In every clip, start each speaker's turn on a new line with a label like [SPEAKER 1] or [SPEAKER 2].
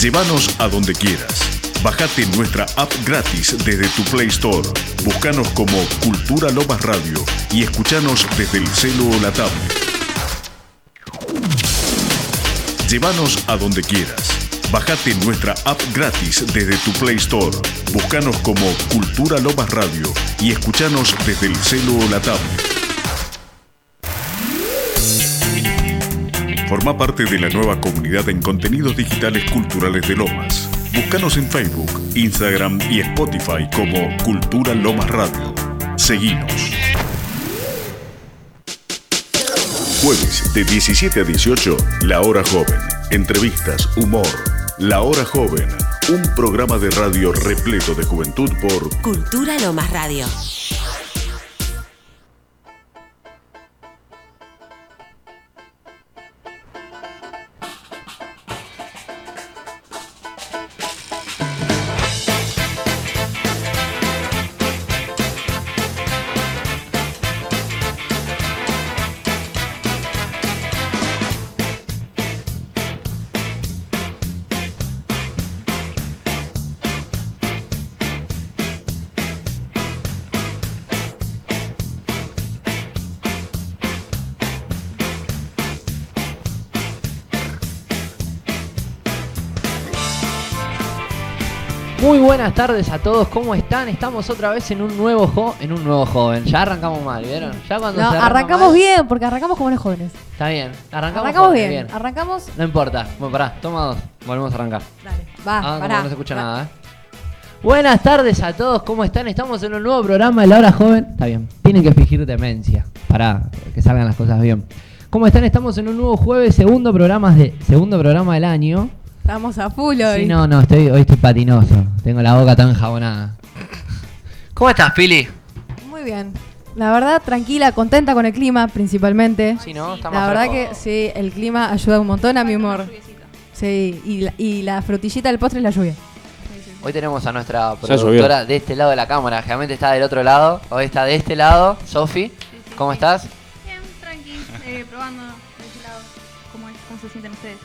[SPEAKER 1] Llévanos a donde quieras. Bájate nuestra app gratis desde tu Play Store. Búscanos como Cultura Lomas Radio y escúchanos desde el celo o la tablet. Llévanos a donde quieras. Bájate nuestra app gratis desde tu Play Store. Búscanos como Cultura Lomas Radio y escúchanos desde el celo o la tablet. Forma parte de la nueva comunidad en contenidos digitales culturales de Lomas. Búscanos en Facebook, Instagram y Spotify como Cultura Lomas Radio. Seguinos. Jueves de 17 a 18, La Hora Joven. Entrevistas, humor. La Hora Joven, un programa de radio repleto de juventud por
[SPEAKER 2] Cultura Lomas Radio.
[SPEAKER 3] Muy buenas tardes a todos, ¿cómo están? Estamos otra vez en un nuevo jo en un nuevo joven. Ya arrancamos mal, ¿vieron? Ya cuando
[SPEAKER 4] No,
[SPEAKER 3] se arranca
[SPEAKER 4] arrancamos
[SPEAKER 3] mal-
[SPEAKER 4] bien, porque arrancamos como los jóvenes.
[SPEAKER 3] Está bien, arrancamos,
[SPEAKER 4] Arrancamos
[SPEAKER 3] fuerte,
[SPEAKER 4] bien. Arrancamos.
[SPEAKER 3] No importa. Bueno, pará, toma dos. Volvemos a arrancar.
[SPEAKER 4] Dale. Va,
[SPEAKER 3] Ah, no,
[SPEAKER 4] pará.
[SPEAKER 3] no se escucha
[SPEAKER 4] Va.
[SPEAKER 3] nada, ¿eh? Buenas tardes a todos, ¿cómo están? Estamos en un nuevo programa de La Hora Joven. Está bien, tienen que fingir demencia para que salgan las cosas bien. ¿Cómo están? Estamos en un nuevo jueves, segundo programa, de, segundo programa del año.
[SPEAKER 4] Estamos a full hoy.
[SPEAKER 3] Sí, no, no, estoy, hoy estoy patinoso. Tengo la boca tan jabonada. ¿Cómo estás, Pili?
[SPEAKER 4] Muy bien. La verdad, tranquila, contenta con el clima principalmente.
[SPEAKER 3] Sí, ¿no? Está
[SPEAKER 4] la
[SPEAKER 3] más
[SPEAKER 4] verdad
[SPEAKER 3] fresco.
[SPEAKER 4] que sí, el clima ayuda un montón a mi humor. Sí, y la, y la frutillita del postre es la lluvia.
[SPEAKER 5] Hoy tenemos a nuestra
[SPEAKER 6] Ya llovió.
[SPEAKER 5] productora de este lado de la cámara. Generalmente está del otro lado. Hoy está de este lado. Sofi, ¿cómo estás?
[SPEAKER 7] Bien, tranqui, eh, probando de ese lado cómo, es, cómo se sienten ustedes.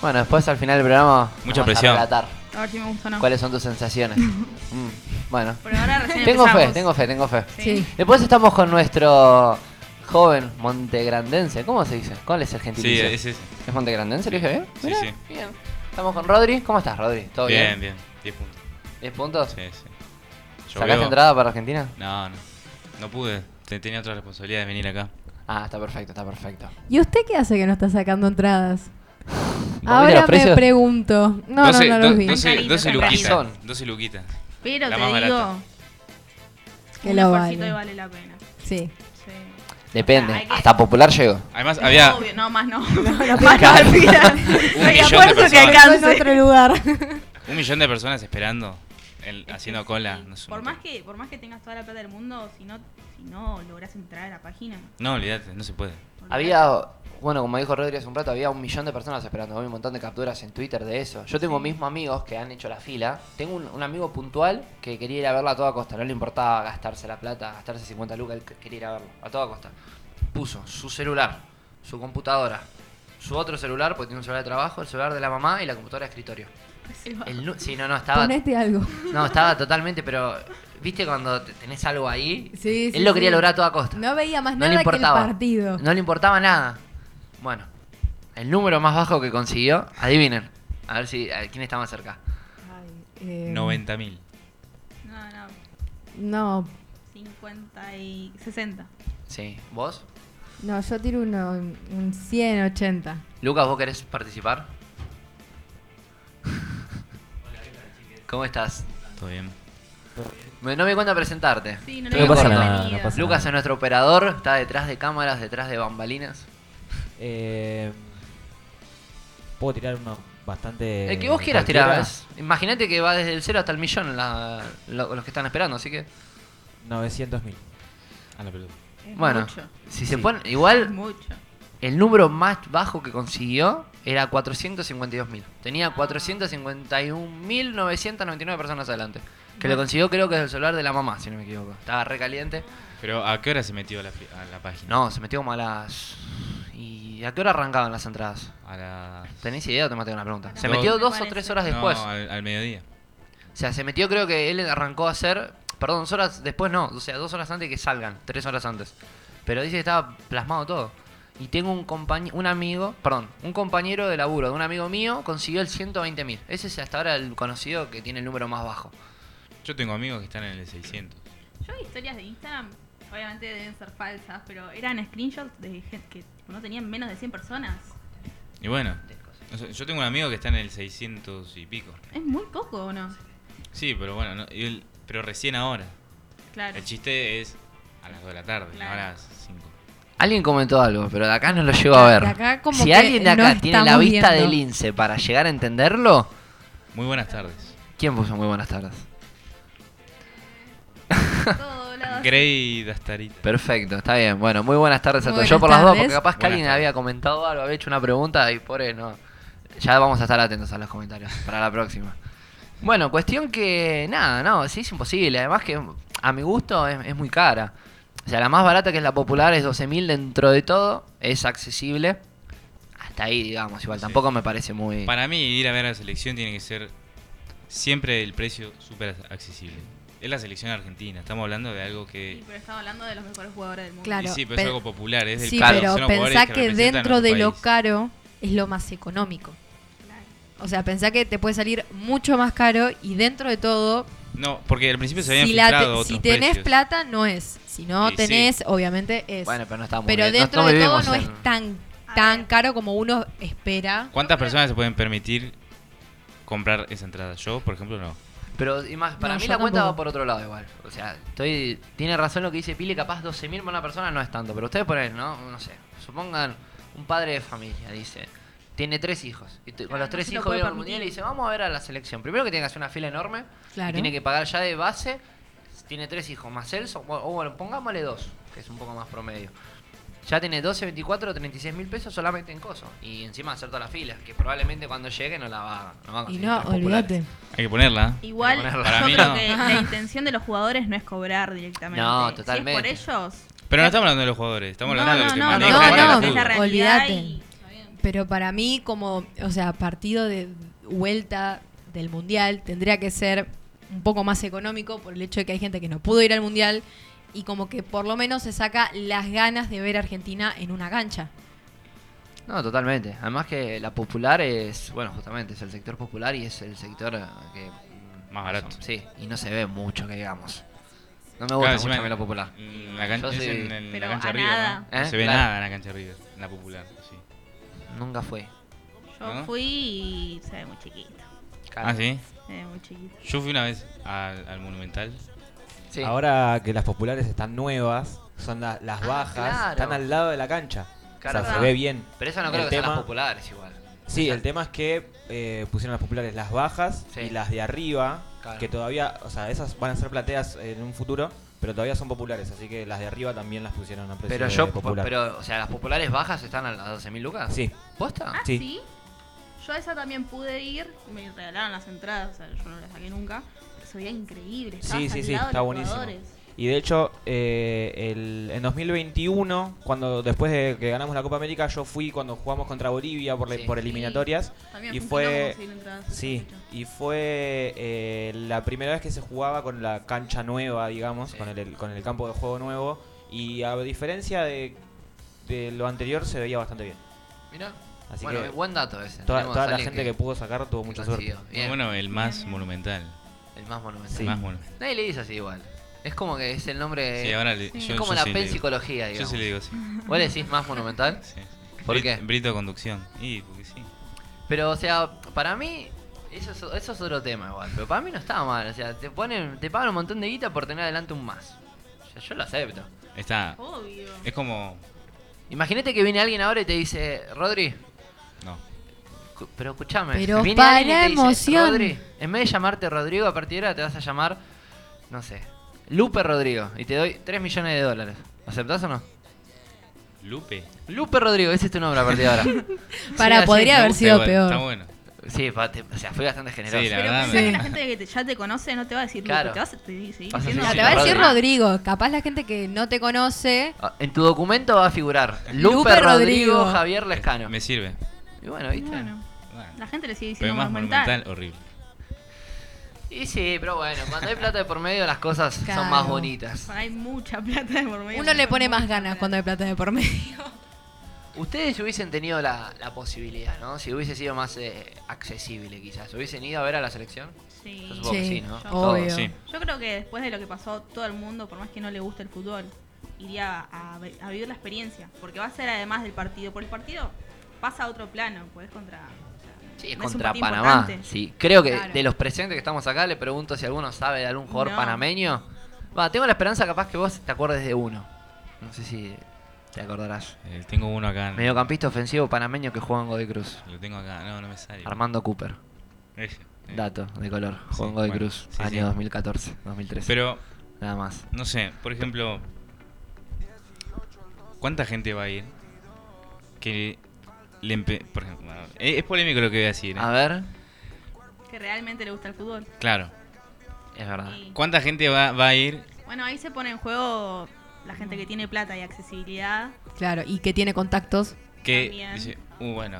[SPEAKER 5] Bueno, después al final del programa
[SPEAKER 6] Mucha
[SPEAKER 5] vamos
[SPEAKER 6] presión.
[SPEAKER 5] a relatar
[SPEAKER 7] A ver si me gusta o no.
[SPEAKER 5] cuáles son tus sensaciones. Mm, bueno.
[SPEAKER 7] Por ahora recién
[SPEAKER 5] Tengo fe,
[SPEAKER 7] empezamos.
[SPEAKER 5] tengo fe, tengo fe.
[SPEAKER 7] Sí.
[SPEAKER 4] Sí.
[SPEAKER 5] Después estamos con nuestro joven montegrandense. ¿Cómo se dice? ¿Cuál es el
[SPEAKER 6] Sí,
[SPEAKER 5] gentilicio?
[SPEAKER 6] es ese.
[SPEAKER 5] ¿Es montegrandense? ¿Lo dije bien?
[SPEAKER 6] Sí,
[SPEAKER 5] Mirá,
[SPEAKER 6] sí.
[SPEAKER 5] Bien. Estamos con Rodri. ¿Cómo estás, Rodri? ¿Todo
[SPEAKER 6] Bien,
[SPEAKER 5] bien?
[SPEAKER 6] bien. 10 puntos.
[SPEAKER 5] ¿10 puntos?
[SPEAKER 6] Sí, sí.
[SPEAKER 5] ¿Sacaste
[SPEAKER 6] Llovió.
[SPEAKER 5] entrada para Argentina?
[SPEAKER 6] No, no. No pude. Te- Tenía otras responsabilidades de venir acá.
[SPEAKER 5] Ah, está perfecto, está perfecto.
[SPEAKER 4] ¿Y usted qué hace que no está sacando entradas?
[SPEAKER 5] viste los
[SPEAKER 4] Ahora me
[SPEAKER 5] precios?
[SPEAKER 4] pregunto. No, no, no los vi.
[SPEAKER 6] 12,
[SPEAKER 7] Caritos, en
[SPEAKER 6] luquitas.
[SPEAKER 5] realidad.
[SPEAKER 6] 12 luquitas.
[SPEAKER 7] Pero
[SPEAKER 6] La
[SPEAKER 7] te
[SPEAKER 6] más barata.
[SPEAKER 7] digo,
[SPEAKER 4] Que
[SPEAKER 7] un
[SPEAKER 4] lo
[SPEAKER 7] esfuercito
[SPEAKER 4] vale.
[SPEAKER 7] y vale la pena.
[SPEAKER 4] Sí.
[SPEAKER 7] Sí.
[SPEAKER 5] Depende.
[SPEAKER 7] Ah, hay que-
[SPEAKER 5] Hasta popular llegó.
[SPEAKER 6] Además, había
[SPEAKER 7] Obvio, no, más no. más no al final.
[SPEAKER 6] Un millón de
[SPEAKER 7] apuesto que
[SPEAKER 6] personas.
[SPEAKER 4] Estoy en
[SPEAKER 7] alcance.
[SPEAKER 4] otro lugar.
[SPEAKER 6] un millón de personas esperando, en- haciendo cola. No, es un
[SPEAKER 7] Por
[SPEAKER 6] montón.
[SPEAKER 7] más, que, por más que tengas toda la plata del mundo, si no, si no logras entrar a la página.
[SPEAKER 6] No, olvídate, no se puede.
[SPEAKER 5] Había, bueno, como dijo Rodri hace un rato, había un millón de personas esperando. Había un montón de capturas en Twitter de eso. Yo tengo mismos amigos que han hecho la fila. Tengo un, un amigo puntual que quería ir a verla a toda costa. No le importaba gastarse la plata, gastarse 50 lucas. Él que- quería ir a verlo a toda costa. Puso su celular, su computadora, su otro celular, porque tiene un celular de trabajo, el celular de la mamá y la computadora de escritorio. El nu- sí, no, no, estaba.
[SPEAKER 4] Ponete algo.
[SPEAKER 5] No, estaba totalmente, pero. ¿Viste cuando te- tenés algo ahí?
[SPEAKER 4] Sí, sí,
[SPEAKER 5] Él lo quería
[SPEAKER 4] sí.
[SPEAKER 5] lograr a toda costa.
[SPEAKER 4] No veía más
[SPEAKER 5] No le
[SPEAKER 4] nada que el
[SPEAKER 5] importaba.
[SPEAKER 4] partido.
[SPEAKER 5] No le importaba nada. Bueno, el número más bajo que consiguió, adivinen. A ver si a ver, quién está más cerca.
[SPEAKER 4] Eh,
[SPEAKER 6] 90.000.
[SPEAKER 7] No, no.
[SPEAKER 4] No,
[SPEAKER 7] 50 y 60.
[SPEAKER 5] Sí. ¿Vos?
[SPEAKER 4] no, yo tiro uno, un 180.
[SPEAKER 5] Lucas, ¿vos querés participar? ¿Cómo estás?
[SPEAKER 6] Todo bien.
[SPEAKER 5] Me- No me cuenta presentarte.
[SPEAKER 7] Sí, no
[SPEAKER 5] Te
[SPEAKER 7] lo
[SPEAKER 5] voy a
[SPEAKER 7] había
[SPEAKER 8] pasa
[SPEAKER 5] cortar.
[SPEAKER 8] nada,
[SPEAKER 7] comprendido.
[SPEAKER 8] no pasa
[SPEAKER 5] Lucas es nuestro operador, está detrás de cámaras, detrás de bambalinas.
[SPEAKER 8] Eh, Puedo tirar uno bastante.
[SPEAKER 5] El que vos quieras
[SPEAKER 8] cualquiera?
[SPEAKER 5] tirar. Imagínate que va desde el cero hasta el millón la- lo- los que están esperando, así que.
[SPEAKER 8] 900.000.
[SPEAKER 6] A la pelota.
[SPEAKER 7] Es
[SPEAKER 5] Bueno,
[SPEAKER 7] Mucho.
[SPEAKER 5] si se
[SPEAKER 8] Sí.
[SPEAKER 5] ponen. Igual
[SPEAKER 7] Es mucho.
[SPEAKER 5] El número más bajo que consiguió era 452.000. Tenía 451.999 personas adelante. Que lo consiguió creo que desde el celular de la mamá, si no me equivoco. Estaba recaliente.
[SPEAKER 6] Pero ¿a qué hora se metió a la, fi- a la página?
[SPEAKER 5] No, se metió como a las... ¿Y a qué hora arrancaban las entradas?
[SPEAKER 6] A las-
[SPEAKER 5] ¿Tenés idea o te maté con la pregunta? Se
[SPEAKER 6] Dos.
[SPEAKER 5] metió dos o
[SPEAKER 7] Parece.
[SPEAKER 5] tres horas
[SPEAKER 6] No,
[SPEAKER 5] después.
[SPEAKER 6] al, al mediodía.
[SPEAKER 5] O sea, se metió, creo que él arrancó a hacer. Perdón, dos horas después no. O sea, dos horas antes que salgan. Tres horas antes. Pero dice que estaba plasmado todo. Y tengo un compañero, un amigo, perdón, un compañero de laburo de un amigo mío consiguió el 120 mil. Ese es hasta ahora el conocido que tiene el número más bajo.
[SPEAKER 6] Yo tengo amigos que están en el 600.
[SPEAKER 7] Yo vi historias de Instagram, obviamente deben ser falsas, pero eran screenshots de gente que no tenían menos de 100 personas.
[SPEAKER 6] Y bueno, no sé, yo tengo un amigo que está en el 600 y pico.
[SPEAKER 7] Es muy poco, ¿o no?
[SPEAKER 6] Sí, pero bueno, no- y él- pero recién ahora.
[SPEAKER 7] Claro.
[SPEAKER 6] El chiste es a las 2 de la tarde, no a
[SPEAKER 7] Claro.
[SPEAKER 6] las 5.
[SPEAKER 5] Alguien comentó algo, pero de acá no lo llego a ver.
[SPEAKER 4] De acá como
[SPEAKER 5] si
[SPEAKER 4] que
[SPEAKER 5] alguien de acá
[SPEAKER 4] no
[SPEAKER 5] tiene la
[SPEAKER 4] estamos
[SPEAKER 5] vista
[SPEAKER 4] viendo.
[SPEAKER 5] del lince para llegar a entenderlo,
[SPEAKER 6] Muy buenas tardes.
[SPEAKER 5] ¿quién puso muy buenas tardes?
[SPEAKER 7] Todo lado.
[SPEAKER 6] Grey Dastarita.
[SPEAKER 5] Perfecto, está bien. Bueno, muy buenas tardes a todos.
[SPEAKER 4] Buenas
[SPEAKER 5] Yo por las dos,
[SPEAKER 4] tardes.
[SPEAKER 5] porque capaz que
[SPEAKER 6] Buenas
[SPEAKER 5] alguien
[SPEAKER 6] tardes.
[SPEAKER 5] había comentado algo, había hecho una pregunta y por no. Ya vamos a estar atentos a los comentarios para la próxima. Bueno, cuestión que nada, no, sí es imposible. Además que a mi gusto es, es muy cara. O sea, la más barata que es la popular es 12.000 dentro de todo, es accesible. Hasta ahí, digamos, igual
[SPEAKER 6] Sí.
[SPEAKER 5] tampoco me parece muy...
[SPEAKER 6] Para mí, ir a ver a la selección tiene que ser siempre el precio súper accesible. Es la selección argentina, estamos hablando de algo que.
[SPEAKER 7] Sí, pero estaba hablando de los mejores jugadores del mundo.
[SPEAKER 4] Claro.
[SPEAKER 6] y sí, pero es
[SPEAKER 4] pe-
[SPEAKER 6] algo popular, es del
[SPEAKER 4] Sí,
[SPEAKER 6] caro, son
[SPEAKER 4] pero
[SPEAKER 6] los jugadores
[SPEAKER 4] pensá
[SPEAKER 6] que
[SPEAKER 4] que
[SPEAKER 6] representan a
[SPEAKER 4] dentro de
[SPEAKER 6] nuestro
[SPEAKER 4] lo
[SPEAKER 6] país.
[SPEAKER 4] caro es lo más económico. O sea, pensá que te puede salir mucho más caro y dentro de todo,
[SPEAKER 6] No, porque al principio se habían
[SPEAKER 4] si, la te-
[SPEAKER 6] filtrado otros
[SPEAKER 4] si tenés
[SPEAKER 6] precios.
[SPEAKER 4] plata, no es. Si no
[SPEAKER 6] Y sí.
[SPEAKER 4] tenés, obviamente es.
[SPEAKER 5] Bueno, pero no estamos
[SPEAKER 4] pero
[SPEAKER 5] bien, no-
[SPEAKER 4] dentro
[SPEAKER 5] no
[SPEAKER 4] de todo
[SPEAKER 5] vivimos
[SPEAKER 4] no
[SPEAKER 5] en-
[SPEAKER 4] es tan,
[SPEAKER 7] A
[SPEAKER 4] tan
[SPEAKER 7] ver.
[SPEAKER 4] caro como uno espera.
[SPEAKER 6] ¿Cuántas personas se pueden permitir comprar esa entrada? Yo, por ejemplo, no.
[SPEAKER 5] Pero y más, para
[SPEAKER 4] No,
[SPEAKER 5] mí
[SPEAKER 4] yo
[SPEAKER 5] la cuenta
[SPEAKER 4] tampoco.
[SPEAKER 5] va por otro lado igual. O sea, estoy tiene razón lo que dice Pile, capaz 12.000 por una persona no es tanto, pero ustedes ponen, ¿no? No sé. Supongan un padre de familia, dice, tiene tres hijos. Y t- con
[SPEAKER 7] Claro,
[SPEAKER 5] los
[SPEAKER 7] no
[SPEAKER 5] tres
[SPEAKER 7] se lo
[SPEAKER 5] hijos
[SPEAKER 7] puede
[SPEAKER 5] vieron el
[SPEAKER 7] permitir.
[SPEAKER 5] mundial y dice, vamos a ver a la selección. Primero que tiene que hacer una fila enorme, y
[SPEAKER 4] Claro.
[SPEAKER 5] tiene que pagar ya de base, tiene tres hijos, más Celso, o o bueno, pongámosle dos, que es un poco más promedio. Ya tiene 12, 24, 36 mil pesos solamente en coso. Y encima hacer toda la fila, que probablemente cuando llegue no la va, no va a
[SPEAKER 4] Y
[SPEAKER 5] conseguir
[SPEAKER 4] no,
[SPEAKER 5] tres populares.
[SPEAKER 4] olvídate.
[SPEAKER 6] Hay que ponerla.
[SPEAKER 7] Igual,
[SPEAKER 5] Para
[SPEAKER 7] yo
[SPEAKER 6] mí
[SPEAKER 7] creo
[SPEAKER 6] no.
[SPEAKER 7] que la intención de los jugadores no es cobrar directamente.
[SPEAKER 5] No,
[SPEAKER 7] Si es
[SPEAKER 5] totalmente.
[SPEAKER 7] por ellos.
[SPEAKER 6] Pero no estamos hablando de los jugadores, estamos
[SPEAKER 7] no,
[SPEAKER 6] hablando de
[SPEAKER 7] no,
[SPEAKER 6] lo que
[SPEAKER 7] no,
[SPEAKER 6] maneja
[SPEAKER 4] no,
[SPEAKER 6] el
[SPEAKER 4] no,
[SPEAKER 6] fútbol.
[SPEAKER 7] es la realidad
[SPEAKER 4] Olvídate.
[SPEAKER 7] y- está bien.
[SPEAKER 4] Pero para mí, como, o sea, partido de vuelta del mundial tendría que ser un poco más económico por el hecho de que hay gente que no pudo ir al mundial y como que por lo menos se saca las ganas de ver a Argentina en una cancha.
[SPEAKER 5] No, totalmente. Además que la popular es, bueno, justamente es el sector popular y es el sector eh, que...
[SPEAKER 6] Más barato.
[SPEAKER 5] Sí, y no se ve mucho, que digamos. No me
[SPEAKER 6] Claro,
[SPEAKER 5] gusta
[SPEAKER 6] encima
[SPEAKER 5] mucho a mí la popular.
[SPEAKER 6] en La cancha,
[SPEAKER 5] Yo
[SPEAKER 6] es
[SPEAKER 5] sí.
[SPEAKER 6] en, en la
[SPEAKER 7] Pero
[SPEAKER 6] cancha
[SPEAKER 7] a
[SPEAKER 6] arriba,
[SPEAKER 7] nada.
[SPEAKER 6] ¿no? No
[SPEAKER 5] ¿Eh?
[SPEAKER 6] se ve
[SPEAKER 5] Claro.
[SPEAKER 6] nada en la cancha arriba, en la popular, sí.
[SPEAKER 5] Nunca fue.
[SPEAKER 7] Yo
[SPEAKER 6] ¿No?
[SPEAKER 7] fui y se ve muy chiquito.
[SPEAKER 5] Claro.
[SPEAKER 6] Ah, ¿sí?
[SPEAKER 7] Se ve Eh, muy chiquito.
[SPEAKER 6] Yo fui una vez al, al Monumental.
[SPEAKER 5] Sí.
[SPEAKER 8] Ahora que las populares están nuevas, son la- las
[SPEAKER 5] Ah,
[SPEAKER 8] bajas,
[SPEAKER 5] claro.
[SPEAKER 8] están al lado de la cancha.
[SPEAKER 5] Claro,
[SPEAKER 8] o sea,
[SPEAKER 5] claro.
[SPEAKER 8] se ve bien.
[SPEAKER 5] Pero eso no creo
[SPEAKER 8] el
[SPEAKER 5] que sean las
[SPEAKER 8] tema-
[SPEAKER 5] populares igual.
[SPEAKER 8] Sí, el tema es que eh, pusieron las populares las bajas
[SPEAKER 5] Sí.
[SPEAKER 8] y las de arriba,
[SPEAKER 5] Claro.
[SPEAKER 8] que todavía, o sea, esas van a ser plateas en un futuro, pero todavía son populares, así que las de arriba también las pusieron a precio
[SPEAKER 5] Pero
[SPEAKER 8] de
[SPEAKER 5] yo,
[SPEAKER 8] popular.
[SPEAKER 5] pero, o sea, las populares bajas están a las 12.000 lucas.
[SPEAKER 8] Sí,
[SPEAKER 5] ¿Posta?
[SPEAKER 7] Ah,
[SPEAKER 8] Sí.
[SPEAKER 7] sí. Yo a esa también pude ir. Me regalaron las entradas. O sea, yo no las saqué nunca. Pero se veía increíble. Estabas
[SPEAKER 8] sí, sí,
[SPEAKER 7] al
[SPEAKER 8] sí,
[SPEAKER 7] lado de
[SPEAKER 8] está
[SPEAKER 7] los
[SPEAKER 8] buenísimo.
[SPEAKER 7] jugadores.
[SPEAKER 8] Y de hecho, eh, el- en 2021, cuando después de que ganamos la Copa América, yo fui cuando jugamos contra Bolivia por, la-
[SPEAKER 5] Sí.
[SPEAKER 8] por eliminatorias.
[SPEAKER 7] También
[SPEAKER 8] y
[SPEAKER 7] fue un quilombo
[SPEAKER 8] fue
[SPEAKER 7] conseguir entradas,
[SPEAKER 8] Sí,
[SPEAKER 7] sospecho.
[SPEAKER 8] y fue eh, la primera vez que se jugaba con la cancha nueva, digamos,
[SPEAKER 5] Sí.
[SPEAKER 8] con, el, el- con el campo de juego nuevo. Y a diferencia de, de lo anterior, se veía bastante bien.
[SPEAKER 5] Mirá.
[SPEAKER 8] Así
[SPEAKER 5] bueno,
[SPEAKER 8] que
[SPEAKER 5] buen dato ese.
[SPEAKER 8] toda,
[SPEAKER 5] Tenemos
[SPEAKER 8] toda
[SPEAKER 5] a
[SPEAKER 8] la
[SPEAKER 5] alguien
[SPEAKER 8] gente que, pudo sacar tuvo
[SPEAKER 5] que
[SPEAKER 8] mucha
[SPEAKER 5] consiguió.
[SPEAKER 8] suerte.
[SPEAKER 5] Bien,
[SPEAKER 6] Bueno, el más monumental.
[SPEAKER 5] el más monumental.
[SPEAKER 8] Sí.
[SPEAKER 6] El más monumental.
[SPEAKER 5] Nadie le dice así igual. Es como que es el nombre...
[SPEAKER 6] Sí, ahora le-
[SPEAKER 5] es
[SPEAKER 6] yo-
[SPEAKER 5] como
[SPEAKER 6] yo
[SPEAKER 5] la
[SPEAKER 6] sí le digo.
[SPEAKER 5] pensicología,
[SPEAKER 6] Yo
[SPEAKER 5] digamos.
[SPEAKER 6] sí le digo sí.
[SPEAKER 5] ¿Vos le decís más monumental?
[SPEAKER 6] sí.
[SPEAKER 5] ¿Por
[SPEAKER 6] Brit-
[SPEAKER 5] qué?
[SPEAKER 6] Brito conducción. Y porque sí.
[SPEAKER 5] Pero, o sea, para mí, eso es, eso es otro tema igual. Pero para mí no está mal. O sea, te ponen, te pagan un montón de guita por tener adelante un más. O sea, yo lo acepto.
[SPEAKER 6] Está.
[SPEAKER 7] Obvio.
[SPEAKER 6] Es como.
[SPEAKER 5] Imagínate que viene alguien ahora y te dice, Rodri,
[SPEAKER 6] No.
[SPEAKER 5] cu- pero escúchame.
[SPEAKER 4] Pero
[SPEAKER 5] viene alguien y
[SPEAKER 4] para
[SPEAKER 5] te dice,
[SPEAKER 4] emoción.
[SPEAKER 5] Rodri, en vez de llamarte Rodrigo, a partir de ahora te vas a llamar, no sé, Lupe Rodrigo. Y te doy 3 millones de dólares. ¿Aceptás o no?
[SPEAKER 6] Lupe.
[SPEAKER 5] Lupe Rodrigo, ese es tu nombre a partir de ahora.
[SPEAKER 4] Para,
[SPEAKER 5] así,
[SPEAKER 4] podría
[SPEAKER 5] me
[SPEAKER 4] haber
[SPEAKER 6] Está
[SPEAKER 4] sido
[SPEAKER 6] bueno,
[SPEAKER 4] peor.
[SPEAKER 6] Está bueno.
[SPEAKER 5] Sí, pa- te- o sea, fui bastante generoso.
[SPEAKER 6] Sí, la
[SPEAKER 7] Pero
[SPEAKER 6] verdad
[SPEAKER 7] pensá
[SPEAKER 6] me-
[SPEAKER 7] que la gente que te- ya te conoce no te va a decir Luco,
[SPEAKER 5] Claro.
[SPEAKER 7] te vas a te- sí, sí,
[SPEAKER 5] Vas a
[SPEAKER 7] diciendo-
[SPEAKER 4] No,
[SPEAKER 5] sí,
[SPEAKER 4] te va a decir
[SPEAKER 5] Rodrigo.
[SPEAKER 4] Rodrigo. Capaz la gente que no te conoce.
[SPEAKER 5] Ah, En tu documento va a figurar Lupe,
[SPEAKER 4] Lupe
[SPEAKER 5] Rodrigo,
[SPEAKER 4] Rodrigo.
[SPEAKER 5] Javier Lescano.
[SPEAKER 6] Me sirve.
[SPEAKER 5] Y bueno, ¿viste?
[SPEAKER 7] Bueno, la gente le sigue
[SPEAKER 6] Pero
[SPEAKER 7] diciendo
[SPEAKER 6] más monumental, horrible.
[SPEAKER 5] Y sí, pero bueno, cuando hay plata de por medio las cosas
[SPEAKER 4] Claro.
[SPEAKER 5] son más bonitas.
[SPEAKER 7] Hay mucha plata de por medio.
[SPEAKER 4] Uno le pone más ganas cuando hay plata de por medio.
[SPEAKER 5] Ustedes hubiesen tenido la, la posibilidad, ¿no? Si hubiese sido más eh, accesible quizás. ¿Hubiesen ido a ver a la selección?
[SPEAKER 7] Sí.
[SPEAKER 5] Yo supongo que
[SPEAKER 4] Sí,
[SPEAKER 5] sí, ¿no?
[SPEAKER 7] yo-
[SPEAKER 4] obvio.
[SPEAKER 5] Todos.
[SPEAKER 6] Sí.
[SPEAKER 7] Yo creo que después de lo que pasó todo el mundo, por más que no le guste el fútbol, iría a, ve- a vivir la experiencia. Porque va a ser además del partido. Por el partido pasa a otro plano, pues contra. o sea,
[SPEAKER 5] Sí, es
[SPEAKER 7] no un
[SPEAKER 5] contra
[SPEAKER 7] partido
[SPEAKER 5] Panamá.
[SPEAKER 7] importante.
[SPEAKER 5] Sí, creo que
[SPEAKER 7] Claro.
[SPEAKER 5] de los presentes que estamos acá, le pregunto si alguno sabe de algún jugador
[SPEAKER 7] No.
[SPEAKER 5] panameño. Va, tengo la esperanza capaz que vos te acuerdes de uno. No sé si te acordarás.
[SPEAKER 6] Eh, tengo uno acá. ¿no?
[SPEAKER 5] Mediocampista ofensivo panameño que juega en Godoy Cruz.
[SPEAKER 6] Lo tengo acá. No, no me sale.
[SPEAKER 5] Armando Cooper.
[SPEAKER 6] Ese, eh.
[SPEAKER 5] Dato de color.
[SPEAKER 6] Sí,
[SPEAKER 5] Juan Godoy
[SPEAKER 6] bueno,
[SPEAKER 5] Cruz,
[SPEAKER 6] sí,
[SPEAKER 5] año
[SPEAKER 6] sí.
[SPEAKER 5] 2014, 2013.
[SPEAKER 6] Pero,
[SPEAKER 5] Nada más.
[SPEAKER 6] no sé, por ejemplo, ¿cuánta gente va a ir? Que le empe- por ejemplo, bueno, es, es polémico lo que voy a decir. ¿eh?
[SPEAKER 5] A ver,
[SPEAKER 7] Que realmente le gusta el fútbol.
[SPEAKER 6] Claro.
[SPEAKER 5] es verdad.
[SPEAKER 7] Y,
[SPEAKER 6] ¿Cuánta gente va, va a ir?
[SPEAKER 7] bueno, ahí se pone en juego la gente que tiene plata y accesibilidad.
[SPEAKER 4] Claro, y que tiene contactos.
[SPEAKER 6] Que
[SPEAKER 7] También.
[SPEAKER 6] dice, uh, bueno,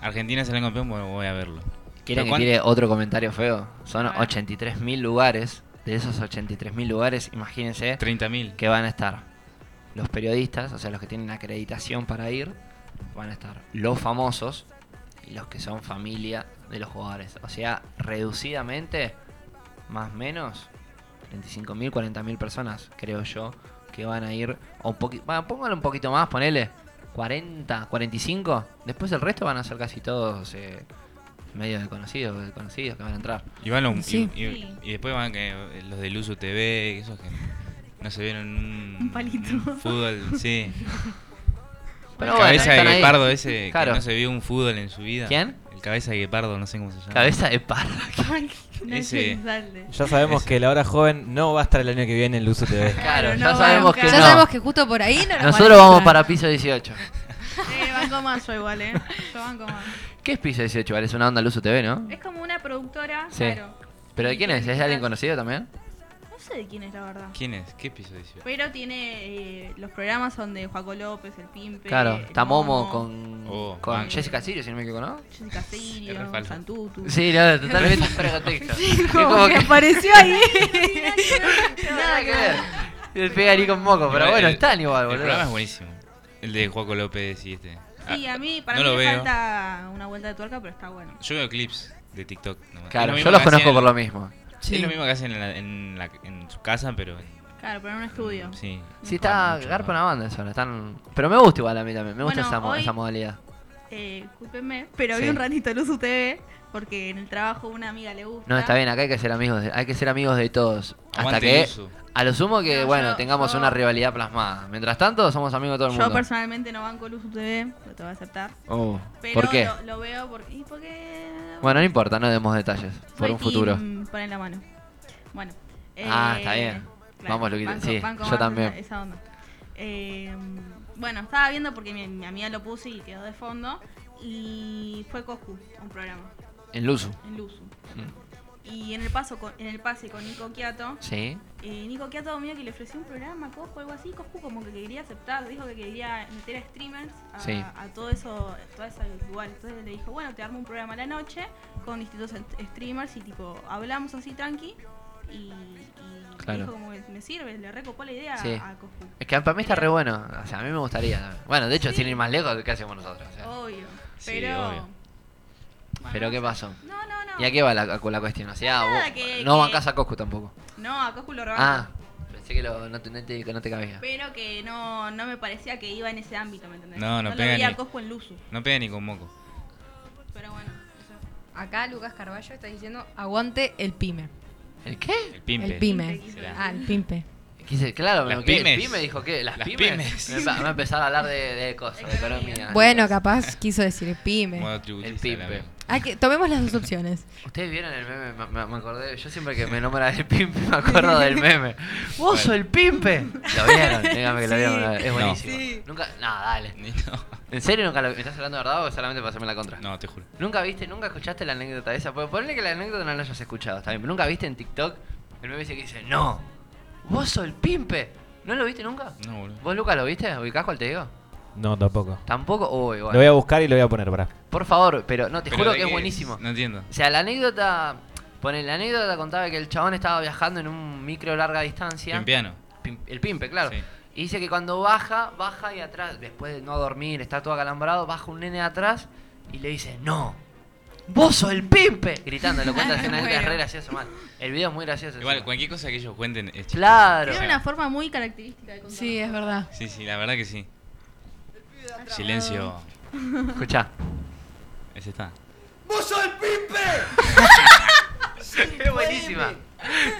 [SPEAKER 6] Argentina sale campeón, bueno, voy a verlo.
[SPEAKER 5] ¿Quieren
[SPEAKER 6] Pero
[SPEAKER 5] que
[SPEAKER 6] cuán-
[SPEAKER 5] tire otro comentario feo? Son
[SPEAKER 7] A ver.
[SPEAKER 5] 83.000 lugares. De esos 83.000 lugares, imagínense
[SPEAKER 6] 30.000.
[SPEAKER 5] que van a estar los periodistas, o sea, los que tienen acreditación para ir, van a estar los famosos y los que son familia de los jugadores. O sea, reducidamente, más o menos, 35.000, 40.000 personas, creo yo, que van a ir. O un poquito, bueno, póngale un poquito más, ponele 40, 45. Después el resto van a ser casi todos eh, medios de conocidos, de conocidos que van a entrar.
[SPEAKER 6] Y, van los- y-
[SPEAKER 4] Sí.
[SPEAKER 6] y,
[SPEAKER 7] Sí.
[SPEAKER 6] y después van que eh, los de Luzu TV, que esos que no se vieron un,
[SPEAKER 7] Un palito.
[SPEAKER 6] un fútbol, sí.
[SPEAKER 5] Pero
[SPEAKER 6] el
[SPEAKER 5] bueno,
[SPEAKER 6] cabeza
[SPEAKER 5] están
[SPEAKER 6] de
[SPEAKER 5] ahí.
[SPEAKER 6] guepardo ese
[SPEAKER 5] Claro.
[SPEAKER 6] que no se vio un fútbol en su vida.
[SPEAKER 5] ¿Quién?
[SPEAKER 6] El cabeza de guepardo, no sé cómo se llama.
[SPEAKER 5] Cabeza de parra.
[SPEAKER 7] No
[SPEAKER 6] Ese-
[SPEAKER 7] se sale.
[SPEAKER 8] Ya sabemos
[SPEAKER 6] Ese.
[SPEAKER 8] que la hora joven no va a estar el año que viene en Luzu TV.
[SPEAKER 5] Claro,
[SPEAKER 7] Claro,
[SPEAKER 5] ya
[SPEAKER 7] no,
[SPEAKER 5] sabemos que
[SPEAKER 7] claro.
[SPEAKER 4] ya
[SPEAKER 5] no.
[SPEAKER 4] sabemos que justo por ahí no nos
[SPEAKER 5] Nosotros
[SPEAKER 4] van a
[SPEAKER 5] vamos
[SPEAKER 4] entrar.
[SPEAKER 5] para piso 18.
[SPEAKER 7] Eh, banco más yo igual, ¿eh? Yo banco más.
[SPEAKER 5] ¿Qué es piso 18? Vale, es una onda Luz TV, ¿no?
[SPEAKER 7] Es como una productora,
[SPEAKER 5] Sí.
[SPEAKER 7] claro.
[SPEAKER 5] ¿Pero de
[SPEAKER 7] Y
[SPEAKER 5] quién es?
[SPEAKER 7] tiene
[SPEAKER 5] ¿Es
[SPEAKER 7] que
[SPEAKER 5] de alguien
[SPEAKER 7] estar-
[SPEAKER 5] conocido también?
[SPEAKER 7] No sé de quién es la verdad.
[SPEAKER 6] ¿Quién es? ¿Qué episodio dice?
[SPEAKER 7] Pero tiene eh, los programas donde Juaco López, el Pimpe.
[SPEAKER 5] Claro,
[SPEAKER 7] el
[SPEAKER 5] está Momo
[SPEAKER 7] Momo,
[SPEAKER 5] con,
[SPEAKER 6] Oh,
[SPEAKER 5] con
[SPEAKER 6] man.
[SPEAKER 5] Jessica Sirio, si no me equivoco, ¿no?
[SPEAKER 7] Jessica Sirio,
[SPEAKER 6] Es re falso.
[SPEAKER 7] Santutu.
[SPEAKER 5] Sí, no, totalmente fuera de contexto. Es
[SPEAKER 4] Como
[SPEAKER 5] como
[SPEAKER 4] que
[SPEAKER 5] que
[SPEAKER 4] apareció ahí.
[SPEAKER 5] nada que ver. El pega ahí con moco, pero
[SPEAKER 6] Igual
[SPEAKER 5] bueno,
[SPEAKER 6] el-
[SPEAKER 5] están igual,
[SPEAKER 6] El programa es
[SPEAKER 5] boludo.
[SPEAKER 6] buenísimo. El de Juaco López y este.
[SPEAKER 7] Sí,
[SPEAKER 6] Ah,
[SPEAKER 7] a mí, para
[SPEAKER 6] no
[SPEAKER 7] mí
[SPEAKER 6] lo
[SPEAKER 7] me
[SPEAKER 6] veo.
[SPEAKER 7] falta una vuelta de tuerca, pero está bueno.
[SPEAKER 6] Yo veo clips de TikTok. nomás. Es lo
[SPEAKER 5] Claro,
[SPEAKER 6] mismo
[SPEAKER 5] yo los
[SPEAKER 6] que
[SPEAKER 5] conozco
[SPEAKER 6] hacen-
[SPEAKER 5] por lo mismo.
[SPEAKER 6] Es lo mismo que hacen en, la- en la- en su casa, pero. En,
[SPEAKER 7] Claro, pero en un estudio.
[SPEAKER 6] Sí.
[SPEAKER 5] Sí, está
[SPEAKER 6] Mucho,
[SPEAKER 5] garpa
[SPEAKER 6] ¿no?
[SPEAKER 5] una banda eso, están... Pero me gusta igual a mí también, me gusta
[SPEAKER 7] Bueno,
[SPEAKER 5] esa, mo-
[SPEAKER 7] hoy-
[SPEAKER 5] esa modalidad.
[SPEAKER 7] Eh, discúlpenme, pero
[SPEAKER 5] Sí.
[SPEAKER 7] vi un ratito Luz UTV porque en el trabajo una amiga le gusta.
[SPEAKER 5] No, está bien, acá hay que ser amigos, de, hay que ser amigos de todos. Hasta
[SPEAKER 6] Aguante
[SPEAKER 5] que,
[SPEAKER 6] Luzu.
[SPEAKER 5] a lo sumo que,
[SPEAKER 7] No, yo-
[SPEAKER 5] bueno, tengamos
[SPEAKER 7] yo-
[SPEAKER 5] una rivalidad plasmada. Mientras tanto, somos amigos de todo el
[SPEAKER 7] Yo
[SPEAKER 5] mundo.
[SPEAKER 7] personalmente no banco Luz UTV, lo te voy a aceptar.
[SPEAKER 5] Oh,
[SPEAKER 7] Pero
[SPEAKER 5] ¿Por qué?
[SPEAKER 7] Lo, lo veo porque. ¿Y por qué?
[SPEAKER 5] Bueno, no importa, no demos detalles. Por
[SPEAKER 7] Soy
[SPEAKER 5] un futuro.
[SPEAKER 7] team, Ponen la mano. Bueno.
[SPEAKER 5] Ah,
[SPEAKER 7] eh,
[SPEAKER 5] está bien. Vamos, Luquita,
[SPEAKER 7] banco-
[SPEAKER 5] sí,
[SPEAKER 7] banco
[SPEAKER 5] yo
[SPEAKER 7] más
[SPEAKER 5] también.
[SPEAKER 7] Esa, esa onda. Eh, bueno, estaba viendo porque mi, mi amiga lo puse y quedó de fondo. Y fue Coscu, un programa,
[SPEAKER 5] En Luzu.
[SPEAKER 7] en Luzu.
[SPEAKER 5] Mm.
[SPEAKER 7] Y en el, paso con- en el pase con Nico Quiato,
[SPEAKER 5] Sí.
[SPEAKER 7] eh, Nico Quiato mío que le ofreció un programa a Coscu, algo así. Coscu como que quería aceptar, dijo que quería meter a streamers a,
[SPEAKER 5] Sí.
[SPEAKER 7] a todo eso, a toda esa igual. Entonces le dijo, bueno, te armo un programa a la noche con distintos ent- streamers y tipo, hablamos así tranqui. Y, y
[SPEAKER 5] Claro.
[SPEAKER 7] dijo como que me sirve, le recopó la idea
[SPEAKER 5] Sí.
[SPEAKER 7] a Coscu.
[SPEAKER 5] Es que para mí está re bueno. O sea, a mí me gustaría. también. Bueno, de hecho, sin ir más lejos, ¿qué hacemos nosotros? O sea,
[SPEAKER 7] Obvio.
[SPEAKER 6] Sí,
[SPEAKER 7] Pero.
[SPEAKER 6] obvio.
[SPEAKER 7] Bueno,
[SPEAKER 5] Pero ¿qué pasó?
[SPEAKER 7] No, no, no.
[SPEAKER 5] ¿Y a qué va la, con la cuestión? O sea,
[SPEAKER 7] Nada,
[SPEAKER 5] vos-
[SPEAKER 7] que-
[SPEAKER 5] no
[SPEAKER 7] que-
[SPEAKER 5] bancas a Coscu tampoco.
[SPEAKER 7] No, a Coscu lo
[SPEAKER 5] Ah,
[SPEAKER 7] rebanco.
[SPEAKER 5] pensé que lo- no, te, no te- que no te cabía.
[SPEAKER 7] Pero que no, no me parecía que iba en ese ámbito, ¿me entendés?
[SPEAKER 6] No, no
[SPEAKER 7] lo
[SPEAKER 6] pega
[SPEAKER 7] veía
[SPEAKER 6] ni-
[SPEAKER 7] a Coscu en Luzu.
[SPEAKER 6] No pega ni con moco.
[SPEAKER 7] Pero bueno. eso.
[SPEAKER 4] Acá Lucas Carballo está diciendo aguante el pime.
[SPEAKER 5] ¿El qué?
[SPEAKER 6] El pimpe.
[SPEAKER 4] El pime.
[SPEAKER 7] Pimpe,
[SPEAKER 6] será.
[SPEAKER 4] Ah, el pimpe.
[SPEAKER 5] Quise- claro, me
[SPEAKER 6] Las
[SPEAKER 5] equivoqué.
[SPEAKER 6] pymes.
[SPEAKER 5] El PYME dijo que las,
[SPEAKER 6] Las
[SPEAKER 5] pymes.
[SPEAKER 6] pymes.
[SPEAKER 5] Me va- va a empezar a hablar de, de cosas, de economía.
[SPEAKER 4] Bueno, capaz quiso decir pyme.
[SPEAKER 6] Modo tributista,
[SPEAKER 5] El pipe.
[SPEAKER 6] la verdad.
[SPEAKER 4] Hay que, tomemos las dos opciones.
[SPEAKER 5] Ustedes vieron el meme, me, me- me acordé, yo siempre que me nombra el pimpe me acuerdo del meme. ¡Vos sos el pimpe! Lo vieron, dígame que lo
[SPEAKER 4] Sí.
[SPEAKER 5] vieron, una vez, es
[SPEAKER 6] No.
[SPEAKER 5] buenísimo.
[SPEAKER 4] Sí.
[SPEAKER 5] Nunca, no, dale.
[SPEAKER 6] Ni- No,
[SPEAKER 5] ¿En serio nunca lo ¿Estás hablando de verdad o solamente para hacerme la contra?
[SPEAKER 6] no, te juro.
[SPEAKER 5] ¿Nunca viste, nunca escuchaste la anécdota esa? Porque ponle que la anécdota no la hayas escuchado, está bien, pero nunca viste en TikTok el meme ese que dice, no, vos sos el pimpe. ¿No lo viste nunca?
[SPEAKER 6] No, boludo.
[SPEAKER 5] ¿Vos, Lucas, lo viste? ¿Ubicás cuál te digo?
[SPEAKER 8] No, tampoco.
[SPEAKER 5] Tampoco. Uy,
[SPEAKER 8] Lo
[SPEAKER 5] bueno.
[SPEAKER 8] voy a buscar y lo voy a poner, pará.
[SPEAKER 5] Por favor, pero no, te
[SPEAKER 6] Pero
[SPEAKER 5] juro
[SPEAKER 6] de
[SPEAKER 5] que es
[SPEAKER 6] qué
[SPEAKER 5] buenísimo.
[SPEAKER 6] No entiendo.
[SPEAKER 5] O sea, la anécdota. Pone, la anécdota contaba que el chabón estaba viajando en un micro larga distancia.
[SPEAKER 6] En piano.
[SPEAKER 5] Pim- el pimpe, claro.
[SPEAKER 6] Sí.
[SPEAKER 5] Y dice que cuando baja, baja y atrás, después de no dormir, está todo acalambrado, baja un nene atrás y le dice, no. ¡Vos sos el pimpe! Gritando, lo cuenta haciendo
[SPEAKER 4] Bueno.
[SPEAKER 5] es re gracioso mal. El video es muy gracioso.
[SPEAKER 6] Igual,
[SPEAKER 5] encima.
[SPEAKER 6] cualquier cosa que ellos cuenten es chistoso.
[SPEAKER 5] Claro.
[SPEAKER 7] Tiene una forma muy característica de contar.
[SPEAKER 4] Sí, es verdad.
[SPEAKER 6] Sí, sí, la verdad que sí. Silencio.
[SPEAKER 5] Escuchá.
[SPEAKER 6] Ese está.
[SPEAKER 5] Es buenísima.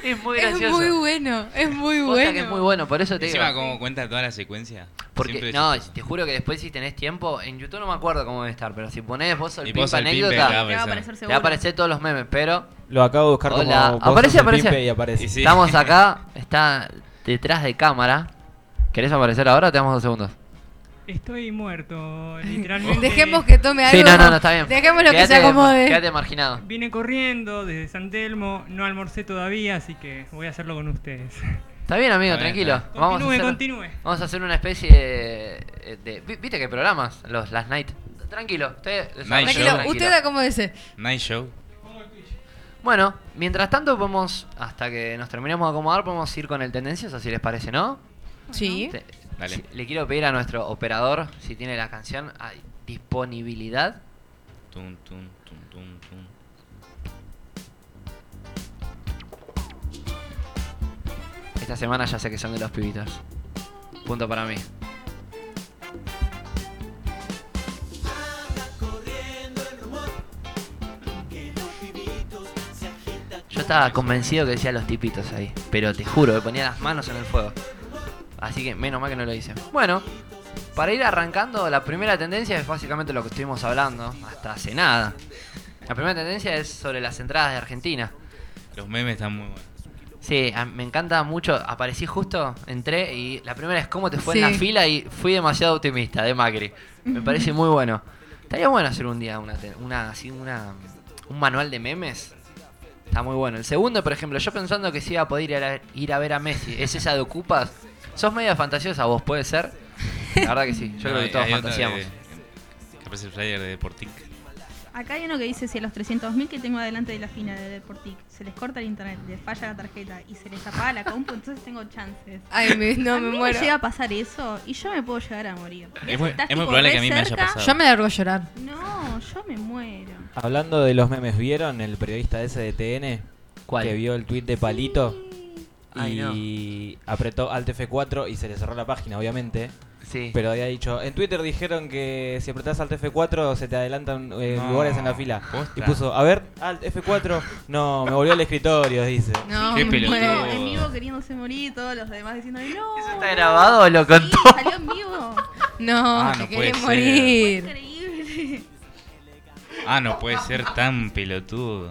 [SPEAKER 5] Es muy
[SPEAKER 4] Es
[SPEAKER 5] gracioso.
[SPEAKER 4] muy bueno, es muy
[SPEAKER 5] Posta
[SPEAKER 4] bueno.
[SPEAKER 5] que es muy bueno, por eso te digo.
[SPEAKER 6] Encima, como cuenta toda la secuencia. siempre
[SPEAKER 5] Porque,
[SPEAKER 6] es
[SPEAKER 5] no,
[SPEAKER 6] chistoso.
[SPEAKER 5] te juro que después si tenés tiempo, en YouTube no me acuerdo cómo debe estar, pero si ponés vos el
[SPEAKER 6] Y
[SPEAKER 5] pimpa
[SPEAKER 6] vos al pimpe,
[SPEAKER 5] anécdota,
[SPEAKER 6] claro.
[SPEAKER 7] Te va a aparecer
[SPEAKER 5] te
[SPEAKER 7] seguro.
[SPEAKER 5] va a aparecer todos los memes, pero
[SPEAKER 8] Lo acabo de buscar
[SPEAKER 5] Hola.
[SPEAKER 8] como. vos
[SPEAKER 5] Aparece,
[SPEAKER 8] sos el
[SPEAKER 5] aparece.
[SPEAKER 8] Pimpe Y aparece.
[SPEAKER 6] Y sí.
[SPEAKER 5] estamos acá, está detrás de cámara. ¿Querés aparecer ahora? Te damos dos segundos.
[SPEAKER 2] Estoy muerto, literalmente.
[SPEAKER 4] Dejemos que tome algo.
[SPEAKER 5] Sí, no, no, no, está bien.
[SPEAKER 4] Dejémoslo que
[SPEAKER 5] Quédate-
[SPEAKER 4] se acomode.
[SPEAKER 5] Quédate marginado.
[SPEAKER 2] Vine corriendo desde San Telmo, no almorcé todavía, así que voy a hacerlo con ustedes.
[SPEAKER 5] Está bien, amigo,
[SPEAKER 6] Está bien,
[SPEAKER 5] tranquilo.
[SPEAKER 6] está
[SPEAKER 5] Vamos a
[SPEAKER 2] continúe,
[SPEAKER 5] hacer,
[SPEAKER 2] continúe.
[SPEAKER 5] Vamos a hacer una especie de, de- vi- ¿Viste que programas? Los Last Night. Tranquilo, usted...
[SPEAKER 6] Night
[SPEAKER 4] Tranquilo,
[SPEAKER 6] Tranquilo.
[SPEAKER 4] usted acomódese.
[SPEAKER 6] Night Show.
[SPEAKER 5] Bueno, mientras tanto podemos, hasta que nos terminemos de acomodar, podemos ir con el tendencioso, si les parece, ¿no?
[SPEAKER 4] Sí.
[SPEAKER 5] Te-
[SPEAKER 6] Dale.
[SPEAKER 5] si- le quiero pedir a nuestro operador, si tiene la canción, ah, disponibilidad.
[SPEAKER 6] Tum, tum, tum, tum, tum.
[SPEAKER 5] Esta semana ya sé que son de los pibitos. Punto para mí. Yo estaba convencido que decía los tipitos ahí, pero te juro, que ponía las manos en el fuego. Así que menos mal que no lo hice. Bueno, para ir arrancando, la primera tendencia es básicamente lo que estuvimos hablando hasta hace nada. La primera tendencia es sobre las entradas de Argentina.
[SPEAKER 6] Los memes están muy buenos.
[SPEAKER 5] Sí, a- me encanta mucho. Aparecí justo, entré y la primera es cómo te fue en
[SPEAKER 4] Sí.
[SPEAKER 5] la fila y fui demasiado optimista de Macri. Me parece muy bueno. Estaría bueno hacer un día una, te- una, así una, un manual de memes. Está muy bueno. El segundo, por ejemplo, yo pensando que sí iba a poder ir a, ir a ver a Messi. Es esa de Ocupas. Sos media fantasiosa vos, ¿puede ser? La verdad que sí. Yo creo que todos fantaseamos.
[SPEAKER 6] Capaz el flyer de Deportic.
[SPEAKER 7] Acá hay uno que dice si a los 300.000 que tengo adelante de la fina de Deportic se les corta el internet, les falla la tarjeta y se les apaga la compu, entonces tengo chances.
[SPEAKER 4] Ay, me- no,
[SPEAKER 7] a mí
[SPEAKER 4] me muero.
[SPEAKER 7] llega a pasar eso y yo me puedo llegar a morir.
[SPEAKER 6] Es muy,
[SPEAKER 7] Estás
[SPEAKER 6] es muy
[SPEAKER 7] tipo
[SPEAKER 6] probable
[SPEAKER 7] re
[SPEAKER 6] que a mí me haya
[SPEAKER 7] cerca.
[SPEAKER 6] pasado.
[SPEAKER 4] Yo me largo a llorar.
[SPEAKER 7] No, yo me muero.
[SPEAKER 8] Hablando de los memes, ¿vieron el periodista ese de TN?
[SPEAKER 5] ¿Cuál?
[SPEAKER 8] Que vio el tweet de Palito
[SPEAKER 5] Ay, no.
[SPEAKER 8] y apretó Alt F4 y se le cerró la página, obviamente.
[SPEAKER 5] Sí.
[SPEAKER 8] Pero había dicho, en Twitter dijeron que si apretás Alt F4 se te adelantan eh,
[SPEAKER 6] No,
[SPEAKER 8] lugares en la fila.
[SPEAKER 6] posta.
[SPEAKER 8] Y puso, a ver, Alt F4, no, me volvió al escritorio, dice.
[SPEAKER 4] No,
[SPEAKER 6] Qué
[SPEAKER 4] me
[SPEAKER 6] pelotudo.
[SPEAKER 4] muero.
[SPEAKER 7] Yo en vivo queriéndose morir, todos los demás diciendo no.
[SPEAKER 5] ¿Eso está grabado o lo contó?
[SPEAKER 7] Sí, salió en vivo.
[SPEAKER 4] No,
[SPEAKER 6] Ah,
[SPEAKER 4] te
[SPEAKER 6] no
[SPEAKER 4] querés
[SPEAKER 6] puede ser.
[SPEAKER 4] morir.
[SPEAKER 7] Increíble.
[SPEAKER 6] Ah, no puede ser tan pelotudo.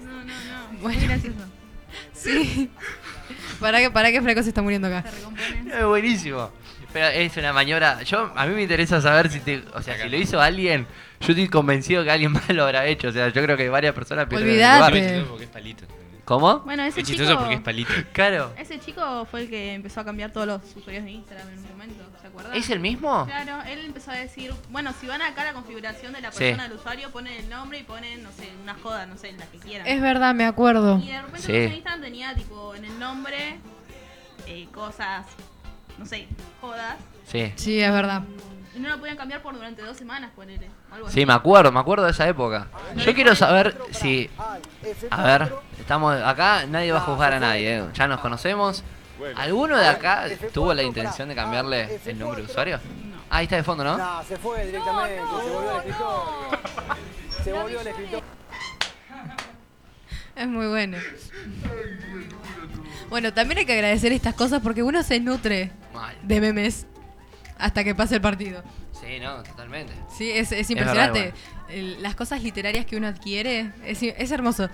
[SPEAKER 7] No, no, no.
[SPEAKER 4] Bueno.
[SPEAKER 7] Muy gracioso.
[SPEAKER 4] Sí. ¿Para qué, para qué Flaco se está muriendo acá?
[SPEAKER 7] Se recompone.
[SPEAKER 5] Es buenísimo. Pero es una maniobra. Yo, a mí me interesa saber si te, o sea, si lo hizo alguien. Yo estoy convencido que alguien más lo habrá hecho. O sea, yo creo que varias personas perdieron el
[SPEAKER 4] Olvidate.
[SPEAKER 5] lugar.
[SPEAKER 6] Es chistoso porque es palito.
[SPEAKER 5] ¿Cómo?
[SPEAKER 7] Bueno, ese
[SPEAKER 6] Es chistoso
[SPEAKER 7] chico,
[SPEAKER 6] porque es palito.
[SPEAKER 5] Claro.
[SPEAKER 7] ese chico fue el que empezó a cambiar todos los usuarios de Instagram en un momento, ¿se acuerdan?
[SPEAKER 5] ¿Es el mismo?
[SPEAKER 7] Claro, él empezó a decir, bueno, si van acá a la configuración de la
[SPEAKER 5] Sí.
[SPEAKER 7] persona del usuario, ponen el nombre y ponen, no sé, una joda, no sé, la que quieran.
[SPEAKER 4] Es verdad, me acuerdo.
[SPEAKER 7] Y de repente
[SPEAKER 5] Sí.
[SPEAKER 7] en Instagram tenía, tipo, en el nombre, eh, cosas, no sé, jodas.
[SPEAKER 5] Sí.
[SPEAKER 4] Sí, es verdad.
[SPEAKER 7] Y no lo podían cambiar por durante dos semanas, ponele. o algo
[SPEAKER 5] Sí,
[SPEAKER 7] así.
[SPEAKER 5] me acuerdo, me acuerdo de esa época. Yo quiero saber si. A ver, estamos acá, nadie va a juzgar a nadie. ¿eh? Ya nos conocemos. ¿Alguno de acá tuvo la intención de cambiarle el nombre de usuario? Ah, Ahí está de fondo, ¿no?
[SPEAKER 9] Nah, se fue directamente, se volvió al escritorio. Se volvió al escritorio.
[SPEAKER 4] Es muy bueno. Bueno, también hay que agradecer estas cosas porque uno se nutre
[SPEAKER 5] Mal.
[SPEAKER 4] de memes hasta que pase el partido.
[SPEAKER 5] Sí, no, totalmente.
[SPEAKER 4] Sí, es, es
[SPEAKER 5] Es
[SPEAKER 4] impresionante.
[SPEAKER 5] verdad,
[SPEAKER 4] El- Las cosas literarias que uno adquiere es, es hermoso.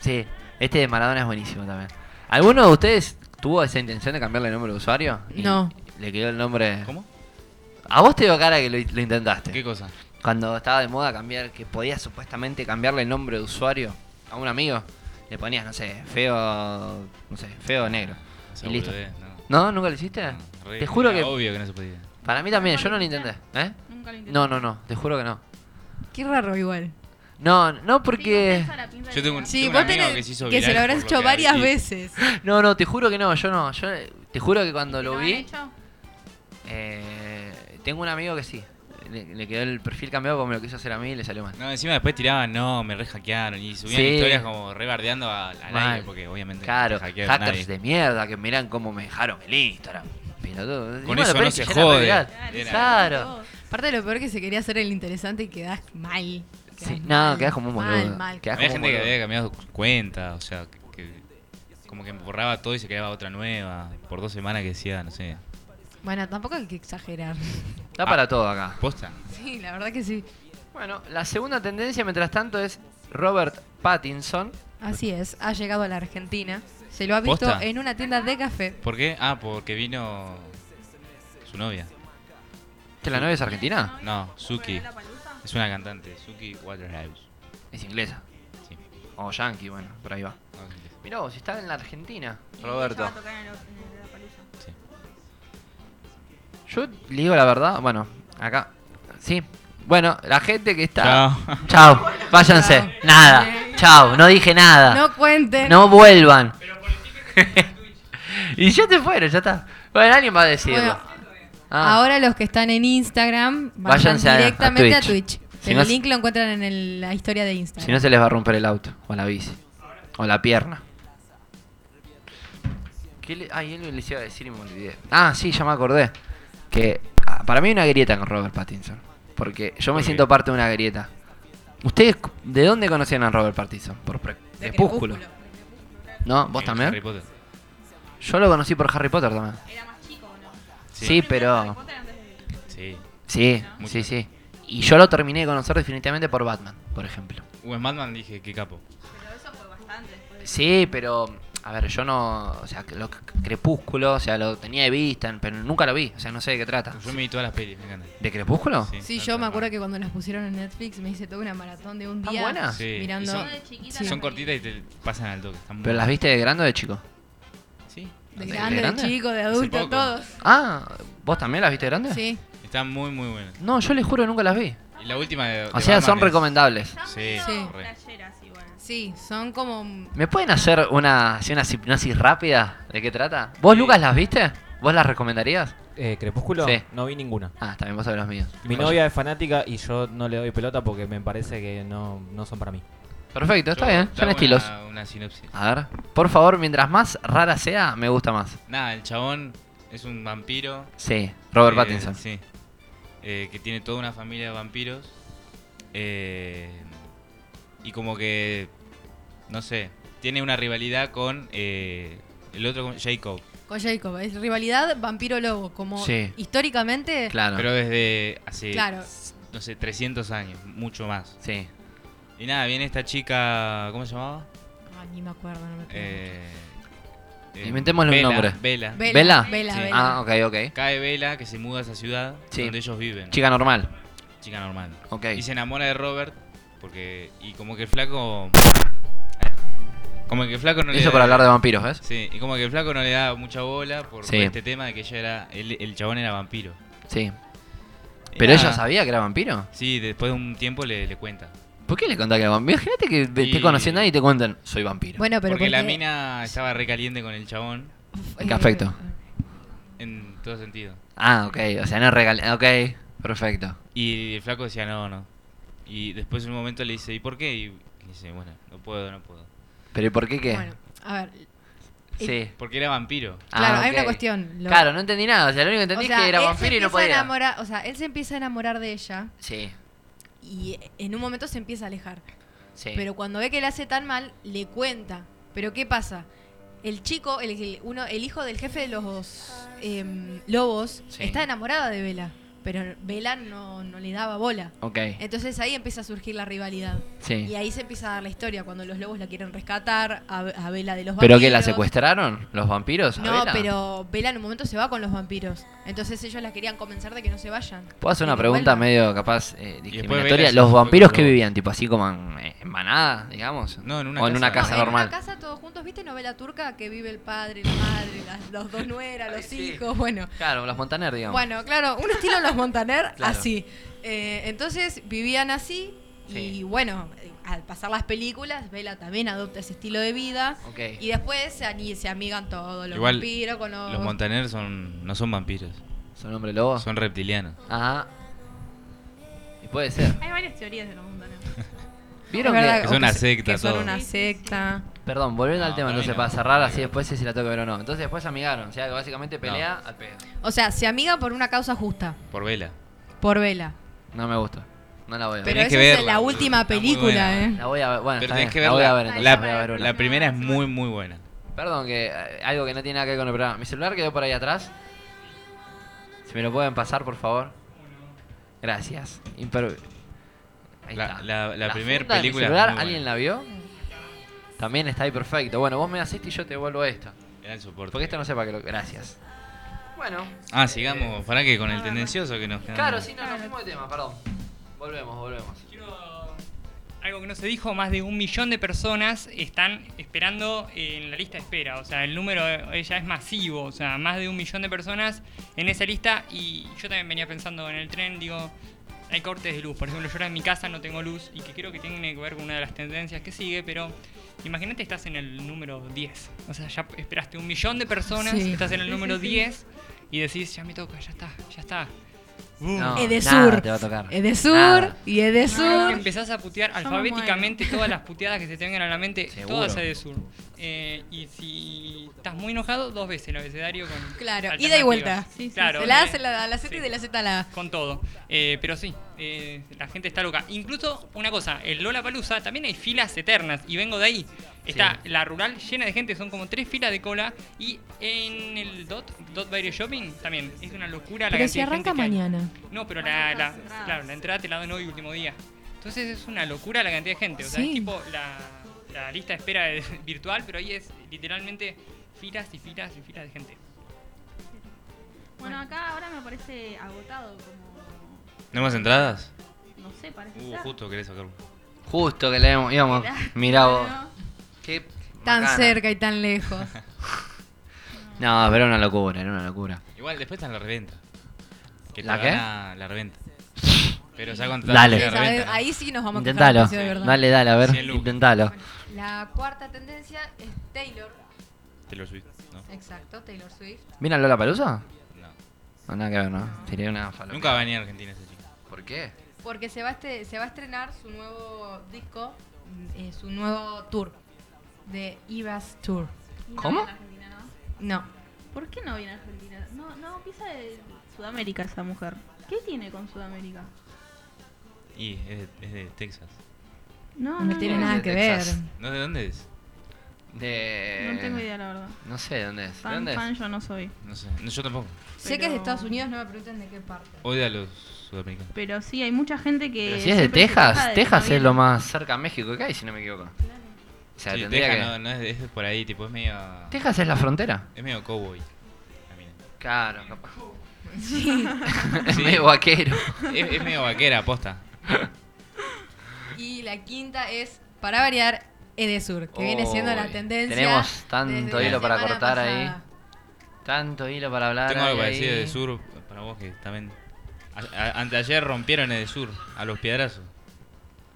[SPEAKER 5] Sí, este de Maradona es buenísimo también. ¿Alguno de ustedes tuvo esa intención de cambiarle el nombre de usuario? Y
[SPEAKER 4] No.
[SPEAKER 5] Le quedó el nombre.
[SPEAKER 6] ¿Cómo?
[SPEAKER 5] A vos te dio cara que lo, lo intentaste.
[SPEAKER 6] ¿Qué cosa?
[SPEAKER 5] Cuando estaba de moda cambiar, que podías supuestamente cambiarle el nombre de usuario a un amigo, le ponías, no sé, feo. No sé, feo negro.
[SPEAKER 6] Esa
[SPEAKER 5] y listo.
[SPEAKER 6] boludez, no.
[SPEAKER 5] ¿No? ¿Nunca lo hiciste?
[SPEAKER 6] No, re-
[SPEAKER 5] te juro
[SPEAKER 6] era
[SPEAKER 5] que.
[SPEAKER 6] Obvio que no se podía.
[SPEAKER 5] Para mí también, yo no lo intenté. ¿Eh?
[SPEAKER 7] Nunca lo intenté.
[SPEAKER 5] No, no, no, te juro que no.
[SPEAKER 4] Qué raro igual.
[SPEAKER 5] No, no
[SPEAKER 7] Sí,
[SPEAKER 5] porque.
[SPEAKER 7] compensa la pinta
[SPEAKER 6] Yo
[SPEAKER 7] que
[SPEAKER 6] tengo un-
[SPEAKER 7] te
[SPEAKER 4] Sí,
[SPEAKER 6] Tengo
[SPEAKER 4] vos
[SPEAKER 6] amigo
[SPEAKER 4] tenés
[SPEAKER 6] que se hizo
[SPEAKER 4] que se
[SPEAKER 6] viral
[SPEAKER 4] lo habrás
[SPEAKER 6] por lo
[SPEAKER 4] hecho
[SPEAKER 6] que
[SPEAKER 4] varias
[SPEAKER 6] decís.
[SPEAKER 4] veces.
[SPEAKER 5] No, no, te juro que no, yo no. Yo, te juro que cuando
[SPEAKER 7] da.
[SPEAKER 5] lo
[SPEAKER 7] ¿Te
[SPEAKER 5] vi.
[SPEAKER 7] han hecho?
[SPEAKER 5] Eh, tengo un amigo que sí. Le, le quedó el perfil cambiado como me lo quiso hacer a mí y le salió mal.
[SPEAKER 6] No, encima después tiraban, no, me rehackearon y subían
[SPEAKER 5] Sí.
[SPEAKER 6] historias como rebardeando a, al
[SPEAKER 5] Mal.
[SPEAKER 6] aire, porque obviamente
[SPEAKER 5] claro,
[SPEAKER 6] no te hackearon
[SPEAKER 5] hackers
[SPEAKER 6] nadie.
[SPEAKER 5] de mierda que miran cómo me dejaron el Instagram. Pelotudo.
[SPEAKER 6] Con
[SPEAKER 5] Encima
[SPEAKER 6] eso
[SPEAKER 5] lo peor
[SPEAKER 6] no
[SPEAKER 5] es que
[SPEAKER 6] se
[SPEAKER 5] ya era
[SPEAKER 6] jode.
[SPEAKER 5] realidad.
[SPEAKER 7] Claro,
[SPEAKER 6] Era-
[SPEAKER 5] Claro.
[SPEAKER 4] Aparte lo peor que se quería hacer el interesante y quedás mal. Quedás
[SPEAKER 5] Sí,
[SPEAKER 4] mal,
[SPEAKER 5] no, quedás como un boludo.
[SPEAKER 4] Mal, mal.
[SPEAKER 5] Quedás
[SPEAKER 6] Había
[SPEAKER 5] como un
[SPEAKER 6] gente que
[SPEAKER 5] boludo.
[SPEAKER 6] había cambiado cuenta, o sea, que, que- como que borraba todo y se creaba otra nueva. Por dos semanas que decía, no sé, Ah,
[SPEAKER 4] Bueno, tampoco hay que exagerar.
[SPEAKER 5] Está para todo acá.
[SPEAKER 6] posta.
[SPEAKER 4] Sí, la verdad que sí.
[SPEAKER 5] Bueno, la segunda tendencia mientras tanto es Robert Pattinson.
[SPEAKER 4] Así es, ha llegado a la Argentina. Se lo ha visto
[SPEAKER 6] ¿Posta?
[SPEAKER 4] en una tienda de café.
[SPEAKER 6] ¿Por qué? Ah, porque vino su novia.
[SPEAKER 5] ¿Que la novia es argentina?
[SPEAKER 6] No, Suki.
[SPEAKER 7] ¿La palusa?
[SPEAKER 6] Es una cantante, Suki Waterhouse.
[SPEAKER 5] Es inglesa.
[SPEAKER 6] Sí. Ah,
[SPEAKER 5] O yankee, bueno, por ahí va.
[SPEAKER 6] No, es inglés.
[SPEAKER 5] Mirá vos, está en la Argentina,
[SPEAKER 7] Y
[SPEAKER 5] Roberto.
[SPEAKER 7] ella va a tocar en el- en el Lollapalooza.
[SPEAKER 6] Sí.
[SPEAKER 5] Yo le digo la verdad, bueno, acá. Sí. Bueno, la gente que está.
[SPEAKER 6] Chao.
[SPEAKER 5] Chao. Váyanse. Nada. Chao. No dije nada.
[SPEAKER 4] No cuenten.
[SPEAKER 5] No vuelvan. y ya te fueron, ya está. Bueno, alguien va a decirlo.
[SPEAKER 4] Bueno,
[SPEAKER 5] Ah,
[SPEAKER 4] Ahora los que están en Instagram van
[SPEAKER 5] Váyanse a-
[SPEAKER 4] directamente
[SPEAKER 5] a
[SPEAKER 4] a
[SPEAKER 5] Twitch.
[SPEAKER 4] Twitch.
[SPEAKER 5] Si
[SPEAKER 4] el
[SPEAKER 5] no-
[SPEAKER 4] link lo encuentran en el- la historia de Instagram.
[SPEAKER 5] Si no, se les va a romper el auto. O la bici. O la pierna. ¿Qué le... Ay, él les iba a decir y me olvidé. Ah, sí, ya me acordé. Que ah, para mí hay una grieta con Robert Pattinson. Porque yo me
[SPEAKER 6] ¿Por qué?
[SPEAKER 5] siento parte de una grieta. ¿Ustedes cu- de dónde conocían a Robert Pattinson? Por pre- Crepúsculo. ¿No? ¿Vos
[SPEAKER 6] Eh, Harry
[SPEAKER 5] también?
[SPEAKER 6] Potter.
[SPEAKER 5] Yo lo conocí por Harry Potter también.
[SPEAKER 7] Era más chico, ¿no?
[SPEAKER 5] Sí,
[SPEAKER 6] Sí,
[SPEAKER 7] Harry
[SPEAKER 5] pero.
[SPEAKER 7] Potter antes de-
[SPEAKER 6] Sí.
[SPEAKER 5] Sí,
[SPEAKER 6] Mucho.
[SPEAKER 5] sí, sí. Y yo lo terminé de conocer definitivamente por Batman, por ejemplo.
[SPEAKER 6] O en Batman dije, qué capo.
[SPEAKER 7] Pero eso fue bastante después de-
[SPEAKER 5] Sí, pero. A ver, yo no. O sea, que lo Crepúsculo, o sea, lo tenía de vista, pero nunca lo vi. O sea, no sé de qué trata.
[SPEAKER 6] Yo me vi todas las pelis, me encanta.
[SPEAKER 5] Ah, ¿De Crepúsculo?
[SPEAKER 4] Sí, yo me acuerdo que cuando las pusieron en Netflix me hice toda una maratón de un
[SPEAKER 5] ¿Están
[SPEAKER 4] día
[SPEAKER 5] buenas?
[SPEAKER 6] Sí,
[SPEAKER 4] mirando.
[SPEAKER 6] y son-
[SPEAKER 7] Yo de chiquita
[SPEAKER 4] Sí.
[SPEAKER 6] Son
[SPEAKER 7] las
[SPEAKER 6] cortitas y te pasan al toque. están
[SPEAKER 5] ¿Pero
[SPEAKER 6] muy-
[SPEAKER 5] las viste de grande o de chico?
[SPEAKER 6] Sí.
[SPEAKER 4] De
[SPEAKER 5] ¿De
[SPEAKER 4] grande, de
[SPEAKER 5] grande?
[SPEAKER 4] chico, de
[SPEAKER 6] Hace
[SPEAKER 4] adulto,
[SPEAKER 6] poco.
[SPEAKER 4] todos.
[SPEAKER 5] Ah, ¿vos también las viste de grande?
[SPEAKER 4] Sí.
[SPEAKER 6] Están muy, muy buenas.
[SPEAKER 5] No, yo les juro que nunca las vi.
[SPEAKER 6] Y la última de.
[SPEAKER 5] O sea, son
[SPEAKER 6] recomendadas.
[SPEAKER 5] recomendables.
[SPEAKER 7] Están
[SPEAKER 6] Sí,
[SPEAKER 7] medio
[SPEAKER 4] sí.
[SPEAKER 7] playeras igual.
[SPEAKER 4] Sí, son como.
[SPEAKER 5] ¿Me pueden hacer una, así una hipnosis rápida de qué trata? ¿Vos,
[SPEAKER 6] Sí.
[SPEAKER 5] Lucas, las viste? ¿Vos las recomendarías?
[SPEAKER 8] Eh, ¿Crepúsculo?
[SPEAKER 5] Sí.
[SPEAKER 8] No vi ninguna.
[SPEAKER 5] Ah, también vos sabés los míos.
[SPEAKER 8] Mi novia es fanática y yo no le doy pelota porque me parece que no, no son para mí.
[SPEAKER 5] Perfecto, está bien. Son estilos.
[SPEAKER 6] Una, una sinopsis.
[SPEAKER 5] A ver. Por favor, mientras más rara sea, me gusta más.
[SPEAKER 6] Nada, el chabón es un vampiro.
[SPEAKER 5] Sí, Robert
[SPEAKER 6] eh,
[SPEAKER 5] Pattinson.
[SPEAKER 6] Sí. Eh, que tiene toda una familia de vampiros. eh, y como que. No sé. Tiene una rivalidad con. eh, el otro, con Jacob.
[SPEAKER 4] Con Jacob, es rivalidad vampiro-lobo. Como
[SPEAKER 5] Sí.
[SPEAKER 4] históricamente.
[SPEAKER 5] Claro.
[SPEAKER 6] Pero desde hace.
[SPEAKER 4] Claro.
[SPEAKER 6] No sé, 300 años. Mucho más.
[SPEAKER 5] Sí.
[SPEAKER 6] Y nada, viene esta chica. ¿Cómo se llamaba?
[SPEAKER 4] Ah, ni me acuerdo, no me acuerdo.
[SPEAKER 6] Eh, eh,
[SPEAKER 5] Inventémosle un
[SPEAKER 6] Vela,
[SPEAKER 5] nombre.
[SPEAKER 6] Vela.
[SPEAKER 4] Vela.
[SPEAKER 5] ¿Vela?
[SPEAKER 4] Vela,
[SPEAKER 6] Sí.
[SPEAKER 4] Vela.
[SPEAKER 5] Ah, ok, ok.
[SPEAKER 6] Cae Vela, que se muda a esa ciudad
[SPEAKER 5] Sí.
[SPEAKER 6] donde ellos viven.
[SPEAKER 5] Chica normal.
[SPEAKER 6] Chica normal.
[SPEAKER 5] Ok.
[SPEAKER 6] Y se enamora de Robert porque y como que el flaco como que el flaco no le
[SPEAKER 5] Eso
[SPEAKER 6] da-
[SPEAKER 5] para hablar de vampiros, ¿ves?
[SPEAKER 6] Sí, y como que el flaco no le da mucha bola por
[SPEAKER 5] Sí.
[SPEAKER 6] este tema de que ella era el, el chabón era vampiro.
[SPEAKER 5] Sí.
[SPEAKER 6] Y
[SPEAKER 5] ¿Pero
[SPEAKER 6] nada.
[SPEAKER 5] ella sabía que era vampiro?
[SPEAKER 6] Sí, después de un tiempo le, le cuenta.
[SPEAKER 5] ¿Por qué le contaba que era vampiro? Imagínate que te esté
[SPEAKER 6] Y-
[SPEAKER 5] conociendo a alguien y te cuentan, soy vampiro.
[SPEAKER 4] Bueno, pero.
[SPEAKER 6] porque la
[SPEAKER 4] porque-
[SPEAKER 6] mina estaba recaliente con el chabón
[SPEAKER 5] ¿En qué aspecto?
[SPEAKER 6] en todo sentido.
[SPEAKER 5] Ah, ok. O sea, no regalé. Ok, perfecto.
[SPEAKER 6] Y el flaco decía, "No, no." Y después en un momento le dice, "¿Y por qué?" Y le dice, "Bueno, no puedo, no puedo."
[SPEAKER 5] ¿Pero y por qué qué?
[SPEAKER 4] Bueno, a ver.
[SPEAKER 5] sí.
[SPEAKER 6] Porque era vampiro.
[SPEAKER 4] Claro,
[SPEAKER 5] Ah,
[SPEAKER 4] hay una
[SPEAKER 5] ok.
[SPEAKER 4] cuestión. lo-
[SPEAKER 5] Claro, no entendí nada. O sea, lo único que entendí
[SPEAKER 4] o sea,
[SPEAKER 5] es que era
[SPEAKER 4] él se
[SPEAKER 5] vampiro y no
[SPEAKER 4] empieza a
[SPEAKER 5] podía.
[SPEAKER 4] enamorar- o sea, él se empieza a enamorar de ella
[SPEAKER 5] Sí.
[SPEAKER 4] y en un momento se empieza a alejar.
[SPEAKER 5] Sí.
[SPEAKER 4] Pero cuando ve que le hace tan mal, le cuenta. Pero ¿qué pasa? El chico, el, el- uno, el hijo del jefe de los em, lobos,
[SPEAKER 5] Sí.
[SPEAKER 4] está enamorado de Vela. Pero Vela no, no le daba bola.
[SPEAKER 5] Ok,
[SPEAKER 4] Entonces ahí empieza a surgir la rivalidad. Y
[SPEAKER 5] sí.
[SPEAKER 4] ahí se empieza a dar la historia, cuando los lobos la quieren rescatar, a, a Vela de los
[SPEAKER 5] ¿Pero
[SPEAKER 4] vampiros.
[SPEAKER 5] que la secuestraron? ¿Los vampiros? a
[SPEAKER 4] No,
[SPEAKER 5] Bella?
[SPEAKER 4] pero Vela en un momento se va con los vampiros. Entonces ellos la querían convencer de que no se vayan.
[SPEAKER 5] Puedo hacer una
[SPEAKER 4] Y que
[SPEAKER 5] pregunta
[SPEAKER 4] vuelvan.
[SPEAKER 5] medio capaz eh,
[SPEAKER 6] Bella
[SPEAKER 5] discriminatoria.
[SPEAKER 6] se
[SPEAKER 5] ¿Los
[SPEAKER 6] fue con
[SPEAKER 5] vampiros
[SPEAKER 6] los
[SPEAKER 5] que
[SPEAKER 6] lobos.
[SPEAKER 5] vivían? ¿Tipo así como en, eh, en manada, digamos?
[SPEAKER 6] No, en una
[SPEAKER 5] o en una
[SPEAKER 6] casa.
[SPEAKER 5] casa
[SPEAKER 4] no,
[SPEAKER 5] normal.
[SPEAKER 4] En una casa todos juntos, ¿viste novela turca? Que vive el padre, la madre, las, los dos nueras, los
[SPEAKER 5] sí.
[SPEAKER 4] hijos, bueno.
[SPEAKER 5] Claro, los Montaner, digamos.
[SPEAKER 4] Bueno, claro, un estilo Los Montaner,
[SPEAKER 5] Claro.
[SPEAKER 4] así. Eh, entonces vivían así
[SPEAKER 5] Sí.
[SPEAKER 4] y bueno, eh, al pasar las películas, Vela también adopta ese estilo de vida.
[SPEAKER 5] Ok.
[SPEAKER 4] Y después se, ani- se amigan todos, los
[SPEAKER 6] Igual,
[SPEAKER 4] vampiros con los...
[SPEAKER 6] Los montaneros son, no son vampiros,
[SPEAKER 5] ¿Son hombre lobo?
[SPEAKER 6] son reptilianos.
[SPEAKER 5] Ajá. Y puede ser.
[SPEAKER 7] Hay varias teorías de los mundaneros.
[SPEAKER 5] ¿Vieron
[SPEAKER 4] Es verdad,
[SPEAKER 5] que-
[SPEAKER 6] Es una
[SPEAKER 4] que se-
[SPEAKER 6] secta
[SPEAKER 4] que son
[SPEAKER 6] todo.
[SPEAKER 4] una secta.
[SPEAKER 5] Perdón, volviendo al
[SPEAKER 6] No,
[SPEAKER 5] tema,
[SPEAKER 6] para mí
[SPEAKER 5] entonces
[SPEAKER 6] no.
[SPEAKER 5] para cerrar, así después sé si la tengo que ver o no. Entonces después se amigaron, o sea, que básicamente pelea al pedo.
[SPEAKER 4] O sea, se amigan por una causa justa,
[SPEAKER 6] Por vela.
[SPEAKER 4] por Vela.
[SPEAKER 5] No me gusta, no la voy a ver.
[SPEAKER 4] Pero
[SPEAKER 6] Tenés
[SPEAKER 4] esa
[SPEAKER 6] que
[SPEAKER 4] es
[SPEAKER 6] verla,
[SPEAKER 4] la
[SPEAKER 6] boludo,
[SPEAKER 4] última
[SPEAKER 6] está muy
[SPEAKER 4] película,
[SPEAKER 6] buena.
[SPEAKER 4] ¿eh?
[SPEAKER 5] La voy a ver, bueno,
[SPEAKER 6] Pero
[SPEAKER 5] está
[SPEAKER 6] tenés que
[SPEAKER 5] bien, la voy
[SPEAKER 6] verla.
[SPEAKER 5] a ver, entonces
[SPEAKER 7] La-
[SPEAKER 5] voy a ver una.
[SPEAKER 6] La primera es muy, muy buena.
[SPEAKER 5] Perdón, que eh, algo que no tiene nada que ver con el programa. Mi celular quedó por ahí atrás. Si me lo pueden pasar, por favor. Gracias. Imper- Ahí
[SPEAKER 6] La-
[SPEAKER 5] está.
[SPEAKER 6] la- la
[SPEAKER 5] funda
[SPEAKER 6] primer
[SPEAKER 5] de mi
[SPEAKER 6] película es
[SPEAKER 5] celular,
[SPEAKER 6] muy buena.
[SPEAKER 5] ¿Alguien la vio? También está ahí perfecto. Bueno, vos me das este y yo te vuelvo esto.
[SPEAKER 6] Era el soporte.
[SPEAKER 5] Porque esto no sé para qué lo. Gracias. Bueno.
[SPEAKER 6] Ah, sigamos. ¿Para que Con el tendencioso que nos queda.
[SPEAKER 5] Eh, Claro, sí, no, nos fuimos de tema, perdón. Volvemos, volvemos.
[SPEAKER 2] Quiero- Algo que no se dijo, más de un millón de personas están esperando en la lista de espera. O sea, el número eh, ya es masivo. O sea, más de un millón de personas en esa lista. Y yo también venía pensando en el tren, digo, hay cortes de luz. Por ejemplo, yo ahora en mi casa no tengo luz y que creo que tiene que ver con una de las tendencias que sigue, pero imagínate estás en el número 10. O sea, ya esperaste un millón de personas,
[SPEAKER 4] Sí.
[SPEAKER 2] estás en el
[SPEAKER 7] Sí,
[SPEAKER 2] número
[SPEAKER 7] sí, sí.
[SPEAKER 2] 10 y decís, ya me toca, ya está, ya está. Boom.
[SPEAKER 5] No,
[SPEAKER 4] Edesur.
[SPEAKER 5] nada te va a tocar.
[SPEAKER 4] Edesur
[SPEAKER 5] Nada.
[SPEAKER 4] y
[SPEAKER 2] Creo que
[SPEAKER 4] Edesur.
[SPEAKER 2] empezás a putear
[SPEAKER 7] me
[SPEAKER 2] alfabéticamente todas las puteadas que se te vengan a la mente,
[SPEAKER 5] Seguro.
[SPEAKER 2] todas a de sur. Eh, y si estás muy enojado, dos veces el abecedario con.
[SPEAKER 4] Claro,
[SPEAKER 2] alternativas.
[SPEAKER 4] ida y vuelta.
[SPEAKER 7] Sí, sí,
[SPEAKER 2] Claro,
[SPEAKER 4] De la A
[SPEAKER 2] eh,
[SPEAKER 4] se la- a la Z y
[SPEAKER 2] sí,
[SPEAKER 4] de la Z a la A.
[SPEAKER 2] Con todo. Eh, pero sí, eh, la gente está loca. Incluso, una cosa, el Lola Palusa también hay filas eternas y vengo de ahí. Está la rural llena de gente, son como tres filas de cola. Y en el Dot, Dot Barrio Shopping también. Es una locura la
[SPEAKER 4] Pero si
[SPEAKER 2] cantidad de gente
[SPEAKER 4] arranca
[SPEAKER 2] que hay.
[SPEAKER 4] mañana.
[SPEAKER 2] No, pero
[SPEAKER 7] Bueno,
[SPEAKER 2] la,
[SPEAKER 7] están
[SPEAKER 2] la-
[SPEAKER 7] cerradas.
[SPEAKER 2] claro, la entrada te la dan hoy último día. Entonces es una locura la cantidad de gente. O sea, es
[SPEAKER 4] Sí.
[SPEAKER 2] tipo la, la lista de espera de- virtual, pero ahí es literalmente filas y filas y filas de gente.
[SPEAKER 7] Bueno, acá ahora me parece agotado, como.
[SPEAKER 6] ¿Tenemos entradas?
[SPEAKER 7] No sé, parece.
[SPEAKER 6] Uh,
[SPEAKER 7] ser.
[SPEAKER 6] justo querés sacarlo.
[SPEAKER 5] Justo que le íbamos. Mirá vos.
[SPEAKER 7] Claro.
[SPEAKER 5] Qué
[SPEAKER 4] Tan
[SPEAKER 5] bacana.
[SPEAKER 4] cerca y tan lejos.
[SPEAKER 5] No, pero era una locura, era una locura.
[SPEAKER 6] Igual después está la reventa. Que te
[SPEAKER 5] ¿La qué?
[SPEAKER 6] gana La reventa. Pero ya con
[SPEAKER 5] Dale.
[SPEAKER 6] la
[SPEAKER 4] Entonces, a ver,
[SPEAKER 6] reventa.
[SPEAKER 4] ahí sí nos vamos a quejar
[SPEAKER 5] Intentalo.
[SPEAKER 4] precio de verdad.
[SPEAKER 5] Dale, dale, a ver,
[SPEAKER 6] Cien lucas.
[SPEAKER 5] intentalo.
[SPEAKER 4] Bueno, la cuarta tendencia es Taylor.
[SPEAKER 6] Te lo subí. No.
[SPEAKER 4] Exacto, Taylor Swift.
[SPEAKER 5] ¿Miran Lola Palusa?
[SPEAKER 6] no.
[SPEAKER 5] No, nada que ver, no. Tiré una falopa.
[SPEAKER 6] Nunca va a venir a Argentina ese chico.
[SPEAKER 5] ¿Por qué?
[SPEAKER 4] Porque se va a, este- se va a estrenar su nuevo disco, mm, eh, su nuevo tour. De Eras Tour.
[SPEAKER 7] No
[SPEAKER 5] ¿Cómo?
[SPEAKER 7] viene a Argentina, ¿no?
[SPEAKER 4] No.
[SPEAKER 7] ¿Por qué no viene a Argentina? No, no, pisa de Sudamérica esa mujer. ¿Qué tiene con Sudamérica?
[SPEAKER 6] Y es de, es de Texas.
[SPEAKER 7] No,
[SPEAKER 4] No tiene nada
[SPEAKER 5] de
[SPEAKER 4] que
[SPEAKER 5] Texas.
[SPEAKER 4] ver.
[SPEAKER 6] ¿No de dónde es?
[SPEAKER 5] De...
[SPEAKER 7] No tengo idea, la verdad.
[SPEAKER 5] No sé de dónde es. ¿De
[SPEAKER 7] Tan
[SPEAKER 5] dónde
[SPEAKER 7] fan
[SPEAKER 5] es?
[SPEAKER 7] yo no soy.
[SPEAKER 6] No sé. No, yo tampoco.
[SPEAKER 4] Sé que es de
[SPEAKER 7] Pero-
[SPEAKER 4] Estados Unidos, no me pregunten de qué parte.
[SPEAKER 6] Odio a los sudamericanos.
[SPEAKER 7] Pero sí, hay mucha gente que.
[SPEAKER 5] Pero si es de
[SPEAKER 7] siempre se queja
[SPEAKER 5] Texas,
[SPEAKER 7] de
[SPEAKER 5] Texas
[SPEAKER 7] que
[SPEAKER 5] es
[SPEAKER 7] no
[SPEAKER 5] lo más cerca a México que hay, si no me equivoco. O sea,
[SPEAKER 6] Sí,
[SPEAKER 5] tendría
[SPEAKER 6] Texas
[SPEAKER 5] que...
[SPEAKER 6] no, no es, es por ahí, tipo, es medio.
[SPEAKER 5] Texas es la frontera.
[SPEAKER 6] Es medio cowboy. la mina.
[SPEAKER 5] Claro, capaz.
[SPEAKER 6] Sí.
[SPEAKER 5] Medio vaquero.
[SPEAKER 6] Es, es medio vaquera, aposta.
[SPEAKER 4] Y la quinta es, para variar, Edesur, que viene siendo
[SPEAKER 5] Uy,
[SPEAKER 4] la tendencia.
[SPEAKER 5] tenemos tanto
[SPEAKER 4] desde la
[SPEAKER 5] hilo para
[SPEAKER 4] semana
[SPEAKER 5] cortar ahí.
[SPEAKER 4] pasada.
[SPEAKER 5] Tanto hilo para hablar.
[SPEAKER 6] Tengo algo
[SPEAKER 5] hay
[SPEAKER 6] para decir
[SPEAKER 5] ahí.
[SPEAKER 6] de sur para vos que también. a- a- anteayer rompieron el sur a los piedrazos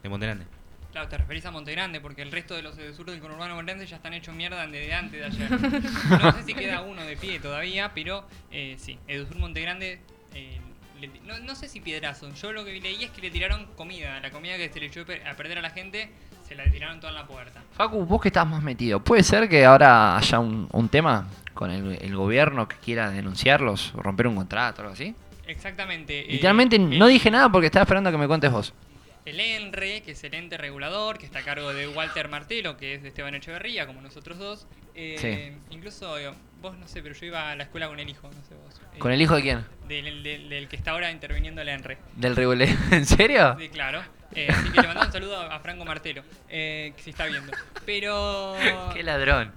[SPEAKER 6] de Monte Grande.
[SPEAKER 2] Claro, te referís a Monte Grande, porque el resto de los del sur del conurbano bonaerense ya están hechos mierda desde antes de ayer. No sé si queda uno de pie todavía, pero eh, sí, Edusur Monte Grande. eh, le ti- no, no sé si piedrazo, yo lo que leí es que le tiraron comida. La comida que se le echó a per- a perder a la gente, se la tiraron toda en la puerta.
[SPEAKER 5] Facu, vos que estás más metido, ¿puede ser que ahora haya un, un tema con el, el gobierno que quiera denunciarlos, o romper un contrato o algo así?
[SPEAKER 2] Exactamente. eh,
[SPEAKER 5] Literalmente
[SPEAKER 2] eh,
[SPEAKER 5] no dije nada porque estaba esperando a que me cuentes vos.
[SPEAKER 2] el ENRE, que es el ente regulador, que está a cargo de Walter Martelo, que es de Esteban Echeverría, como nosotros dos. Eh, Incluso eh, vos, no sé, pero yo iba a la escuela con el hijo, no sé vos. Eh,
[SPEAKER 5] ¿Con el hijo de quién?
[SPEAKER 2] Del, del- del que está ahora interviniendo el ENRE.
[SPEAKER 5] ¿Del Ribule? ¿En serio?
[SPEAKER 2] Sí, claro. Eh, así que le mando un saludo a a Franco Martelo, eh, que se está viendo. Pero...
[SPEAKER 5] Qué ladrón.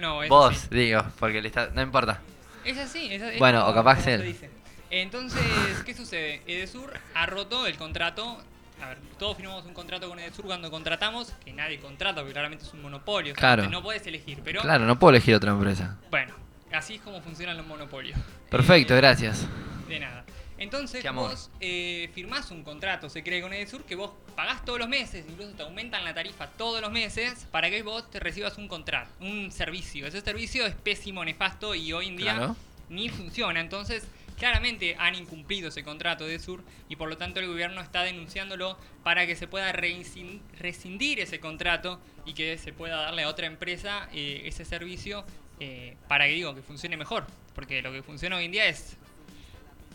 [SPEAKER 2] No, es
[SPEAKER 5] Vos,
[SPEAKER 2] así.
[SPEAKER 5] digo, porque le está... No importa.
[SPEAKER 2] Es así. Es, es
[SPEAKER 5] Bueno,
[SPEAKER 2] como-
[SPEAKER 5] o capaz
[SPEAKER 2] como se
[SPEAKER 5] él.
[SPEAKER 2] dice. Entonces, ¿qué sucede? Edesur ha roto el contrato. A ver, todos firmamos un contrato con Edesur cuando contratamos, que nadie contrata, porque claramente es un monopolio. o sea,
[SPEAKER 5] Claro.
[SPEAKER 2] No puedes elegir, pero
[SPEAKER 5] Claro, no puedo elegir otra empresa.
[SPEAKER 2] bueno, así es como funcionan los monopolios. Eh,
[SPEAKER 5] Perfecto, gracias.
[SPEAKER 2] De nada. Entonces
[SPEAKER 5] Qué amor.
[SPEAKER 2] vos eh, firmás un contrato, se cree con Edesur, que vos pagás todos los meses, incluso te aumentan la tarifa todos los meses para que vos te recibas un contrato, un servicio. Ese servicio es pésimo, nefasto y hoy en día
[SPEAKER 5] Claro.
[SPEAKER 2] ni funciona. Entonces, claramente han incumplido ese contrato de Edesur y por lo tanto el gobierno está denunciándolo para que se pueda reincin- rescindir ese contrato y que se pueda darle a otra empresa eh, ese servicio eh, para que digo que funcione mejor. Porque lo que funciona hoy en día es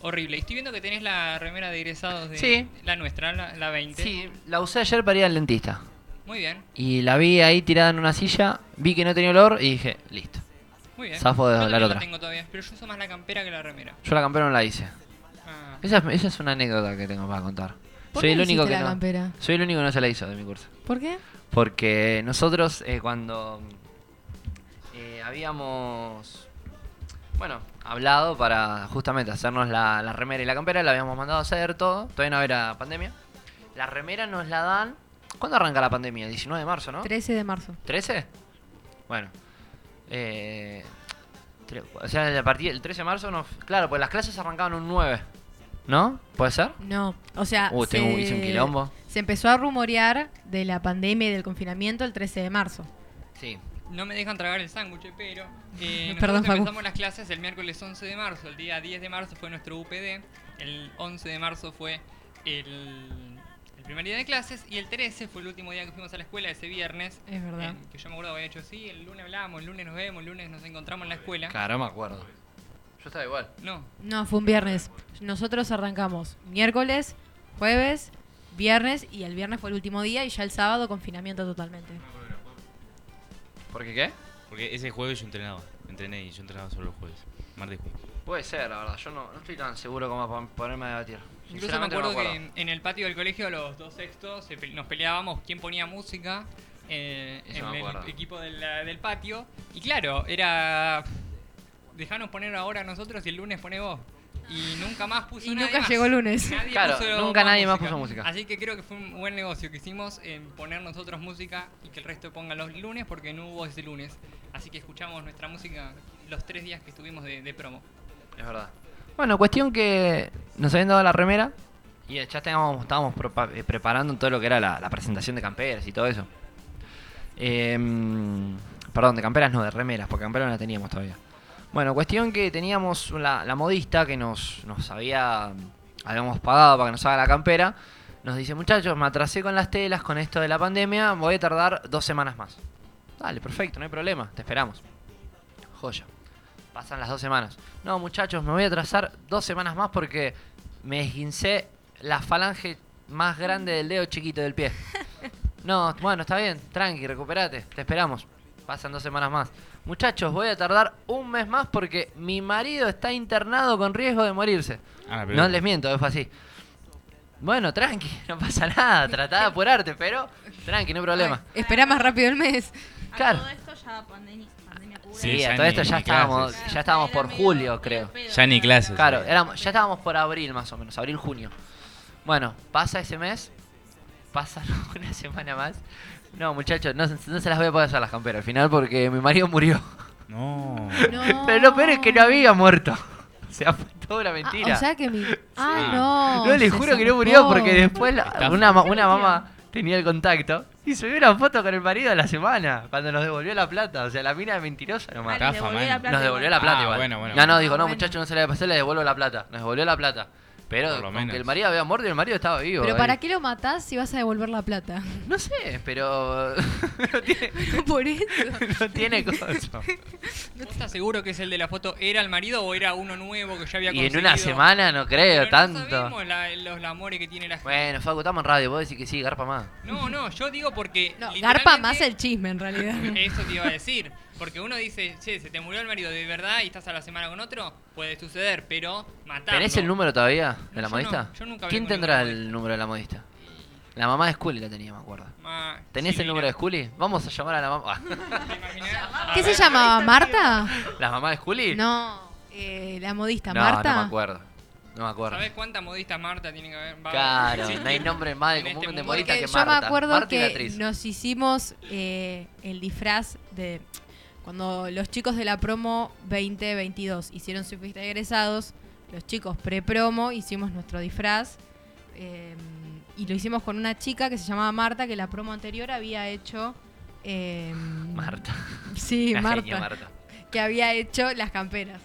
[SPEAKER 2] Horrible. Y estoy viendo que tenés la remera de egresados de
[SPEAKER 5] Sí.
[SPEAKER 2] la nuestra, la, la 20.
[SPEAKER 5] Sí, la usé ayer para ir al dentista.
[SPEAKER 2] Muy bien,
[SPEAKER 5] Y la vi ahí tirada en una silla, vi que no tenía olor y dije, listo.
[SPEAKER 2] muy bien.
[SPEAKER 5] Zafo de
[SPEAKER 2] Yo
[SPEAKER 5] la
[SPEAKER 2] también
[SPEAKER 5] otra.
[SPEAKER 2] tengo todavía, pero yo uso más la campera que la remera.
[SPEAKER 5] Yo la campera no la hice.
[SPEAKER 2] Ah,
[SPEAKER 5] Esa es, esa es una anécdota que tengo para contar.
[SPEAKER 4] ¿Por
[SPEAKER 5] Soy
[SPEAKER 4] qué
[SPEAKER 5] el
[SPEAKER 4] no
[SPEAKER 5] único
[SPEAKER 4] hiciste
[SPEAKER 5] que
[SPEAKER 4] la
[SPEAKER 5] no.
[SPEAKER 4] campera?
[SPEAKER 5] Soy el único que no se la hizo de mi curso.
[SPEAKER 4] ¿Por qué?
[SPEAKER 5] Porque nosotros eh, cuando eh, habíamos, bueno, hablado para justamente hacernos la, la remera y la campera, la habíamos mandado a hacer todo, todavía no era pandemia. La remera nos la dan... ¿Cuándo arranca la pandemia? 19 de marzo, ¿no?
[SPEAKER 4] 13 de marzo.
[SPEAKER 5] ¿13? Bueno. Eh, tre- o sea, a partir del 13 de marzo no... Claro, pues las clases arrancaban un 9, ¿no? ¿Puede ser?
[SPEAKER 4] No, o sea,
[SPEAKER 5] Uh, tengo- hice un quilombo.
[SPEAKER 4] se empezó a rumorear de la pandemia y del confinamiento el 13 de marzo.
[SPEAKER 5] Sí.
[SPEAKER 2] no me dejan tragar el sándwich, pero. Eh, nosotros
[SPEAKER 4] Perdón, Facu.
[SPEAKER 2] empezamos las clases el miércoles 11 de marzo. El día 10 de marzo fue nuestro UPD. El 11 de marzo fue el, el primer día de clases. Y el 13 fue el último día que fuimos a la escuela, ese viernes.
[SPEAKER 4] Es verdad.
[SPEAKER 2] eh, que yo me acuerdo que había hecho, sí, el lunes hablábamos, el lunes nos vemos, el lunes nos encontramos en la escuela.
[SPEAKER 5] Claro, me acuerdo. Yo estaba igual.
[SPEAKER 2] No,
[SPEAKER 4] No, fue un viernes. Nosotros arrancamos miércoles, jueves, viernes y el viernes fue el último día y ya el sábado confinamiento totalmente.
[SPEAKER 5] ¿Por qué qué?
[SPEAKER 6] Porque ese jueves yo entrenaba. Entrené y yo entrenaba solo los jueves. Martes y jueves.
[SPEAKER 5] Puede ser, la verdad. Yo no, no estoy tan seguro como para ponerme a debatir.
[SPEAKER 2] Incluso me
[SPEAKER 5] Sinceramente
[SPEAKER 2] acuerdo,
[SPEAKER 5] no me acuerdo.
[SPEAKER 2] que en el patio del colegio los dos sextos se pe- nos peleábamos quién ponía música eh,
[SPEAKER 5] Eso
[SPEAKER 2] en
[SPEAKER 5] me acuerdo.
[SPEAKER 2] el equipo del, eh, del patio. Y claro, era... Dejanos poner ahora a nosotros y el lunes pone vos. Y nunca más puso
[SPEAKER 4] Y
[SPEAKER 2] nadie
[SPEAKER 4] nunca
[SPEAKER 2] más.
[SPEAKER 4] llegó el lunes.
[SPEAKER 2] Nadie
[SPEAKER 5] Claro,
[SPEAKER 2] puso
[SPEAKER 5] nunca nadie más puso música.
[SPEAKER 2] Así que creo que fue un buen negocio que hicimos en poner nosotros música y que el resto ponga los lunes porque no hubo ese lunes. Así que escuchamos nuestra música los tres días que estuvimos de, de promo.
[SPEAKER 5] Es verdad. Bueno, cuestión que nos habían dado la remera y ya estábamos, estábamos propa- eh, preparando todo lo que era la, la presentación de camperas y todo eso. Em, perdón, de camperas no, de remeras, porque camperas no la teníamos todavía. Bueno, cuestión que teníamos la, la modista que nos, nos había, habíamos pagado para que nos haga la campera. Nos dice, muchachos, me atrasé con las telas, con esto de la pandemia, voy a tardar dos semanas más. Dale, perfecto, no hay problema, te esperamos. Joya. Pasan las dos semanas. No, muchachos, me voy a atrasar dos semanas más porque me esguincé la falange más grande del dedo chiquito del pie. No, bueno, está bien, tranqui, recuperate, te esperamos. Pasan dos semanas más. Muchachos, voy a tardar un mes más porque mi marido está internado con riesgo de morirse.
[SPEAKER 6] Ah, pero-
[SPEAKER 5] No les miento, fue así. Bueno, tranqui, no pasa nada, tratá de apurarte, pero tranqui, no hay problema.
[SPEAKER 4] Ay, Espera más rápido el mes.
[SPEAKER 7] A
[SPEAKER 5] Claro.
[SPEAKER 7] todo esto ya pandemia, pandemia pura.
[SPEAKER 5] Sí,
[SPEAKER 6] Sí,
[SPEAKER 5] a
[SPEAKER 6] ya
[SPEAKER 5] todo
[SPEAKER 6] ni-
[SPEAKER 5] esto ya
[SPEAKER 6] ni
[SPEAKER 5] estábamos,
[SPEAKER 6] clases.
[SPEAKER 5] ya estábamos
[SPEAKER 7] era
[SPEAKER 5] por
[SPEAKER 7] medio-
[SPEAKER 5] julio,
[SPEAKER 7] medio
[SPEAKER 5] creo.
[SPEAKER 7] pedo,
[SPEAKER 6] Ya ni
[SPEAKER 7] era-
[SPEAKER 6] clases.
[SPEAKER 5] Claro, éramos- ya estábamos por abril más o menos, abril, junio. Bueno, pasa ese mes, pasa una semana más. No, muchachos, no, se- no se las voy a poder hacer las camperas al final porque mi marido murió.
[SPEAKER 6] No.
[SPEAKER 4] No.
[SPEAKER 5] Pero lo peor es que no había muerto. O sea, fue toda una
[SPEAKER 4] Ah,
[SPEAKER 5] mentira.
[SPEAKER 4] o sea que mi. Ah,
[SPEAKER 6] Sí.
[SPEAKER 4] no.
[SPEAKER 5] no, le
[SPEAKER 4] se
[SPEAKER 5] juro que no
[SPEAKER 4] zarpó.
[SPEAKER 5] murió porque después la-
[SPEAKER 6] Estafa.
[SPEAKER 5] una, ma- una mamá tenía el contacto y subió una foto con el marido a la semana cuando nos devolvió la plata. O sea, la mina de mentirosa
[SPEAKER 7] Ah,
[SPEAKER 5] nomás.
[SPEAKER 7] les
[SPEAKER 6] Estafa,
[SPEAKER 7] devolvió
[SPEAKER 6] man.
[SPEAKER 7] la plata
[SPEAKER 5] Nos devolvió la
[SPEAKER 7] igual.
[SPEAKER 5] plata
[SPEAKER 6] Ah,
[SPEAKER 5] igual.
[SPEAKER 6] bueno, bueno,
[SPEAKER 5] No, no,
[SPEAKER 6] bueno.
[SPEAKER 5] dijo,
[SPEAKER 4] Ah,
[SPEAKER 5] no,
[SPEAKER 4] bueno.
[SPEAKER 5] muchachos, no se la voy a pasar, le devuelvo la plata. Nos devolvió la plata. Pero
[SPEAKER 6] Por lo
[SPEAKER 5] aunque
[SPEAKER 6] menos.
[SPEAKER 5] el marido había muerto, el marido estaba vivo.
[SPEAKER 4] Pero
[SPEAKER 5] ahí.
[SPEAKER 4] ¿para qué lo matás si vas a devolver la plata?
[SPEAKER 5] eh. No sé, pero no tiene,
[SPEAKER 4] Por eso.
[SPEAKER 5] no tiene cosa.
[SPEAKER 2] ¿Vos estás seguro que es el de la foto? ¿Era el marido o era uno nuevo que ya había
[SPEAKER 5] Y en
[SPEAKER 2] conseguido?
[SPEAKER 5] una semana no
[SPEAKER 2] Pero
[SPEAKER 5] creo
[SPEAKER 2] no
[SPEAKER 5] tanto.
[SPEAKER 2] sabemos la- los amores que tiene la gente.
[SPEAKER 5] bueno, Facu, estamos en radio, vos decís que sí, garpa más.
[SPEAKER 2] No, no, yo digo porque.
[SPEAKER 4] No,
[SPEAKER 2] literalmente-
[SPEAKER 4] garpa más el chisme en realidad.
[SPEAKER 2] Eso te iba a decir. Porque uno dice, che, se te murió el marido de verdad y estás a la semana con otro. Puede suceder, pero matarlo.
[SPEAKER 5] ¿Tenés el número todavía
[SPEAKER 2] No,
[SPEAKER 5] de la
[SPEAKER 2] yo
[SPEAKER 5] modista?
[SPEAKER 2] no, yo nunca hablé
[SPEAKER 5] ¿Quién
[SPEAKER 2] con
[SPEAKER 5] tendrá
[SPEAKER 2] ninguna
[SPEAKER 5] el número de la modista? La mamá de Scully la tenía, me acuerdo.
[SPEAKER 2] Ma-
[SPEAKER 5] ¿Tenés
[SPEAKER 2] sí,
[SPEAKER 5] el número de
[SPEAKER 2] mira,
[SPEAKER 5] Scully? Vamos a llamar a la mamá.
[SPEAKER 2] ¿te imaginás? A
[SPEAKER 4] ¿Qué se
[SPEAKER 2] ver,
[SPEAKER 4] llamaba? ¿Marta?
[SPEAKER 5] ¿La mamá de Scully?
[SPEAKER 4] No, eh, la modista,
[SPEAKER 5] no,
[SPEAKER 4] Marta.
[SPEAKER 5] no me acuerdo. No me acuerdo.
[SPEAKER 2] ¿Sabés cuánta modista Marta tiene que haber? Va a haber-
[SPEAKER 5] Claro,
[SPEAKER 2] existe.
[SPEAKER 5] no hay nombre más de
[SPEAKER 2] En
[SPEAKER 5] común
[SPEAKER 2] este
[SPEAKER 5] de
[SPEAKER 2] mundo.
[SPEAKER 5] modista
[SPEAKER 4] Porque
[SPEAKER 5] que
[SPEAKER 4] yo
[SPEAKER 5] Marta.
[SPEAKER 4] me acuerdo
[SPEAKER 5] Marta y la
[SPEAKER 4] que
[SPEAKER 5] actriz.
[SPEAKER 4] nos hicimos eh, el disfraz de cuando los chicos de la promo 2022 hicieron su fiesta de egresados, los chicos pre-promo hicimos nuestro disfraz eh, y lo hicimos con una chica que se llamaba Marta que la promo anterior había hecho eh,
[SPEAKER 5] Marta.
[SPEAKER 4] Sí,
[SPEAKER 5] Una
[SPEAKER 4] Marta,
[SPEAKER 5] genia, Marta.
[SPEAKER 4] que había hecho las camperas.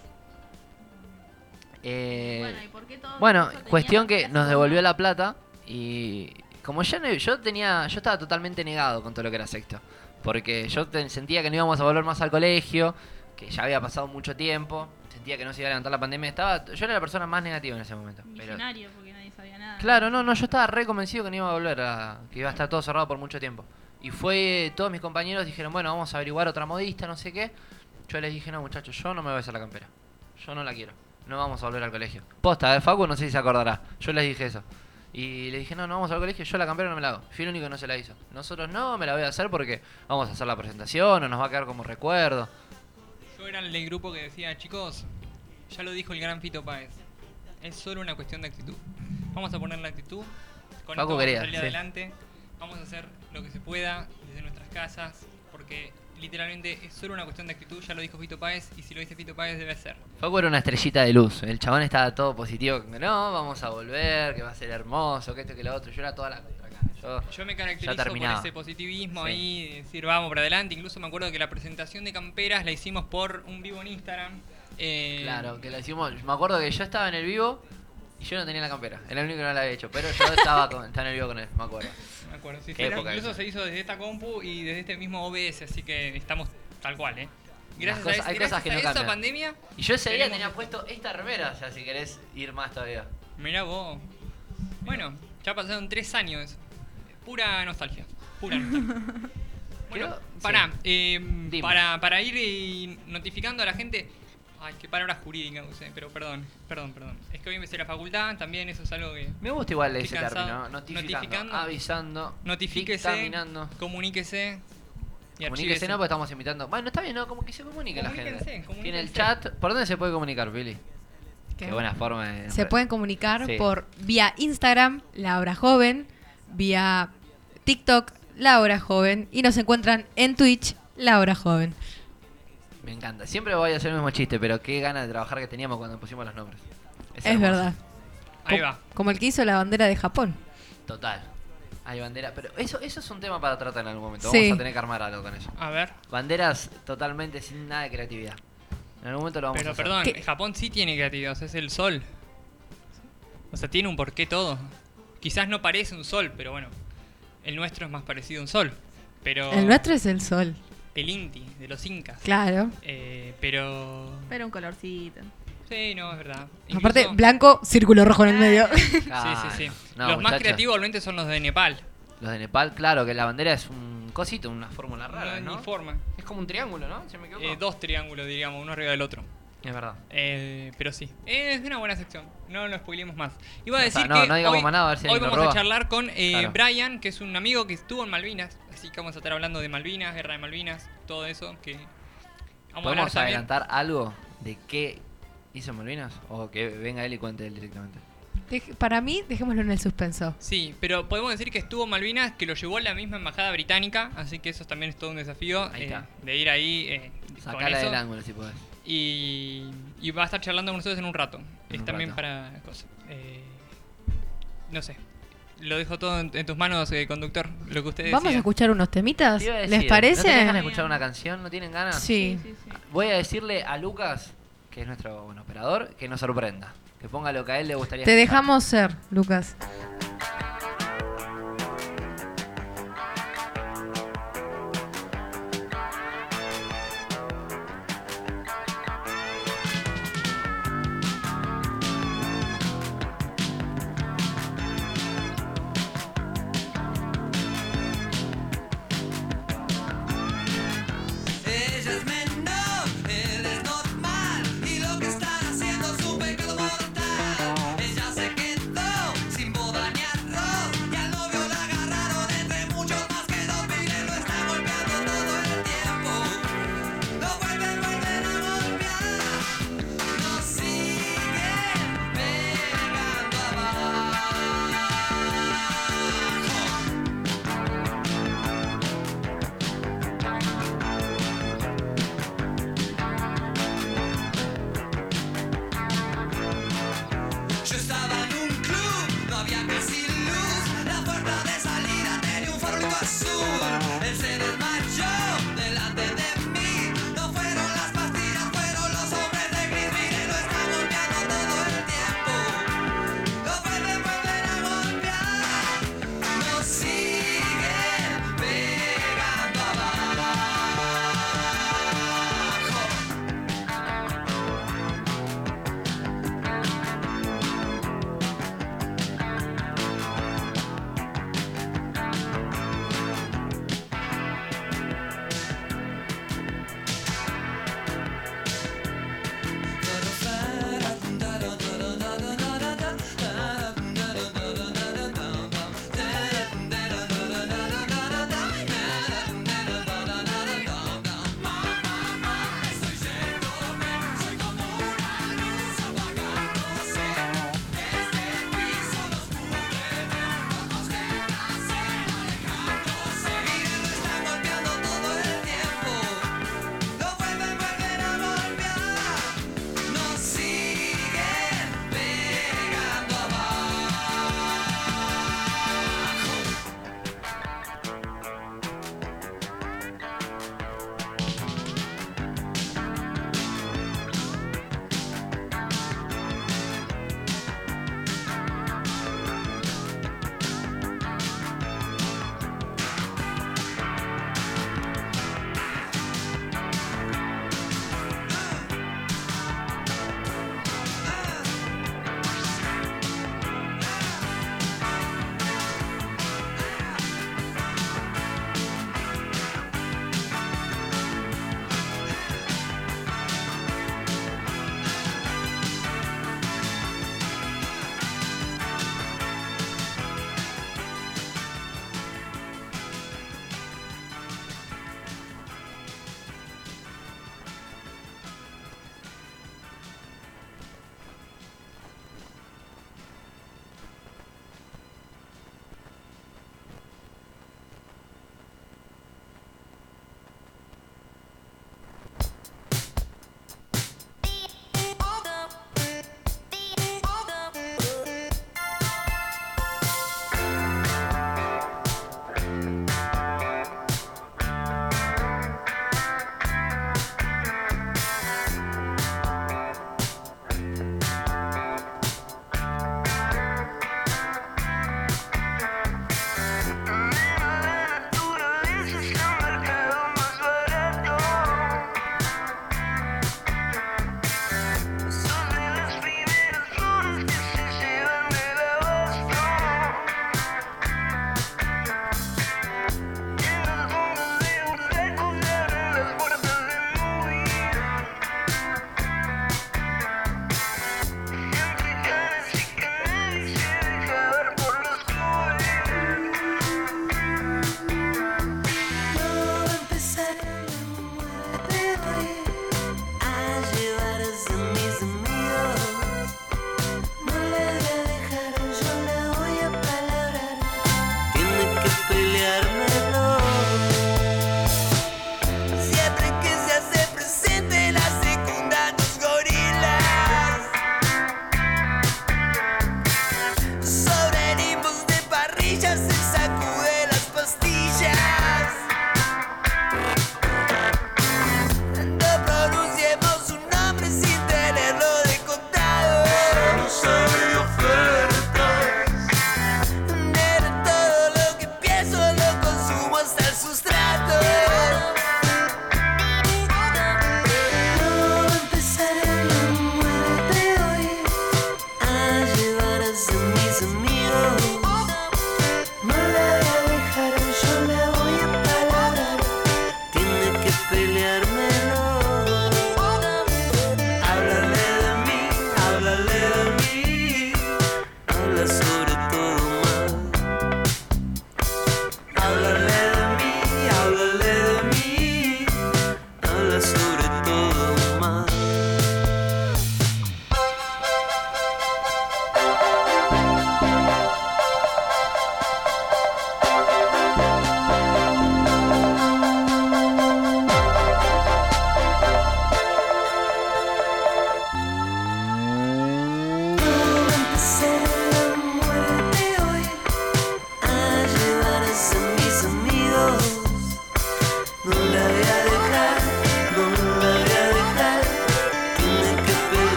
[SPEAKER 5] Eh,
[SPEAKER 7] Bueno, ¿y por qué todo
[SPEAKER 5] Bueno,
[SPEAKER 7] eso tenía
[SPEAKER 5] cuestión
[SPEAKER 7] que
[SPEAKER 5] que
[SPEAKER 7] hacer
[SPEAKER 5] nos
[SPEAKER 7] con-
[SPEAKER 5] devolvió la plata y como ya no- yo tenía, yo estaba totalmente negado con todo lo que era sexto, porque yo ten- sentía que no íbamos a volver más al colegio, que ya había pasado mucho tiempo, sentía que no se iba a levantar la pandemia, estaba, yo era la persona más negativa en ese momento. pero-
[SPEAKER 7] Millonario, porque nadie sabía nada.
[SPEAKER 5] claro, no, no, yo estaba re convencido que no iba a volver, a- que iba a estar todo cerrado por mucho tiempo. Y fue, todos mis compañeros dijeron, bueno, vamos a averiguar otra modista, no sé qué. Yo les dije, no, muchachos, yo no me voy a hacer la campera. Yo no la quiero. No vamos a volver al colegio. Posta, de Facu no sé si se acordará. Yo les dije eso. Y les dije, no, no vamos al colegio, yo la campera no me la hago. Fui el único que no se la hizo. Nosotros no, me la voy a hacer porque vamos a hacer la presentación o nos va a quedar como recuerdo.
[SPEAKER 2] Yo era el del grupo que decía, chicos, ya lo dijo el gran Fito Páez. Es solo una cuestión de actitud. Vamos a poner la actitud. Con
[SPEAKER 5] Facu
[SPEAKER 2] esto vamos
[SPEAKER 5] quería,
[SPEAKER 2] a salir
[SPEAKER 5] sí.
[SPEAKER 2] adelante. Vamos a hacer lo que se pueda desde nuestras casas. Porque literalmente es solo una cuestión de actitud. Ya lo dijo Fito Páez. Y si lo dice Fito Páez, debe ser.
[SPEAKER 5] Facu era una estrellita de luz. El chabón estaba todo positivo. No, vamos a volver, que va a ser hermoso, que esto, que lo otro. Yo era toda la contra acá. Yo-
[SPEAKER 2] Yo me
[SPEAKER 5] Ya
[SPEAKER 2] caracterizo por
[SPEAKER 5] terminaba.
[SPEAKER 2] ese positivismo
[SPEAKER 5] Sí.
[SPEAKER 2] ahí, de decir vamos para adelante. Incluso me acuerdo que la presentación de camperas la hicimos por un vivo en Instagram. Eh,
[SPEAKER 5] Claro, que la hicimos. Me acuerdo que yo estaba en el vivo y yo no tenía la campera. Era el único que no la había hecho, pero yo estaba, con- estaba en el vivo con él, me acuerdo.
[SPEAKER 2] Me acuerdo, sí,
[SPEAKER 5] Qué
[SPEAKER 2] sí.
[SPEAKER 5] época
[SPEAKER 2] Incluso
[SPEAKER 5] esa.
[SPEAKER 2] se hizo desde esta compu y desde este mismo OBS, así que estamos tal cual, ¿eh? Gracias
[SPEAKER 5] cosas-
[SPEAKER 2] a,
[SPEAKER 5] hay
[SPEAKER 2] ese- gracias
[SPEAKER 5] cosas que
[SPEAKER 2] a
[SPEAKER 5] no
[SPEAKER 2] esa
[SPEAKER 5] cambian.
[SPEAKER 2] pandemia,
[SPEAKER 5] Y yo ese día
[SPEAKER 2] Tenemos
[SPEAKER 5] tenía
[SPEAKER 2] esto.
[SPEAKER 5] puesto esta remera, o sea, si querés ir más todavía.
[SPEAKER 2] mirá vos. Bueno, ya pasaron tres años. Pura nostalgia. Pura nostalgia. Bueno,
[SPEAKER 5] Creo-
[SPEAKER 2] pará,
[SPEAKER 5] sí.
[SPEAKER 2] eh,
[SPEAKER 5] Dime.
[SPEAKER 2] para, para ir eh, notificando a la gente. Ay, qué palabra jurídica usé, pero perdón, perdón, perdón. Es que hoy empecé la facultad, también eso es algo que.
[SPEAKER 5] Me gusta igual
[SPEAKER 2] Estoy
[SPEAKER 5] ese
[SPEAKER 2] cansado.
[SPEAKER 5] término, notificando,
[SPEAKER 2] Notificando.
[SPEAKER 5] avisando,
[SPEAKER 2] Notifíquese,
[SPEAKER 5] dictaminando.
[SPEAKER 2] comuníquese. Y
[SPEAKER 5] Comuníquese,
[SPEAKER 2] archívese.
[SPEAKER 5] no, porque estamos invitando. Bueno, está bien, ¿no? Como que se comunique la
[SPEAKER 2] Comuníquense,
[SPEAKER 5] gente. Tiene el
[SPEAKER 2] comuníquense.
[SPEAKER 5] chat. ¿Por dónde se puede comunicar, Billy?
[SPEAKER 4] ¿Qué?
[SPEAKER 5] Qué buena forma de.
[SPEAKER 4] Se pueden comunicar
[SPEAKER 5] Eh, Sí.
[SPEAKER 4] por vía Instagram, La Hora Joven, vía TikTok, La Hora Joven, y nos encuentran en Twitch, La Hora Joven.
[SPEAKER 5] Me encanta. Siempre voy a hacer el mismo chiste, pero qué gana de trabajar que teníamos cuando pusimos los nombres.
[SPEAKER 4] Es,
[SPEAKER 5] hermoso.
[SPEAKER 4] verdad.
[SPEAKER 2] Ahí
[SPEAKER 4] Co-
[SPEAKER 2] va.
[SPEAKER 4] Como el que hizo la bandera de Japón.
[SPEAKER 5] Total. Hay bandera. Pero eso, eso es un tema para tratar en algún momento.
[SPEAKER 4] Sí.
[SPEAKER 5] Vamos a tener que armar algo con eso.
[SPEAKER 2] A ver.
[SPEAKER 5] Banderas totalmente sin nada de creatividad. En algún momento lo vamos a
[SPEAKER 2] Pero
[SPEAKER 5] hacer.
[SPEAKER 2] perdón, eh.
[SPEAKER 4] ¿Qué?
[SPEAKER 2] Japón sí tiene creatividad, o sea, es el sol. O sea, tiene un porqué todo. Quizás no parece un sol, pero bueno, el nuestro es más parecido a un sol. Pero
[SPEAKER 4] El nuestro es el sol,
[SPEAKER 2] el Inti, de los incas.
[SPEAKER 4] claro.
[SPEAKER 2] Eh, pero...
[SPEAKER 7] Pero un colorcito.
[SPEAKER 2] Sí, no, es verdad.
[SPEAKER 4] Aparte,
[SPEAKER 2] Incluso-
[SPEAKER 4] blanco, círculo rojo en el medio.
[SPEAKER 5] Ah,
[SPEAKER 2] Sí, sí, sí.
[SPEAKER 5] no,
[SPEAKER 2] los más
[SPEAKER 5] muchachos.
[SPEAKER 2] creativos realmente son los de Nepal.
[SPEAKER 5] Los de Nepal, claro, que la bandera es un cosito, una fórmula rara,
[SPEAKER 2] no,
[SPEAKER 5] ¿no?
[SPEAKER 2] ni forma.
[SPEAKER 5] Es como un triángulo, ¿no? Si me equivoco.
[SPEAKER 2] Eh, dos triángulos, diríamos, uno arriba del otro.
[SPEAKER 5] Es verdad.
[SPEAKER 2] Eh, pero sí, es una buena sección. No lo spoilemos más. Iba a
[SPEAKER 5] Ya
[SPEAKER 2] decir
[SPEAKER 5] está, no,
[SPEAKER 2] que
[SPEAKER 5] no digamos
[SPEAKER 2] hoy,
[SPEAKER 5] más nada, a ver si
[SPEAKER 2] hoy
[SPEAKER 5] alguien lo
[SPEAKER 2] vamos
[SPEAKER 5] roba.
[SPEAKER 2] a charlar con eh,
[SPEAKER 5] Claro.
[SPEAKER 2] Brian, que es un amigo que estuvo en Malvinas. Así que vamos a estar hablando de Malvinas, guerra de Malvinas, todo eso. Que vamos a hablar
[SPEAKER 5] ¿Podemos
[SPEAKER 2] también.
[SPEAKER 5] adelantar algo de qué hizo Malvinas? O que venga él y cuente él directamente.
[SPEAKER 4] Dej- para mí, dejémoslo en el suspenso.
[SPEAKER 2] Sí, pero podemos decir que estuvo en Malvinas, que lo llevó la misma embajada británica. Así que eso también es todo un desafío
[SPEAKER 5] Ahí
[SPEAKER 2] eh,
[SPEAKER 5] está.
[SPEAKER 2] de ir ahí eh, con
[SPEAKER 5] Sacala
[SPEAKER 2] eso.
[SPEAKER 5] del ángulo si podés.
[SPEAKER 2] Y, y va a estar charlando con nosotros en un rato.
[SPEAKER 5] En
[SPEAKER 2] es
[SPEAKER 5] un
[SPEAKER 2] también
[SPEAKER 5] rato.
[SPEAKER 2] para cosas. Eh, no sé. Lo dejo todo en, en tus manos, eh, conductor. Lo que ustedes
[SPEAKER 4] Vamos a
[SPEAKER 2] decidan.
[SPEAKER 4] escuchar unos temitas,
[SPEAKER 5] Te iba a
[SPEAKER 4] ¿les
[SPEAKER 5] decir, ¿No tienen
[SPEAKER 4] parece?
[SPEAKER 5] ganas de escuchar una canción? ¿No tienen ganas?
[SPEAKER 4] sí.
[SPEAKER 7] sí, sí.
[SPEAKER 5] Voy a decirle a Lucas, que es nuestro bueno, operador, que nos sorprenda. Que ponga lo que a él le gustaría.
[SPEAKER 4] Te
[SPEAKER 5] escuchar.
[SPEAKER 4] dejamos ser, Lucas.
[SPEAKER 10] Ella es menor, él es normal y lo que están haciendo es un pecado mortal. Ella se quedó sin voz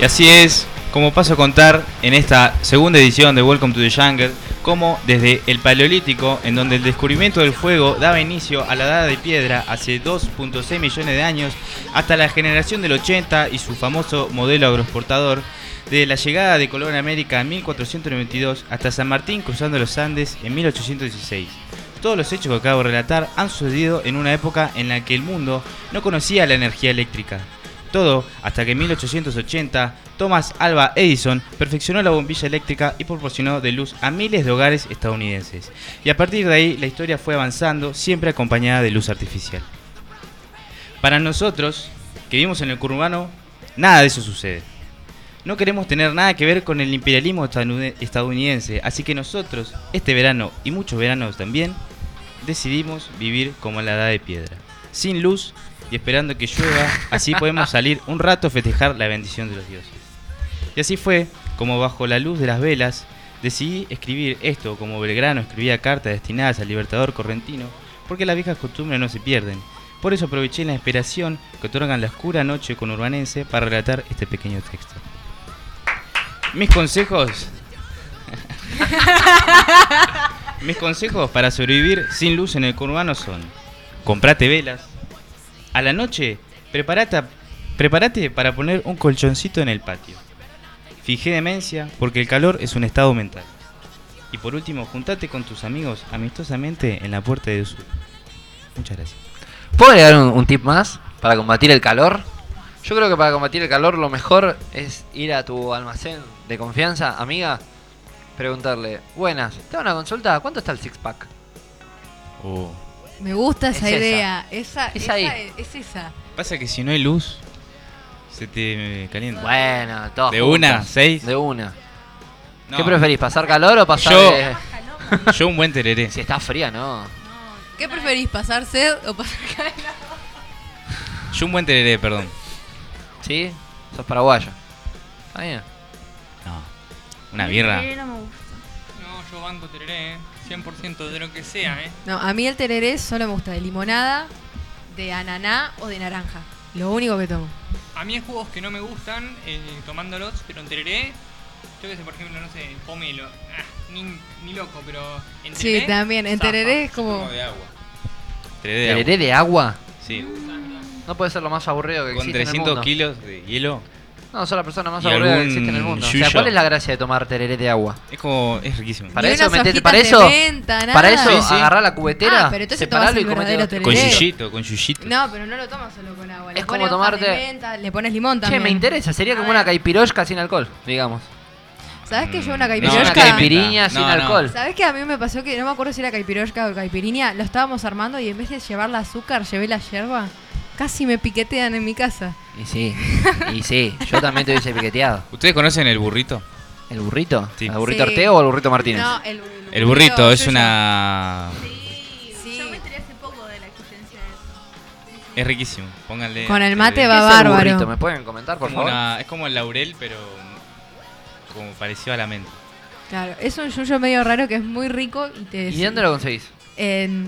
[SPEAKER 6] Y así es como paso a contar en esta segunda edición de Welcome to the Jungle, cómo desde el Paleolítico, en donde el descubrimiento del fuego daba inicio a la edad de piedra hace 2.6 millones de años, hasta la generación del 80 y su famoso modelo agroexportador, desde la llegada de Colón a América en 1492 hasta San Martín cruzando los Andes en 1816. Todos los hechos que acabo de relatar han sucedido en una época en la que el mundo no conocía la energía eléctrica. Todo hasta que en 1880 Thomas Alva Edison perfeccionó la bombilla eléctrica y proporcionó de luz a miles de hogares estadounidenses. Y a partir de ahí la historia fue avanzando siempre acompañada de luz artificial. Para nosotros, que vivimos en el conurbano, nada de eso sucede. No queremos tener nada que ver con el imperialismo estadounid- estadounidense, así que nosotros, este verano y muchos veranos también, decidimos vivir como en la edad de piedra, sin luz y esperando que llueva, así podemos salir un rato a festejar la bendición de los dioses. Y así fue como bajo la luz de las velas decidí escribir esto como Belgrano escribía cartas destinadas al libertador correntino, porque las viejas costumbres no se pierden. Por eso aproveché la inspiración que otorgan la oscura noche conurbanense para relatar este pequeño texto. Mis consejos. Mis consejos para sobrevivir sin luz en el conurbano son: comprate velas, a la noche, preparate, a- preparate para poner un colchoncito en el patio. Fijé demencia porque el calor es un estado mental. Y por último, juntate con tus amigos amistosamente en la puerta de su. Muchas gracias.
[SPEAKER 5] ¿Puedo agregar un, un tip más para combatir el calor? Yo creo que para combatir el calor lo mejor es ir a tu almacén de confianza, amiga, preguntarle, buenas, ¿te hago una consulta? ¿Cuánto está el six-pack?
[SPEAKER 6] Oh.
[SPEAKER 4] Me gusta
[SPEAKER 5] Es
[SPEAKER 4] esa
[SPEAKER 5] esa.
[SPEAKER 4] idea. Esa,
[SPEAKER 5] Es
[SPEAKER 4] esa
[SPEAKER 5] ahí.
[SPEAKER 4] es, es esa.
[SPEAKER 6] Pasa que si no hay luz, se te eh, calienta.
[SPEAKER 5] Bueno, todo.
[SPEAKER 6] ¿De una? ¿Seis?
[SPEAKER 5] De una.
[SPEAKER 6] No,
[SPEAKER 5] ¿Qué preferís, pasar calor o pasar...
[SPEAKER 6] Yo-
[SPEAKER 5] eh,
[SPEAKER 6] Yo un buen tereré.
[SPEAKER 5] Si está fría, no.
[SPEAKER 4] ¿Qué preferís, pasar sed o pasar calor?
[SPEAKER 6] Yo un buen tereré, perdón.
[SPEAKER 5] ¿Sí? Sos paraguayo. Está bien.
[SPEAKER 6] No. Una
[SPEAKER 5] Ah.
[SPEAKER 6] birra.
[SPEAKER 7] Eh, no me gusta.
[SPEAKER 2] No, yo banco tereré, eh. 100% de lo que sea, eh.
[SPEAKER 4] No, a mí el tereré solo me gusta de limonada, de ananá o de naranja. Lo único que tomo.
[SPEAKER 2] A mí hay jugos que no me gustan eh, tomándolos, pero en tereré, yo que sé, por ejemplo, no sé, pomelo. Ah, ni, ni loco, pero en
[SPEAKER 4] Sí,
[SPEAKER 2] tereré,
[SPEAKER 4] también. En
[SPEAKER 2] zafa.
[SPEAKER 4] tereré es como...
[SPEAKER 6] de agua. Tereré de agua.
[SPEAKER 5] ¿Tereré de agua?
[SPEAKER 6] Sí.
[SPEAKER 5] No puede ser lo más aburrido que
[SPEAKER 6] Con
[SPEAKER 5] existe en el
[SPEAKER 6] 300
[SPEAKER 5] mundo.
[SPEAKER 6] kilos de hielo.
[SPEAKER 5] No, sos la persona más
[SPEAKER 6] Y
[SPEAKER 5] aburrida que
[SPEAKER 6] algún
[SPEAKER 5] existe en el mundo. O sea,
[SPEAKER 6] yuyo.
[SPEAKER 5] ¿cuál es la gracia de tomar tereré de agua?
[SPEAKER 6] Es como. Es riquísimo.
[SPEAKER 5] Para
[SPEAKER 4] Ni
[SPEAKER 5] eso,
[SPEAKER 4] unas
[SPEAKER 5] metete,
[SPEAKER 4] hojitas
[SPEAKER 5] para
[SPEAKER 4] de
[SPEAKER 5] eso,
[SPEAKER 4] menta, nada.
[SPEAKER 5] para eso
[SPEAKER 6] Sí, sí.
[SPEAKER 5] agarrá la cubetera,
[SPEAKER 4] Ah, pero entonces
[SPEAKER 5] separalo
[SPEAKER 4] tomás
[SPEAKER 5] y
[SPEAKER 4] el
[SPEAKER 5] comete
[SPEAKER 4] verdadero
[SPEAKER 5] dos.
[SPEAKER 6] Con
[SPEAKER 4] Tereré.
[SPEAKER 6] yuyito, con yuyito.
[SPEAKER 4] No, pero no lo tomas solo con agua. Le
[SPEAKER 5] Es
[SPEAKER 4] pones
[SPEAKER 5] como
[SPEAKER 4] hojas de
[SPEAKER 5] tomarte-
[SPEAKER 4] menta, le pones limón
[SPEAKER 5] Che,
[SPEAKER 4] también.
[SPEAKER 5] me interesa, sería como
[SPEAKER 4] A
[SPEAKER 5] una
[SPEAKER 4] ver.
[SPEAKER 5] caipirosca sin alcohol, digamos.
[SPEAKER 4] ¿Sabés que yo una
[SPEAKER 6] Mm, no,
[SPEAKER 5] Es una
[SPEAKER 6] no,
[SPEAKER 4] caipirosca?
[SPEAKER 6] caipi-
[SPEAKER 5] caipiriña
[SPEAKER 6] No,
[SPEAKER 5] sin
[SPEAKER 6] no.
[SPEAKER 5] alcohol.
[SPEAKER 4] ¿Sabés que a mí me pasó que no me acuerdo si era caipirosca o caipiriña? Lo estábamos armando y en vez de llevar la azúcar, llevé la yerba. Casi me piquetean en mi casa.
[SPEAKER 5] Y sí, y sí, yo también te hubiese piqueteado.
[SPEAKER 6] ¿Ustedes conocen el burrito?
[SPEAKER 5] ¿El burrito?
[SPEAKER 6] Sí.
[SPEAKER 5] ¿El burrito
[SPEAKER 4] Sí.
[SPEAKER 5] Ortega o el burrito Martínez?
[SPEAKER 4] No, el,
[SPEAKER 6] El burrito es
[SPEAKER 4] yo-
[SPEAKER 6] una.
[SPEAKER 7] Sí,
[SPEAKER 4] Sí.
[SPEAKER 7] Yo me enteré hace poco de la existencia de eso.
[SPEAKER 6] Es riquísimo. Pónganle.
[SPEAKER 4] Con el mate
[SPEAKER 6] eh,
[SPEAKER 4] va
[SPEAKER 5] ¿Qué es el
[SPEAKER 4] bárbaro.
[SPEAKER 5] burrito? ¿Me pueden comentar,
[SPEAKER 6] es
[SPEAKER 5] por
[SPEAKER 6] como,
[SPEAKER 5] favor?
[SPEAKER 6] una- es como el laurel, pero. Como parecido a la menta.
[SPEAKER 4] Claro, es un yuyo medio raro que es muy rico y te...
[SPEAKER 5] ¿Y dónde lo conseguís?
[SPEAKER 4] En...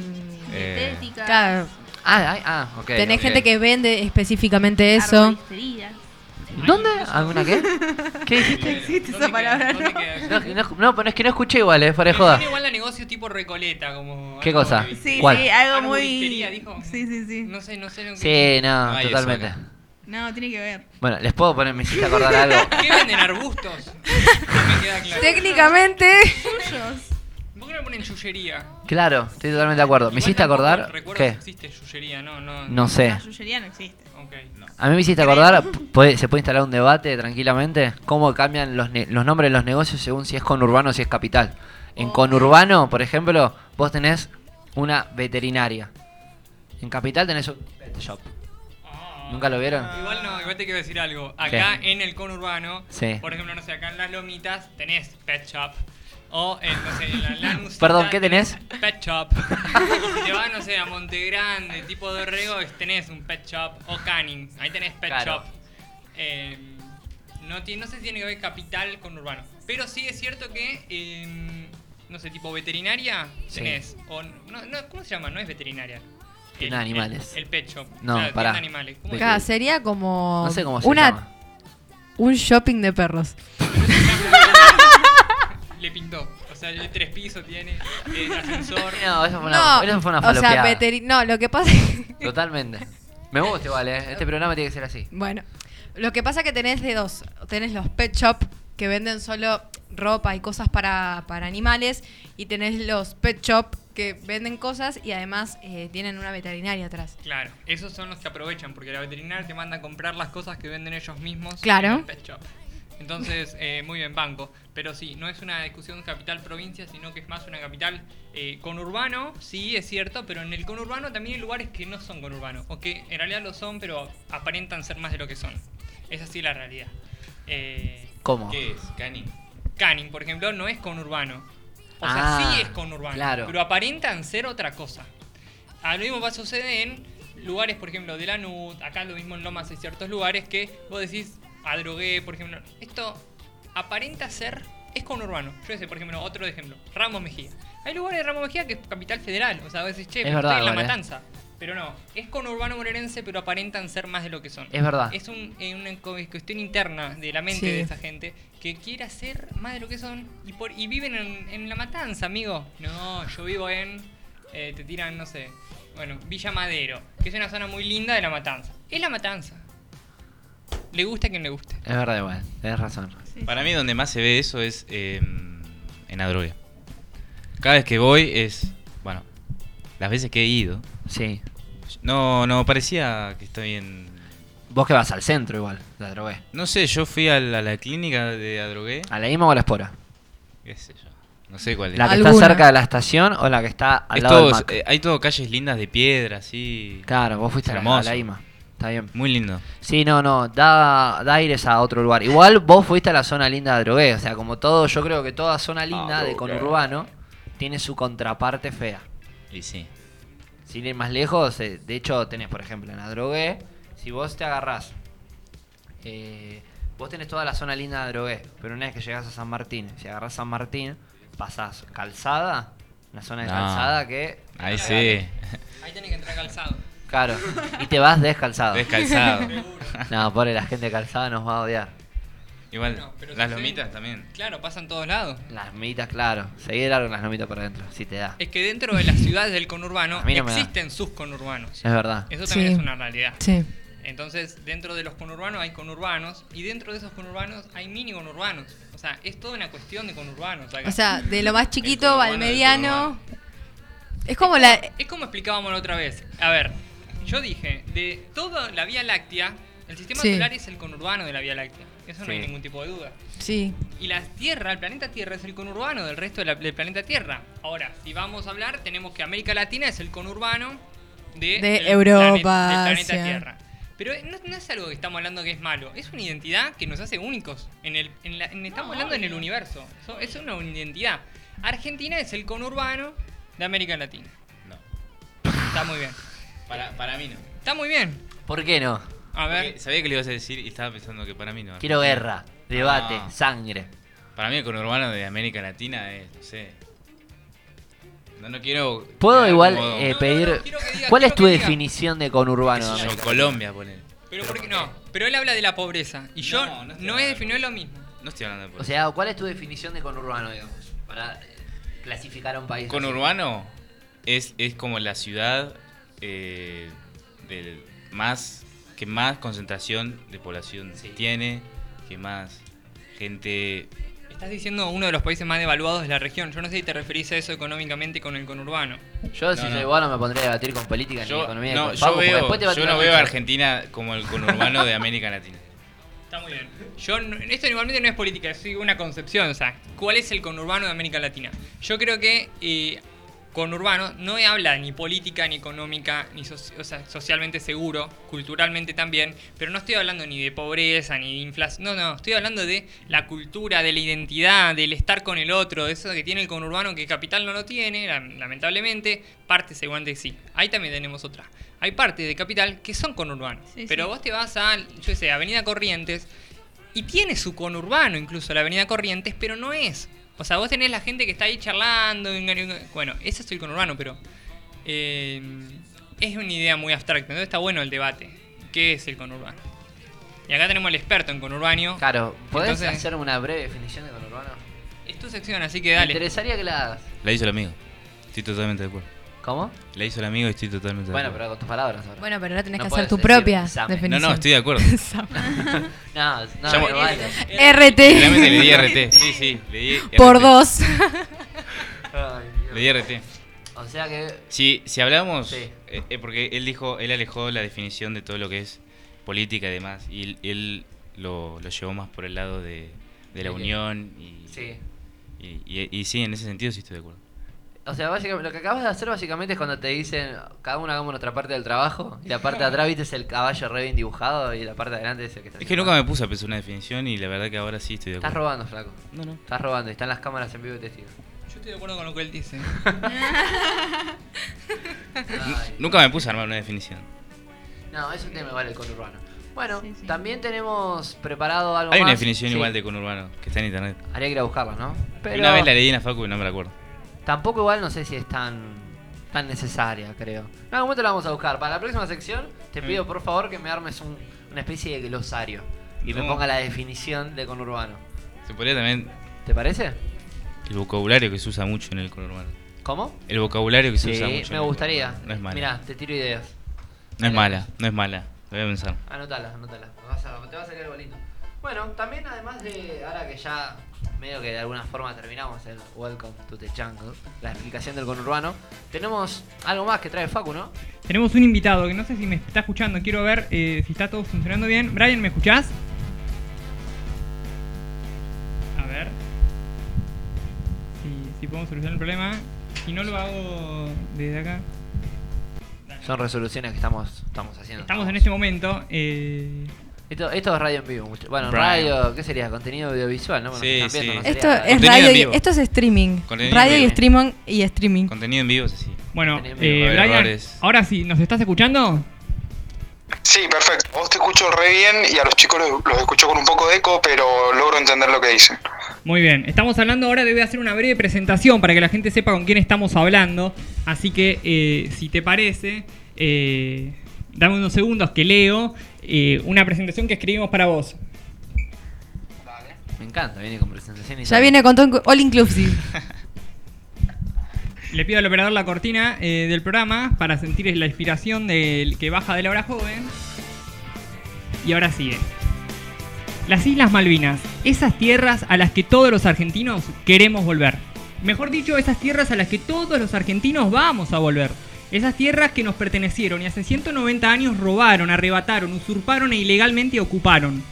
[SPEAKER 6] Eh,
[SPEAKER 7] Dietética.
[SPEAKER 4] Claro,
[SPEAKER 5] Ah, ah, ah ok.
[SPEAKER 4] tenés
[SPEAKER 5] ok.
[SPEAKER 4] gente que vende específicamente eso.
[SPEAKER 7] arbolistería.
[SPEAKER 5] ¿Dónde? ¿Alguna qué? ¿Qué dijiste?
[SPEAKER 7] Existe
[SPEAKER 2] ¿Dónde
[SPEAKER 7] esa palabra,
[SPEAKER 2] queda? ¿Dónde
[SPEAKER 7] ¿no?
[SPEAKER 2] queda?
[SPEAKER 5] No, no, no, pero es que no escuché igual, es fuera de
[SPEAKER 2] Pero
[SPEAKER 5] joda.
[SPEAKER 2] tiene igual a negocio tipo Recoleta, como...
[SPEAKER 5] ¿Qué
[SPEAKER 2] algo
[SPEAKER 5] cosa?
[SPEAKER 2] que-
[SPEAKER 7] Sí,
[SPEAKER 5] ¿Cuál?
[SPEAKER 7] sí, algo
[SPEAKER 2] Arbolistería,
[SPEAKER 7] muy.
[SPEAKER 2] dijo.
[SPEAKER 7] Sí, sí, sí.
[SPEAKER 2] No sé, no sé lo que...
[SPEAKER 5] Sí, no,
[SPEAKER 6] No hay eso
[SPEAKER 5] totalmente.
[SPEAKER 6] acá.
[SPEAKER 7] No, tiene que ver.
[SPEAKER 5] Bueno, les puedo poner, me hiciste acordar algo.
[SPEAKER 2] ¿Qué venden arbustos? No me queda claro.
[SPEAKER 4] Técnicamente...
[SPEAKER 7] Suyos.
[SPEAKER 2] ¿Por qué no ponen yuyería?
[SPEAKER 5] Claro, estoy totalmente de acuerdo. ¿Me
[SPEAKER 2] Igual
[SPEAKER 5] hiciste
[SPEAKER 2] tampoco
[SPEAKER 5] acordar?
[SPEAKER 2] Recuerdo que
[SPEAKER 5] ¿Qué?
[SPEAKER 2] existe yuyería, no, no.
[SPEAKER 5] No sé.
[SPEAKER 7] La yuyería no existe.
[SPEAKER 2] Ok.
[SPEAKER 5] A mí me hiciste acordar, puede- se puede instalar un debate tranquilamente, cómo cambian los, ne- los nombres de los negocios según si es conurbano o si es capital. En conurbano, por ejemplo, vos tenés una veterinaria. En capital tenés un pet shop.
[SPEAKER 2] Ah,
[SPEAKER 5] ¿Nunca lo vieron?
[SPEAKER 2] Igual no, igual te quiero decir algo. Acá en el conurbano,
[SPEAKER 5] Sí.
[SPEAKER 2] por ejemplo, no sé, acá en Las Lomitas tenés Pet Shop. O en, no sé, en la Lanús.
[SPEAKER 5] Perdón, ¿qué tenés?
[SPEAKER 2] Pet Shop. si te vas, no sé, a Montegrande, tipo de Dorrego, es- tenés un Pet Shop. O Canning, ahí tenés Pet
[SPEAKER 5] Claro.
[SPEAKER 2] Shop. Eh, no, tiene- no sé si tiene que ver capital con urbano. Pero sí es cierto que, eh, no sé, tipo veterinaria,
[SPEAKER 5] Sí.
[SPEAKER 2] tenés. O, no, no, ¿Cómo se llama? No es veterinaria.
[SPEAKER 5] Tiene
[SPEAKER 2] El-
[SPEAKER 5] animales.
[SPEAKER 2] El, el Pet Shop.
[SPEAKER 5] No,
[SPEAKER 2] Claro,
[SPEAKER 5] pará.
[SPEAKER 2] tiene animales. ¿Cómo
[SPEAKER 5] Ve-
[SPEAKER 2] se
[SPEAKER 4] Acá Ah, sería como,
[SPEAKER 5] No sé cómo se
[SPEAKER 4] una,
[SPEAKER 5] llama.
[SPEAKER 4] un shopping de perros.
[SPEAKER 2] Le pintó. O sea, el tres pisos tiene, el ascensor.
[SPEAKER 5] No, eso fue una, eso fue una
[SPEAKER 4] o sea,
[SPEAKER 5] falopeada.
[SPEAKER 4] veteri- no, lo que pasa
[SPEAKER 5] Totalmente. Me gusta igual, ¿eh? Este programa tiene que ser así.
[SPEAKER 4] Bueno, lo que pasa que tenés de dos. Tenés los pet shop que venden solo ropa y cosas para, para animales y tenés los pet shop que venden cosas y además eh, tienen una veterinaria atrás.
[SPEAKER 2] Claro, esos son los que aprovechan, porque la veterinaria te manda a comprar las cosas que venden ellos mismos
[SPEAKER 4] Claro.
[SPEAKER 2] en el pet shop. Entonces, eh, muy bien, banco. Pero sí, no es una discusión capital-provincia, sino que es más una capital eh, conurbano, sí, es cierto, pero en el conurbano también hay lugares que no son conurbano, o que en realidad lo son, pero aparentan ser más de lo que son. Es así la realidad. Eh,
[SPEAKER 5] ¿Cómo?
[SPEAKER 6] ¿Qué es? Cani.
[SPEAKER 2] Canning, por ejemplo, no es conurbano. O
[SPEAKER 5] Ah,
[SPEAKER 2] sea, sí es conurbano,
[SPEAKER 5] claro.
[SPEAKER 2] pero aparentan ser otra cosa. A lo mismo va a suceder en lugares, por ejemplo, de Lanús, acá lo mismo en Lomas hay ciertos lugares que vos decís, adrogué, por ejemplo, esto aparenta ser, es conurbano. Yo qué sé, por ejemplo, otro ejemplo, Ramos Mejía. Hay lugares de Ramos Mejía que es capital federal, o sea, vos decís, che,
[SPEAKER 5] Es
[SPEAKER 2] pero
[SPEAKER 5] verdad,
[SPEAKER 2] estoy en La
[SPEAKER 5] igual, eh.
[SPEAKER 2] Matanza. Pero no, es conurbano morerense, pero aparentan ser más de lo que son.
[SPEAKER 5] Es verdad.
[SPEAKER 2] Es un- eh, una co- cuestión interna de la mente
[SPEAKER 4] Sí.
[SPEAKER 2] de esa gente que quiere hacer más de lo que son y, por, y viven en, en la matanza, amigo. No, yo vivo en. eh, te tiran, no sé. Bueno, Villa Madero, que es una zona muy linda de la matanza. Es la matanza. Le gusta a quien le guste.
[SPEAKER 5] Es verdad igual, tenés razón.
[SPEAKER 6] Para mí donde más se ve eso es eh, en Adrogué. Cada vez que voy es, bueno, las veces que he ido,
[SPEAKER 5] Sí.
[SPEAKER 6] no, no parecía que estoy en...
[SPEAKER 5] Vos que vas al centro igual, la drogué.
[SPEAKER 6] No sé, yo fui a la, a la clínica de Adrogué,
[SPEAKER 5] ¿A la IMA o a la espora?
[SPEAKER 6] qué sé yo, no sé cuál es.
[SPEAKER 5] ¿La que
[SPEAKER 4] Alguna.
[SPEAKER 5] está cerca de la estación o la que está al
[SPEAKER 6] Es
[SPEAKER 5] lado
[SPEAKER 6] todo-
[SPEAKER 5] del Mac?
[SPEAKER 6] eh, hay todo calles lindas de piedra, así.
[SPEAKER 5] Claro, vos fuiste a la, a
[SPEAKER 6] hermoso.
[SPEAKER 5] la IMA. Está bien.
[SPEAKER 6] Muy lindo.
[SPEAKER 5] Sí, no, no, da, da aires a otro lugar. Igual vos fuiste a la zona linda de Drogué, o sea, como todo, yo creo que toda zona linda de conurbano tiene su contraparte fea.
[SPEAKER 6] Y sí.
[SPEAKER 5] Sin ir más lejos, eh, de hecho tenés, por ejemplo, en la drogué, si vos te agarrás, eh, vos tenés toda la zona linda de drogué, pero una vez que llegás a San Martín, si agarrás San Martín, pasás calzada, una zona de
[SPEAKER 6] No.
[SPEAKER 5] calzada que...
[SPEAKER 6] Ah. Ahí
[SPEAKER 2] Ah,
[SPEAKER 6] sí.
[SPEAKER 2] Ahí tenés que entrar calzado.
[SPEAKER 5] Claro, y te vas descalzado.
[SPEAKER 6] Descalzado.
[SPEAKER 5] no, pobre, la gente de calzada nos va a odiar.
[SPEAKER 6] Igual,
[SPEAKER 2] No, pero
[SPEAKER 6] las
[SPEAKER 2] sí.
[SPEAKER 6] lomitas también.
[SPEAKER 2] Claro, pasa en todos lados.
[SPEAKER 5] Las mitas, claro, seguí de largo las nomitas para adentro, si te da.
[SPEAKER 2] Es que dentro de las ciudades del conurbano
[SPEAKER 5] A mí no me da.
[SPEAKER 2] existen sus conurbanos.
[SPEAKER 5] Es verdad.
[SPEAKER 2] Eso también
[SPEAKER 4] Sí.
[SPEAKER 2] es una realidad.
[SPEAKER 4] Sí.
[SPEAKER 2] Entonces, dentro de los conurbanos hay conurbanos y dentro de esos conurbanos hay mini conurbanos. O sea, es toda una cuestión de conurbanos. acá.
[SPEAKER 4] O sea, de lo más
[SPEAKER 2] El
[SPEAKER 4] chiquito va al
[SPEAKER 2] conurbano del
[SPEAKER 4] mediano. Es como la...
[SPEAKER 2] es como explicábamos la otra vez. A ver, yo dije, de toda la Vía Láctea, el sistema
[SPEAKER 4] Sí.
[SPEAKER 2] solar es el conurbano de la Vía Láctea. Eso no hay
[SPEAKER 5] Sí.
[SPEAKER 2] ningún tipo de duda.
[SPEAKER 4] Sí.
[SPEAKER 2] Y la Tierra, el planeta Tierra, es el conurbano del resto de la- del planeta Tierra. Ahora, si vamos a hablar, tenemos que América Latina es el conurbano de,
[SPEAKER 4] De
[SPEAKER 2] el
[SPEAKER 4] Europa,
[SPEAKER 2] planet- del planeta
[SPEAKER 4] Asia.
[SPEAKER 2] Tierra. Pero no, no es algo que estamos hablando que es malo, es una identidad que nos hace únicos. En el, en la- en- estamos hablando en el universo, So- es una identidad. Argentina es el conurbano de América Latina.
[SPEAKER 6] No.
[SPEAKER 2] Está muy bien.
[SPEAKER 6] Para, para mí no.
[SPEAKER 2] Está muy bien.
[SPEAKER 5] ¿Por qué no?
[SPEAKER 2] A ver,
[SPEAKER 6] Porque sabía que le ibas a decir y estaba pensando que para mí no.
[SPEAKER 5] Quiero guerra, debate,
[SPEAKER 6] Ah.
[SPEAKER 5] sangre.
[SPEAKER 6] Para mí el conurbano de América Latina es, no sé. No, no quiero.
[SPEAKER 5] ¿Puedo
[SPEAKER 6] quedar
[SPEAKER 5] igual
[SPEAKER 6] como-
[SPEAKER 5] eh,
[SPEAKER 2] no,
[SPEAKER 5] pedir.
[SPEAKER 2] no, quiero que diga,
[SPEAKER 5] ¿Cuál
[SPEAKER 2] quiero
[SPEAKER 5] es tu
[SPEAKER 2] que diga.
[SPEAKER 5] definición de conurbano?
[SPEAKER 6] qué sé yo,
[SPEAKER 5] América?
[SPEAKER 6] Colombia, poner.
[SPEAKER 2] pero ¿por qué no? Pero él habla de la pobreza y yo
[SPEAKER 6] No, no
[SPEAKER 2] no, he
[SPEAKER 6] estoy hablando.
[SPEAKER 2] definido lo mismo.
[SPEAKER 6] No estoy hablando de
[SPEAKER 5] O
[SPEAKER 6] política.
[SPEAKER 5] sea, ¿cuál es tu definición de conurbano, digamos? Para eh, clasificar a un país.
[SPEAKER 6] Conurbano es, es como la ciudad eh, del más que más concentración de población
[SPEAKER 5] Sí.
[SPEAKER 6] tiene, que más gente
[SPEAKER 2] Estás diciendo uno de los países más devaluados de la región. Yo no sé si te referís a eso económicamente con el conurbano.
[SPEAKER 5] Yo, si
[SPEAKER 6] No, no.
[SPEAKER 5] soy bueno, me pondría a debatir con política ni
[SPEAKER 6] Yo
[SPEAKER 5] economía.
[SPEAKER 6] no,
[SPEAKER 5] con
[SPEAKER 6] yo
[SPEAKER 5] Facu, porque
[SPEAKER 6] veo-
[SPEAKER 5] después te va a
[SPEAKER 6] yo
[SPEAKER 5] tirar
[SPEAKER 6] no veo a
[SPEAKER 5] mucho.
[SPEAKER 6] Argentina como el conurbano de América Latina.
[SPEAKER 2] Está muy bien. Yo, no- esto igualmente no es política, es una concepción. O sea, ¿cuál es el conurbano de América Latina? Yo creo que eh, con Urbano no habla ni política, ni económica, ni soci- o sea, socialmente seguro, culturalmente también, pero no estoy hablando ni de pobreza, ni de inflación, no, no, estoy hablando de la cultura, de la identidad, del estar con el otro, de eso que tiene el conurbano que Capital no lo tiene, la- lamentablemente, parte seguramente sí. Ahí también tenemos otra. Hay partes de Capital que son conurbanos,
[SPEAKER 7] Sí,
[SPEAKER 2] pero
[SPEAKER 7] sí.
[SPEAKER 2] vos te vas a, yo qué sé, Avenida Corrientes, y tiene su conurbano incluso la avenida Corrientes, pero no es. O sea, vos tenés la gente que está ahí charlando. enga- Bueno, ese es el conurbano, pero eh, es una idea muy abstracta. Entonces está bueno el debate. ¿Qué es el conurbano? Y acá tenemos al experto en conurbano.
[SPEAKER 5] Claro, ¿podés
[SPEAKER 2] Entonces-
[SPEAKER 5] hacer una breve definición de conurbano?
[SPEAKER 2] Es tu sección, así que
[SPEAKER 5] Me
[SPEAKER 2] dale.
[SPEAKER 5] interesaría que la hagas.
[SPEAKER 6] La hizo el amigo. Estoy totalmente de acuerdo.
[SPEAKER 5] ¿Cómo?
[SPEAKER 6] La hizo el amigo y estoy totalmente de
[SPEAKER 5] Bueno,
[SPEAKER 6] acuerdo.
[SPEAKER 5] pero con tus palabras ahora.
[SPEAKER 4] Bueno, pero ahora tenés
[SPEAKER 5] No
[SPEAKER 4] que hacer
[SPEAKER 5] podés
[SPEAKER 4] tu
[SPEAKER 5] decir
[SPEAKER 4] propia
[SPEAKER 5] examen.
[SPEAKER 4] definición.
[SPEAKER 6] no, no, estoy de acuerdo.
[SPEAKER 5] No, no,
[SPEAKER 6] Llamo-
[SPEAKER 5] pero vale.
[SPEAKER 6] Realmente le
[SPEAKER 4] RT
[SPEAKER 6] di RT. Sí, sí, le di RT.
[SPEAKER 4] por dos.
[SPEAKER 5] Ay,
[SPEAKER 6] Le
[SPEAKER 5] Dios.
[SPEAKER 6] di RT.
[SPEAKER 5] O sea que.
[SPEAKER 6] Si, si hablamos,
[SPEAKER 5] Sí.
[SPEAKER 6] eh, eh, porque él dijo, él alejó la definición de todo lo que es política y demás, y él- él lo, lo llevó más por el lado de, de la
[SPEAKER 5] Sí.
[SPEAKER 6] unión. Y,
[SPEAKER 5] Sí.
[SPEAKER 6] Y, y- y sí, en ese sentido sí estoy de acuerdo.
[SPEAKER 5] O sea, básicamente, lo que acabas de hacer básicamente es cuando te dicen, cada uno hagamos nuestra parte del trabajo, y la parte de atrás, viste, es el caballo re bien dibujado, y la parte de adelante es el que está
[SPEAKER 6] Es que
[SPEAKER 5] haciendo
[SPEAKER 6] nunca
[SPEAKER 5] mal.
[SPEAKER 6] me puse a pensar una definición y la verdad que ahora sí estoy de
[SPEAKER 5] Estás
[SPEAKER 6] acuerdo.
[SPEAKER 5] robando, flaco.
[SPEAKER 6] No, no.
[SPEAKER 5] Estás robando, y están las cámaras en vivo y testigos.
[SPEAKER 2] Yo estoy de acuerdo con lo que él dice.
[SPEAKER 5] Ay.
[SPEAKER 6] Nunca me puse a armar una definición.
[SPEAKER 5] No, es un tema igual el conurbano. Bueno,
[SPEAKER 7] Sí, sí.
[SPEAKER 5] también tenemos preparado algo
[SPEAKER 6] Hay
[SPEAKER 5] más.
[SPEAKER 6] una definición
[SPEAKER 5] Sí.
[SPEAKER 6] igual de conurbano que está en internet.
[SPEAKER 5] Haría que ir a buscarla, ¿no? Pero
[SPEAKER 6] Una vez la leí en la facu y no me la acuerdo.
[SPEAKER 5] tampoco igual no sé si es tan, tan necesaria, creo. En algún momento la vamos a buscar. Para la próxima sección, te
[SPEAKER 6] Mm.
[SPEAKER 5] pido por favor que me armes un- una especie de glosario. Y me
[SPEAKER 6] No.
[SPEAKER 5] ponga la definición de conurbano.
[SPEAKER 6] Se podría también
[SPEAKER 5] ¿Te parece?
[SPEAKER 6] el vocabulario que se usa mucho en el conurbano.
[SPEAKER 5] ¿Cómo?
[SPEAKER 6] El vocabulario que se usa mucho.
[SPEAKER 5] Sí,
[SPEAKER 6] en
[SPEAKER 5] me
[SPEAKER 6] el
[SPEAKER 5] gustaría.
[SPEAKER 6] conurbano. No es mala.
[SPEAKER 5] Mirá, te tiro ideas.
[SPEAKER 6] no es mala, no es mala. Lo voy a pensar.
[SPEAKER 5] Anótala, anótala. Me vas a- te va a salir algo lindo. Bueno, también además de ahora que ya medio que de alguna forma terminamos el Welcome to the Jungle, la explicación del conurbano, tenemos algo más que trae Facu, ¿no?
[SPEAKER 2] Tenemos un invitado que no sé si me está escuchando. Quiero ver eh, si está todo funcionando bien. Brian, ¿me escuchás? A ver. Si, si podemos solucionar el problema. Si no lo hago desde acá.
[SPEAKER 5] Son resoluciones que estamos, estamos haciendo.
[SPEAKER 2] Estamos en este momento. eh,
[SPEAKER 5] Esto, esto es radio en vivo. mucho- Bueno,
[SPEAKER 6] Brian.
[SPEAKER 5] radio, ¿qué sería? Contenido audiovisual, ¿no? Bueno,
[SPEAKER 6] Sí,
[SPEAKER 5] nos están viendo,
[SPEAKER 6] sí.
[SPEAKER 5] no sería
[SPEAKER 4] Esto
[SPEAKER 5] radio.
[SPEAKER 4] es
[SPEAKER 6] Contenido en
[SPEAKER 4] radio
[SPEAKER 6] vivo.
[SPEAKER 4] y, esto es streaming.
[SPEAKER 6] Contenido en
[SPEAKER 4] radio y
[SPEAKER 6] vivo.
[SPEAKER 4] streaming y streaming.
[SPEAKER 6] Contenido en vivo es así.
[SPEAKER 2] bueno,
[SPEAKER 5] Tenemos-
[SPEAKER 2] eh,
[SPEAKER 6] a ver,
[SPEAKER 2] Brian,
[SPEAKER 6] errores.
[SPEAKER 2] ahora sí, ¿nos estás escuchando?
[SPEAKER 11] Sí, perfecto. Vos te escucho re bien y a los chicos los, los escucho con un poco de eco, pero logro entender lo que dicen.
[SPEAKER 2] Muy bien, estamos hablando ahora, debe hacer una breve presentación para que la gente sepa con quién estamos hablando. Así que, eh, si te parece, eh, dame unos segundos que leo eh, una presentación que escribimos para vos.
[SPEAKER 5] Me encanta, viene con presentación y
[SPEAKER 4] Ya
[SPEAKER 5] todo.
[SPEAKER 4] viene con todo, all inclusive.
[SPEAKER 2] Le pido al operador la cortina eh, del programa para sentir la inspiración del que baja de la hora joven. Y ahora sigue. Las Islas Malvinas, esas tierras a las que todos los argentinos queremos volver. Mejor dicho, esas tierras a las que todos los argentinos vamos a volver. Esas tierras que nos pertenecieron y hace 190 años robaron, arrebataron, usurparon e ilegalmente ocuparon.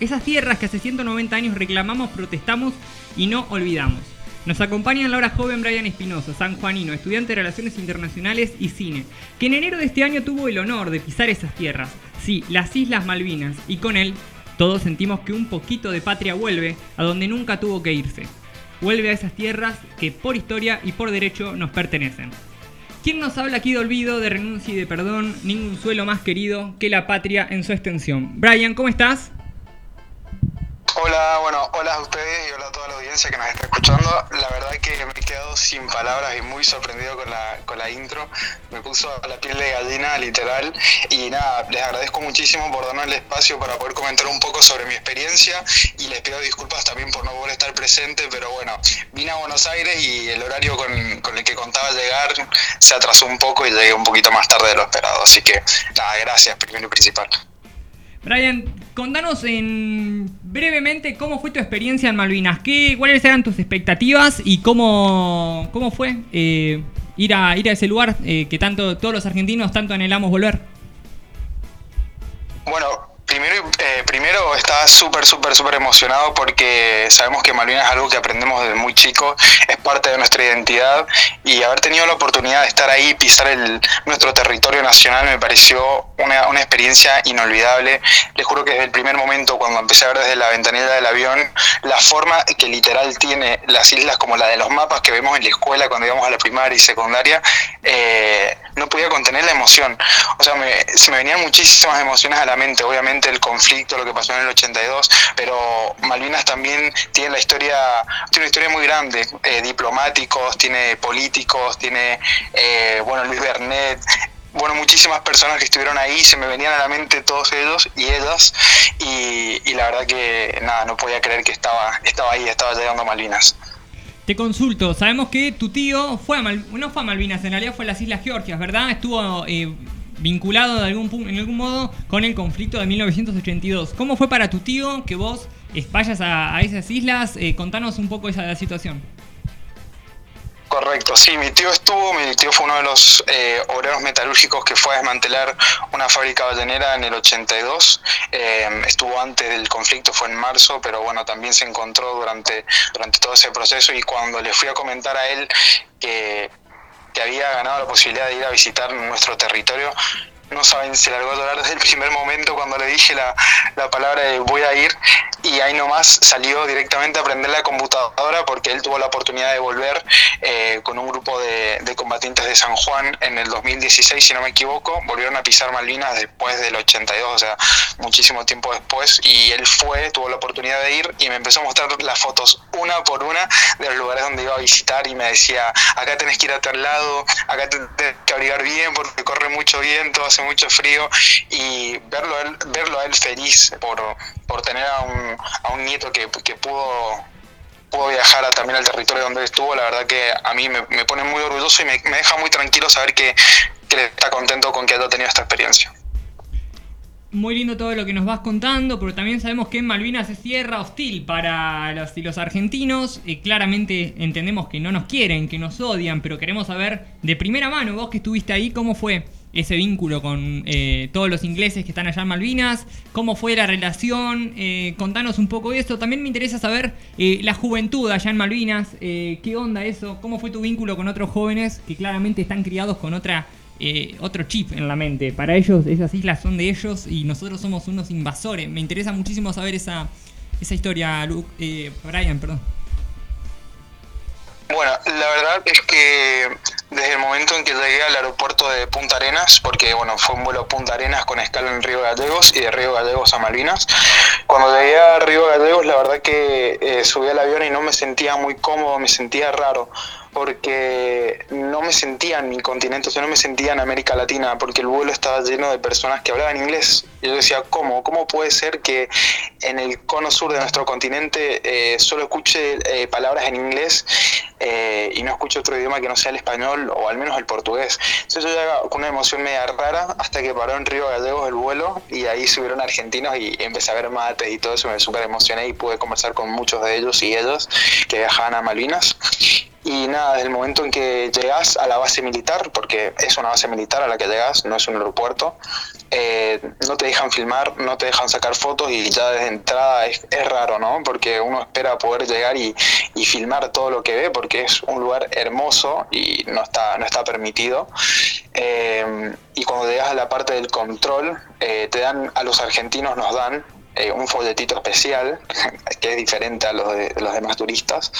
[SPEAKER 2] Esas tierras que hace 190 años reclamamos, protestamos y no olvidamos. Nos acompañan la hora joven Brian Espinosa, sanjuanino, estudiante de Relaciones Internacionales y Cine, que en enero de este año tuvo el honor de pisar esas tierras, sí, las Islas Malvinas, y con él todos sentimos que un poquito de patria vuelve a donde nunca tuvo que irse. Vuelve a esas tierras que por historia y por derecho nos pertenecen. ¿Quién nos habla aquí de olvido, de renuncia y de perdón? Ningún suelo más querido que la patria en su extensión. Brian, ¿cómo estás?
[SPEAKER 11] Hola, bueno, hola a ustedes y hola a toda la audiencia que nos está escuchando. La verdad que me he quedado sin palabras y muy sorprendido con la, con la intro. Me puso a la piel de gallina, literal. Y nada, les agradezco muchísimo por darnos el espacio para poder comentar un poco sobre mi experiencia y les pido disculpas también por no poder estar presente, pero bueno, vine a Buenos Aires y el horario con, con el que contaba llegar se atrasó un poco y llegué un poquito más tarde de lo esperado. Así que nada, gracias primero y principal.
[SPEAKER 2] Brian, contanos en brevemente cómo fue tu experiencia en Malvinas, ¿Qué, cuáles eran tus expectativas y cómo, cómo fue eh, ir, a, ir a ese lugar eh, que tanto todos los argentinos tanto anhelamos volver.
[SPEAKER 11] Bueno, primero, eh, primero estaba súper, súper, súper emocionado porque sabemos que Malvinas es algo que aprendemos desde muy chico, es parte de nuestra identidad y haber tenido la oportunidad de estar ahí, pisar el, nuestro territorio nacional, me pareció una, una experiencia inolvidable. Les juro que desde el primer momento, cuando empecé a ver desde la ventanilla del avión, la forma que literal tiene las islas, como la de los mapas que vemos en la escuela cuando íbamos a la primaria y secundaria, eh, no podía contener la emoción. O sea, me- se me venían muchísimas emociones a la mente. Obviamente el conflicto, lo que pasó en el 82, pero Malvinas también tiene la historia, tiene una historia muy grande. eh, diplomáticos, tiene políticos, tiene, eh, bueno, Luis Bernet. Bueno, muchísimas personas que estuvieron ahí, se me venían a la mente todos ellos y ellas, y, y la verdad que nada, no podía creer que estaba, estaba ahí, estaba llegando a Malvinas.
[SPEAKER 2] Te consulto, sabemos que tu tío fue a Mal- no fue a Malvinas, en realidad fue a las Islas Georgias, ¿verdad? Estuvo eh, vinculado de algún pu- en algún modo con el conflicto de 1982. ¿Cómo fue para tu tío que vos eh, vayas a, a esas islas? Eh, contanos un poco esa situación.
[SPEAKER 11] Correcto, sí, mi tío estuvo, mi tío fue uno de los eh, obreros metalúrgicos que fue a desmantelar una fábrica ballenera en el 82, eh, estuvo antes del conflicto, fue en marzo, pero bueno, también se encontró durante, durante todo ese proceso y cuando le fui a comentar a él que, que había ganado la posibilidad de ir a visitar nuestro territorio, no saben, se largó a llorar desde el primer momento cuando le dije la, la palabra de voy a ir y ahí nomás salió directamente a aprender la computadora porque él tuvo la oportunidad de volver eh, con un grupo de, de combatientes de San Juan en el 2016, si no me equivoco, volvieron a pisar Malvinas después del 82, o sea, muchísimo tiempo después, y él fue, tuvo la oportunidad de ir y me empezó a mostrar las fotos una por una de los lugares donde iba a visitar y me decía, acá tenés que ir a tal lado, acá te tenés que abrigar bien porque corre mucho viento, hace mucho frío, y verlo a él, verlo a él feliz por, por tener a un, a un nieto que, que pudo pudo viajar a- también al territorio donde él estuvo, la verdad que a mí me, me pone muy orgulloso y me, me deja muy tranquilo saber que, que él está contento con que haya tenido esta experiencia.
[SPEAKER 2] Muy lindo todo lo que nos vas contando, pero también sabemos que en Malvinas es tierra hostil para los, y los argentinos. Eh, claramente entendemos que no nos quieren, que nos odian, pero queremos saber de primera mano, vos que estuviste ahí, cómo fue ese vínculo con eh, todos los ingleses que están allá en Malvinas, cómo fue la relación, eh, contanos un poco de eso. También me interesa saber eh, la juventud allá en Malvinas, eh, qué onda eso, cómo fue tu vínculo con otros jóvenes que claramente están criados con otra eh, otro chip en la mente. Para ellos, esas islas son de ellos y nosotros somos unos invasores. Me interesa muchísimo saber esa, esa historia, Luke, eh, Brian, perdón.
[SPEAKER 11] Bueno, la verdad es que desde el momento en que llegué al aeropuerto de Punta Arenas, porque bueno, fue un vuelo a Punta Arenas con escala en Río Gallegos y de Río Gallegos a Malvinas, cuando llegué a Río Gallegos la verdad que eh, subí al avión y no me sentía muy cómodo, me sentía raro, porque no me sentía en mi continente, o sea, no me sentía en América Latina, porque el vuelo estaba lleno de personas que hablaban inglés. Y yo decía, ¿cómo? ¿Cómo puede ser que en el cono sur de nuestro continente eh, solo escuche eh, palabras en inglés eh, y no escucho otro idioma que no sea el español o al menos el portugués. Entonces yo ya con una emoción media rara hasta que paró en Río Gallegos el vuelo y ahí subieron argentinos y empecé a ver mates y todo eso, me súper emocioné y pude conversar con muchos de ellos y ellos que viajaban a Malvinas. Y nada, desde el momento en que llegas a la base militar, porque es una base militar a la que llegas, no es un aeropuerto, eh, no te dejan filmar, no te dejan sacar fotos y ya desde entrada es, es raro, ¿no? Porque uno espera poder llegar y, y filmar todo lo que ve, porque es un lugar hermoso y no está, no está permitido. Eh, y cuando llegas a la parte del control, eh, te dan, a los argentinos nos dan eh, un folletito especial, que es diferente a los de los demás turistas,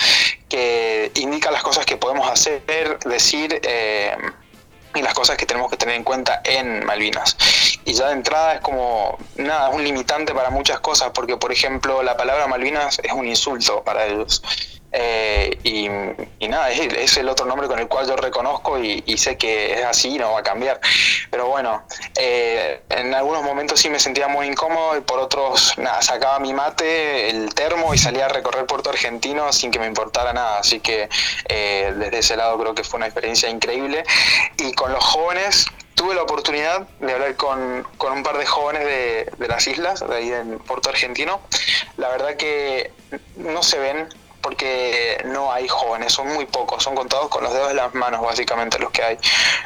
[SPEAKER 11] que indica las cosas que podemos hacer, decir eh, y las cosas que tenemos que tener en cuenta en Malvinas. Y ya de entrada es como, nada, es un limitante para muchas cosas, porque por ejemplo la palabra Malvinas es un insulto para ellos. Eh, y, y nada, es, es el otro nombre con el cual yo reconozco y, y sé que es así y no va a cambiar. Pero bueno, eh, en algunos momentos sí me sentía muy incómodo y por otros, nada, sacaba mi mate, el termo y salía a recorrer Puerto Argentino sin que me importara nada. Así que eh, desde ese lado creo que fue una experiencia increíble. Y con los jóvenes tuve la oportunidad de hablar con, con un par de jóvenes de, de las islas, de ahí en Puerto Argentino. La verdad que no se ven porque no hay jóvenes, son muy pocos, son contados con los dedos de las manos básicamente los que hay,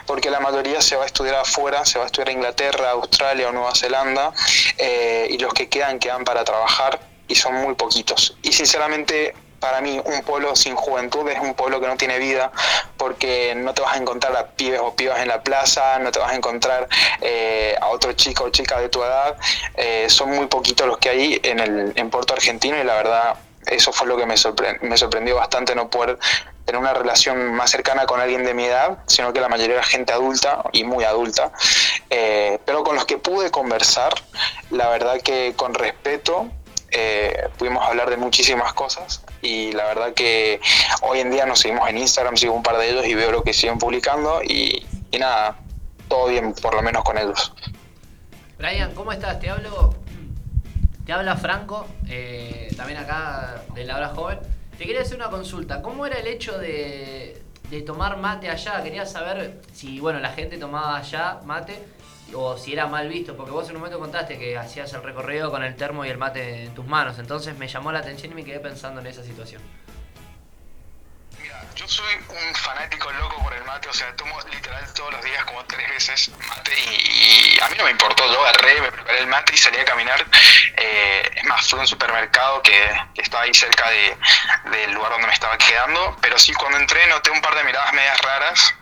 [SPEAKER 11] porque la mayoría se va a estudiar afuera, se va a estudiar a Inglaterra, Australia o Nueva Zelanda, eh, y los que quedan quedan para trabajar y son muy poquitos. Y sinceramente para mí un pueblo sin juventud es un pueblo que no tiene vida, porque no te vas a encontrar a pibes o pibas en la plaza, no te vas a encontrar eh, a otro chico o chica de tu edad. Eh, son muy poquitos los que hay en, el, en Puerto Argentino y la verdad eso fue lo que me, sorpre- me sorprendió bastante no poder tener una relación más cercana con alguien de mi edad, sino que la mayoría era gente adulta y muy adulta. Eh, pero con los que pude conversar, la verdad que con respeto eh, pudimos hablar de muchísimas cosas y la verdad que hoy en día nos seguimos en Instagram, sigo un par de ellos y veo lo que siguen publicando y, y nada, todo bien por lo menos con ellos.
[SPEAKER 5] Brian, ¿cómo estás? Te hablo. Te habla Franco, eh, también acá de La Hora Joven. Te quería hacer una consulta. ¿Cómo era el hecho de, de tomar mate allá? Quería saber si, bueno, la gente tomaba allá mate o si era mal visto, porque vos en un momento contaste que hacías el recorrido con el termo y el mate en tus manos. Entonces me llamó la atención y me quedé pensando en esa situación.
[SPEAKER 11] Yo soy un fanático loco por el mate, o sea, tomo literal todos los días como tres veces mate y, y a mí no me importó, yo agarré, me preparé el mate y salí a caminar. Eh, es más, fue un supermercado que, que estaba ahí cerca de- del lugar donde me estaba quedando, pero sí cuando entré noté un par de miradas medias raras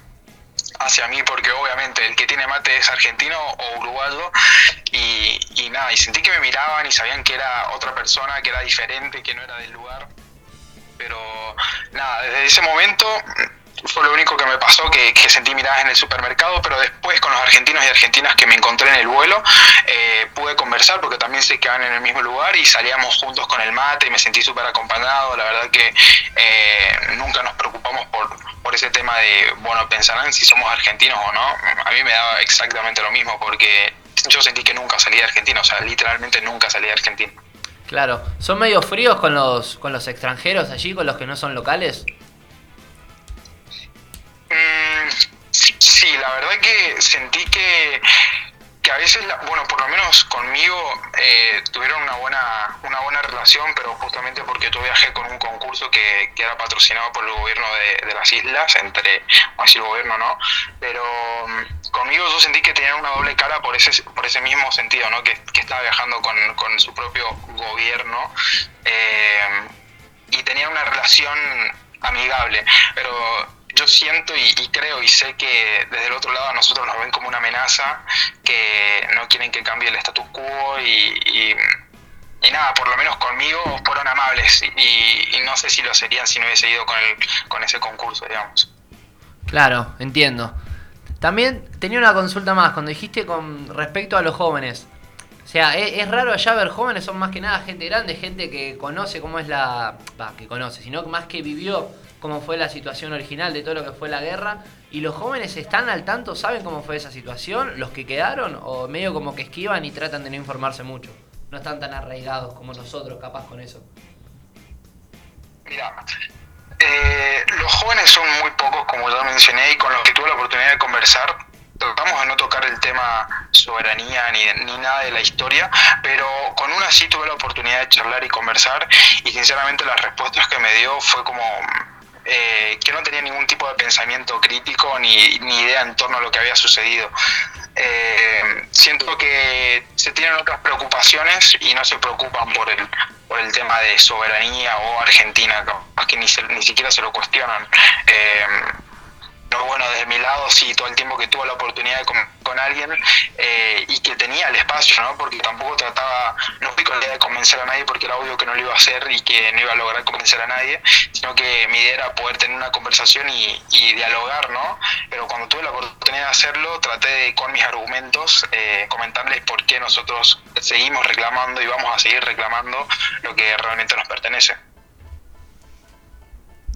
[SPEAKER 11] hacia mí porque obviamente el que tiene mate es argentino o uruguayo y, y nada, y sentí que me miraban y sabían que era otra persona, que era diferente, que no era del lugar pero nada, desde ese momento fue lo único que me pasó, que, que sentí miradas en el supermercado, pero después con los argentinos y argentinas que me encontré en el vuelo, eh, pude conversar porque también se quedaban en el mismo lugar y salíamos juntos con el mate y me sentí súper acompañado, la verdad que eh, nunca nos preocupamos por, por ese tema de, bueno, pensarán si somos argentinos o no, a mí me daba exactamente lo mismo porque yo sentí que nunca salí de Argentina, o sea, literalmente nunca salí de Argentina.
[SPEAKER 5] Claro, ¿son medio fríos con los, con los extranjeros allí, con los que no son locales?
[SPEAKER 11] Mm, sí, la verdad que sentí que, que a veces, la- bueno, por lo menos conmigo eh, tuvieron una buena, una buena relación, pero justamente porque yo viajé con un concurso que, que era patrocinado por el gobierno de, de las islas, entre, o así el gobierno no, pero mm, conmigo yo sentí que tenían una doble cara por ese, por ese mismo sentido, ¿no? Que, que estaba viajando con, con su propio gobierno. eh, y tenía una relación amigable. Pero yo siento y, y creo y sé que desde el otro lado a nosotros nos ven como una amenaza, que no quieren que cambie el status quo y, y- y nada, por lo menos conmigo fueron amables y, y no sé si lo serían si no hubiese ido con, el, con ese concurso, digamos.
[SPEAKER 5] Claro, entiendo. También tenía una consulta más, cuando dijiste con respecto a los jóvenes. O sea, e- es, raro allá ver jóvenes, son más que nada gente grande, gente que conoce cómo es la... Va, que conoce, sino que más que vivió cómo fue la situación original de todo lo que fue la guerra. ¿Y los jóvenes están al tanto, saben cómo fue esa situación? ¿Los que quedaron? ¿O medio como que esquivan y tratan de no informarse mucho? No están tan arraigados como nosotros, capaz con eso.
[SPEAKER 11] Mira, eh, los jóvenes son muy pocos, como ya mencioné, y con los que tuve la oportunidad de conversar, tratamos de no tocar el tema soberanía ni, ni nada de la historia, pero con una sí tuve la oportunidad de charlar y conversar, y sinceramente las respuestas que me dio fue como eh, que no tenía ningún tipo de pensamiento crítico ni, ni idea en torno a lo que había sucedido. Eh, siento que se tienen otras preocupaciones y no se preocupan por el, por el tema de soberanía o Argentina, capaz que ni, se- ni siquiera se lo cuestionan. Eh, pero bueno, desde mi lado sí, todo el tiempo que tuve la oportunidad de con, con alguien eh, y que tenía el espacio, ¿no? Porque tampoco trataba, no fui con la idea de convencer a nadie porque era obvio que no lo iba a hacer y que no iba a lograr convencer a nadie, sino que mi idea era poder tener una conversación y, y dialogar, ¿no? Pero cuando tuve la oportunidad de hacerlo, traté de, con mis argumentos, eh, comentarles por qué nosotros seguimos reclamando y vamos a seguir reclamando lo que realmente nos pertenece.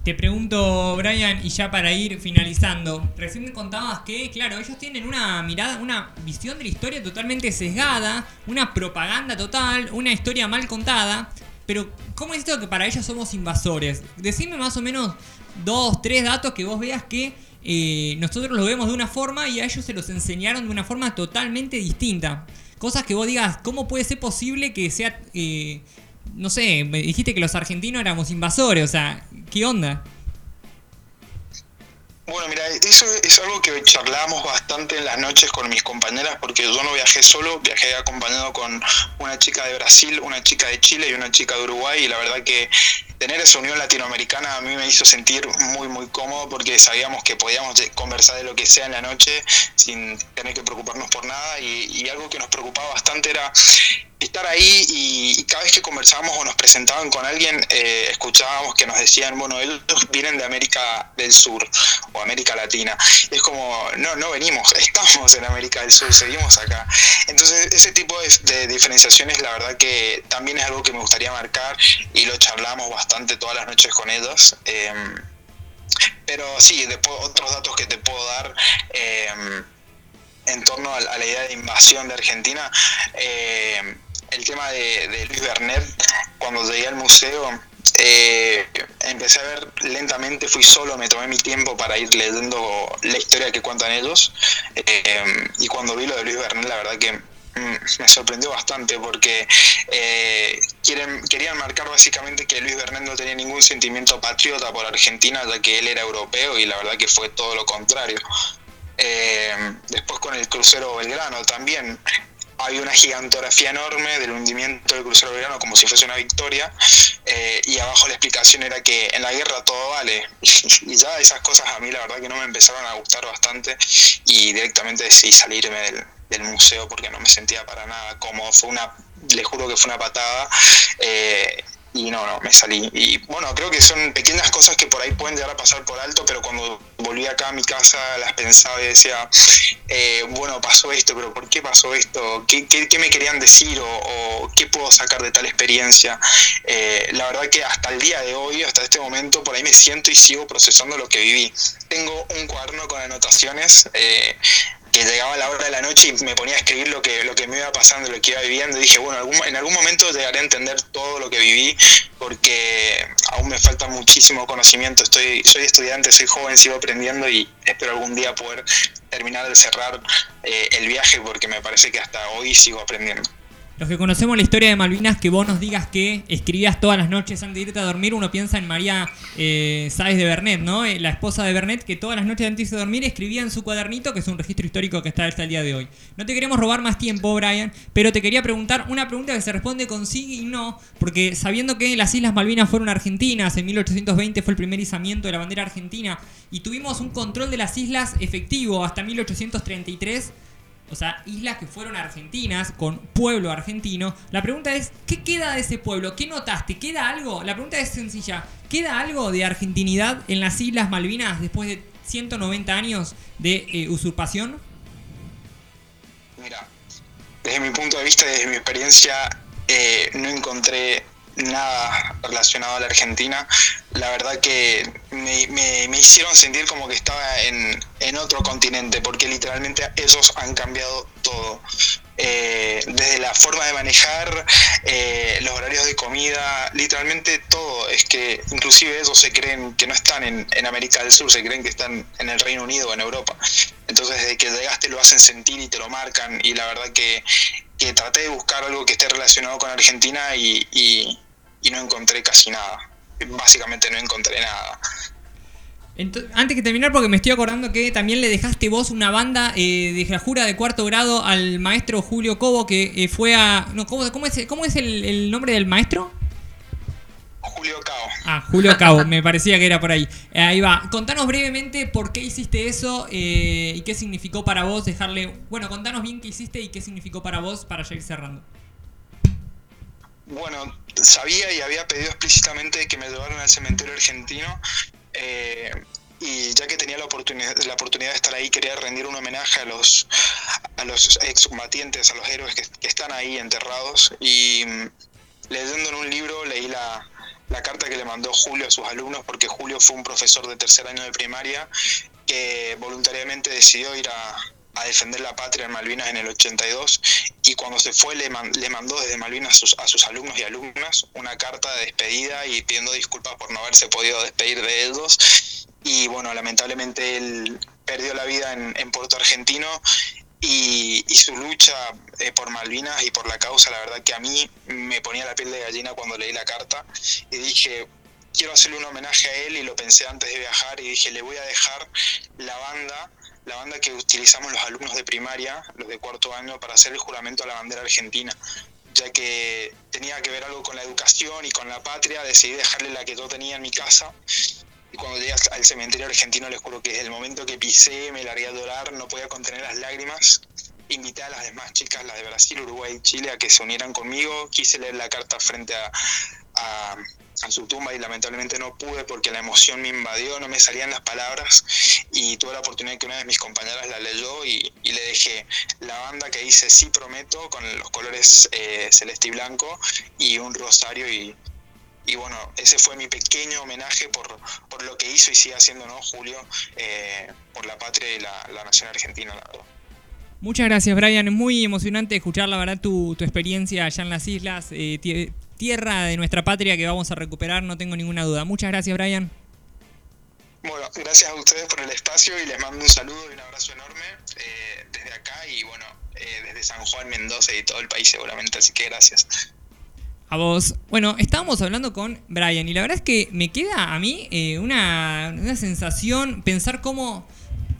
[SPEAKER 2] Te pregunto, Brian, y ya para ir finalizando, recién me contabas que, claro, ellos tienen una mirada, una visión de la historia totalmente sesgada, una propaganda total, una historia mal contada, pero ¿cómo es esto que para ellos somos invasores? Decime más o menos dos, tres datos que vos veas que eh, nosotros lo vemos de una forma y a ellos se los enseñaron de una forma totalmente distinta. Cosas que vos digas, ¿cómo puede ser posible que sea... eh, no sé, me dijiste que los argentinos éramos invasores, o sea, ¿qué onda?
[SPEAKER 11] Bueno, mira, eso es algo que charlamos bastante en las noches con mis compañeras, porque yo no viajé solo, viajé acompañado con una chica de Brasil, una chica de Chile y una chica de Uruguay, y la verdad que tener esa unión latinoamericana a mí me hizo sentir muy, muy cómodo porque sabíamos que podíamos de- conversar de lo que sea en la noche sin tener que preocuparnos por nada y, y algo que nos preocupaba bastante era estar ahí y, y cada vez que conversábamos o nos presentaban con alguien, eh, escuchábamos que nos decían, bueno, ellos vienen de América del Sur o América Latina. Y es como, no, no venimos, estamos en América del Sur, seguimos acá. Entonces, ese tipo de, de diferenciaciones, la verdad que también es algo que me gustaría marcar y lo charlamos bastante todas las noches con ellos. Em, pero sí, después otros datos que te puedo dar. em, en torno a, la- a la idea de invasión de Argentina, eh, el tema de, de Luis Bernet, cuando llegué al museo, eh, empecé a ver lentamente, fui solo, me tomé mi tiempo para ir leyendo la historia que cuentan ellos, eh, y cuando vi lo de Luis Bernet, la verdad que mm, me sorprendió bastante porque eh, quieren, querían marcar básicamente que Luis Bernet no tenía ningún sentimiento patriota por Argentina, ya que él era europeo y la verdad que fue todo lo contrario. Eh, después con el crucero Belgrano también. Hay una gigantografía enorme del hundimiento del crucero Belgrano como si fuese una victoria. eh, y abajo la explicación era que en la guerra todo vale. y ya esas cosas a mí la verdad que no me empezaron a gustar bastante. Y directamente decidí salirme del, del museo porque no me sentía para nada cómodo. Fue una, le juro que fue una patada. eh, y no, no, me salí. Y bueno, creo que son pequeñas cosas que por ahí pueden llegar a pasar por alto, pero cuando volví acá a mi casa las pensaba y decía, eh, bueno, pasó esto, pero ¿por qué pasó esto? ¿Qué, qué- qué me querían decir o, o qué puedo sacar de tal experiencia? Eh, la verdad que hasta el día de hoy, hasta este momento, por ahí me siento y sigo procesando lo que viví. Tengo un cuaderno con anotaciones. eh, que llegaba la hora de la noche y me ponía a escribir lo que, lo que me iba pasando, lo que iba viviendo, y dije, bueno, algún- en algún momento llegaré a entender todo lo que viví, porque aún me falta muchísimo conocimiento, estoy, soy estudiante, soy joven, sigo aprendiendo y espero algún día poder terminar de cerrar eh, el viaje, porque me parece que hasta hoy sigo aprendiendo.
[SPEAKER 2] Los que conocemos la historia de Malvinas, que vos nos digas que escribías todas las noches antes de irte a dormir, uno piensa en María eh, Sáez de Bernet, ¿no? Eh, La esposa de Bernet, que todas las noches antes de dormir escribía en su cuadernito, que es un registro histórico que está hasta el día de hoy. No te queremos robar más tiempo, Brian, pero te quería preguntar una pregunta que se responde con sí y no, porque sabiendo que las Islas Malvinas fueron argentinas, en 1820 fue el primer izamiento de la bandera argentina, y tuvimos un control de las islas efectivo hasta 1833. O sea, islas que fueron argentinas, con pueblo argentino. La pregunta es, ¿qué queda de ese pueblo? ¿Qué notaste? ¿Queda algo? La pregunta es sencilla. ¿Queda algo de argentinidad en las Islas Malvinas después de 190 años de eh, usurpación?
[SPEAKER 11] Mira, desde mi punto de vista, y desde mi experiencia, eh, no encontré nada relacionado a la Argentina. La verdad que me, me- me hicieron sentir como que estaba en, en otro continente, porque literalmente ellos han cambiado todo. Eh, desde la forma de manejar, eh, los horarios de comida, literalmente todo. Es que inclusive ellos se creen que no están en, en América del Sur, se creen que están en el Reino Unido o en Europa. Entonces desde que llegaste lo hacen sentir y te lo marcan. Y la verdad que, que traté de buscar algo que esté relacionado con Argentina y, y- y no encontré casi nada. Básicamente no encontré nada.
[SPEAKER 2] Ento- antes que terminar, porque me estoy acordando que también le dejaste vos una banda eh, de jura de cuarto grado al maestro Julio Cobo, que eh, fue a... No, ¿cómo, cómo es, cómo es el, el nombre del maestro? Julio Cao. Ah, Julio Cao, me parecía que era por ahí. Eh, Ahí va. Contanos brevemente por qué hiciste eso eh, y qué significó para vos dejarle... Bueno, contanos bien qué hiciste y qué significó para vos para ya ir cerrando.
[SPEAKER 11] Bueno, sabía y había pedido explícitamente que me llevaran al cementerio argentino. eh, y ya que tenía la oportunidad, la oportunidad de estar ahí, quería rendir un homenaje a los, a los excombatientes, a los héroes que, que están ahí enterrados. Y mm, leyendo en un libro leí la, la carta que le mandó Julio a sus alumnos, porque Julio fue un profesor de tercer año de primaria que voluntariamente decidió ir a, a defender la patria en Malvinas en el 82 y cuando se fue le, man- le mandó desde Malvinas a sus, a sus alumnos y alumnas una carta de despedida y pidiendo disculpas por no haberse podido despedir de ellos y bueno, lamentablemente él perdió la vida en, en Puerto Argentino y, y su lucha eh, por Malvinas y por la causa, la verdad que a mí me ponía la piel de gallina cuando leí la carta y dije, quiero hacerle un homenaje a él y lo pensé antes de viajar y dije, le voy a dejar la banda, la banda que utilizamos los alumnos de primaria, los de cuarto año, para hacer el juramento a la bandera argentina. ya que tenía que ver algo con la educación y con la patria, decidí dejarle la que yo tenía en mi casa. Y cuando llegué al- al cementerio argentino, les juro que desde el momento que pisé, me largué a llorar, no podía contener las lágrimas. Invité a las demás chicas, las de Brasil, Uruguay y Chile, a que se unieran conmigo. Quise leer la carta frente a, a- a su tumba y lamentablemente no pude porque la emoción me invadió, no me salían las palabras y tuve la oportunidad que una de mis compañeras la leyó y, y le dejé la banda que dice Sí Prometo con los colores eh, celeste y blanco y un rosario y, y bueno, ese fue mi pequeño homenaje por, por lo que hizo y sigue haciendo, ¿no, Julio? Eh, por la patria y la, la nación argentina, la verdad.
[SPEAKER 2] Muchas gracias, Brian. Es muy emocionante escuchar, la verdad, tu, tu experiencia allá en las islas, eh, tie- tierra de nuestra patria que vamos a recuperar, no tengo ninguna duda. Muchas gracias, Brian.
[SPEAKER 11] Bueno, gracias a ustedes por el espacio y les mando un saludo y un abrazo enorme eh, desde acá y bueno, eh, desde San Juan, Mendoza y todo el país seguramente, así que gracias.
[SPEAKER 2] A vos. Bueno, estábamos hablando con Brian y la verdad es que me queda a mí eh, una, una sensación pensar cómo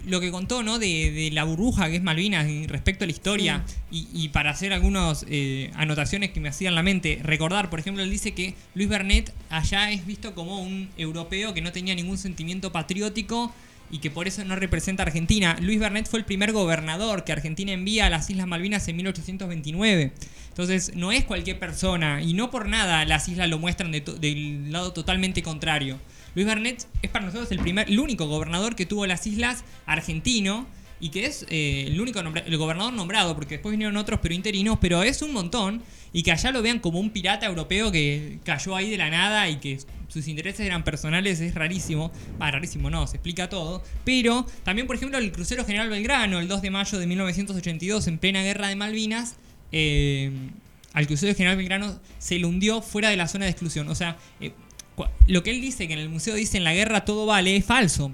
[SPEAKER 2] lo que contó, ¿no? De, de la burbuja que es Malvinas y respecto a la historia y, y para hacer algunas eh, anotaciones que me hacían la mente. Recordar, por ejemplo, él dice que Luis Bernet allá es visto como un europeo que no tenía ningún sentimiento patriótico y que por eso no representa a Argentina. Luis Bernet fue el primer gobernador que Argentina envía a las Islas Malvinas en 1829. Entonces, no es cualquier persona, y no por nada las islas lo muestran de to- del lado totalmente contrario. Luis Bernet es para nosotros el primer, el único gobernador que tuvo las islas argentino y que es eh, el único nombra- el gobernador nombrado, porque después vinieron otros pero interinos, pero es un montón y que allá lo vean como un pirata europeo que cayó ahí de la nada y que sus intereses eran personales es rarísimo. Va, rarísimo no, se explica todo. Pero también, por ejemplo, el crucero General Belgrano, el 2 de mayo de 1982, en plena guerra de Malvinas, eh, al crucero General Belgrano se le hundió fuera de la zona de exclusión. O sea, eh, cua- lo que él dice, que en el museo dice en la guerra todo vale, es falso.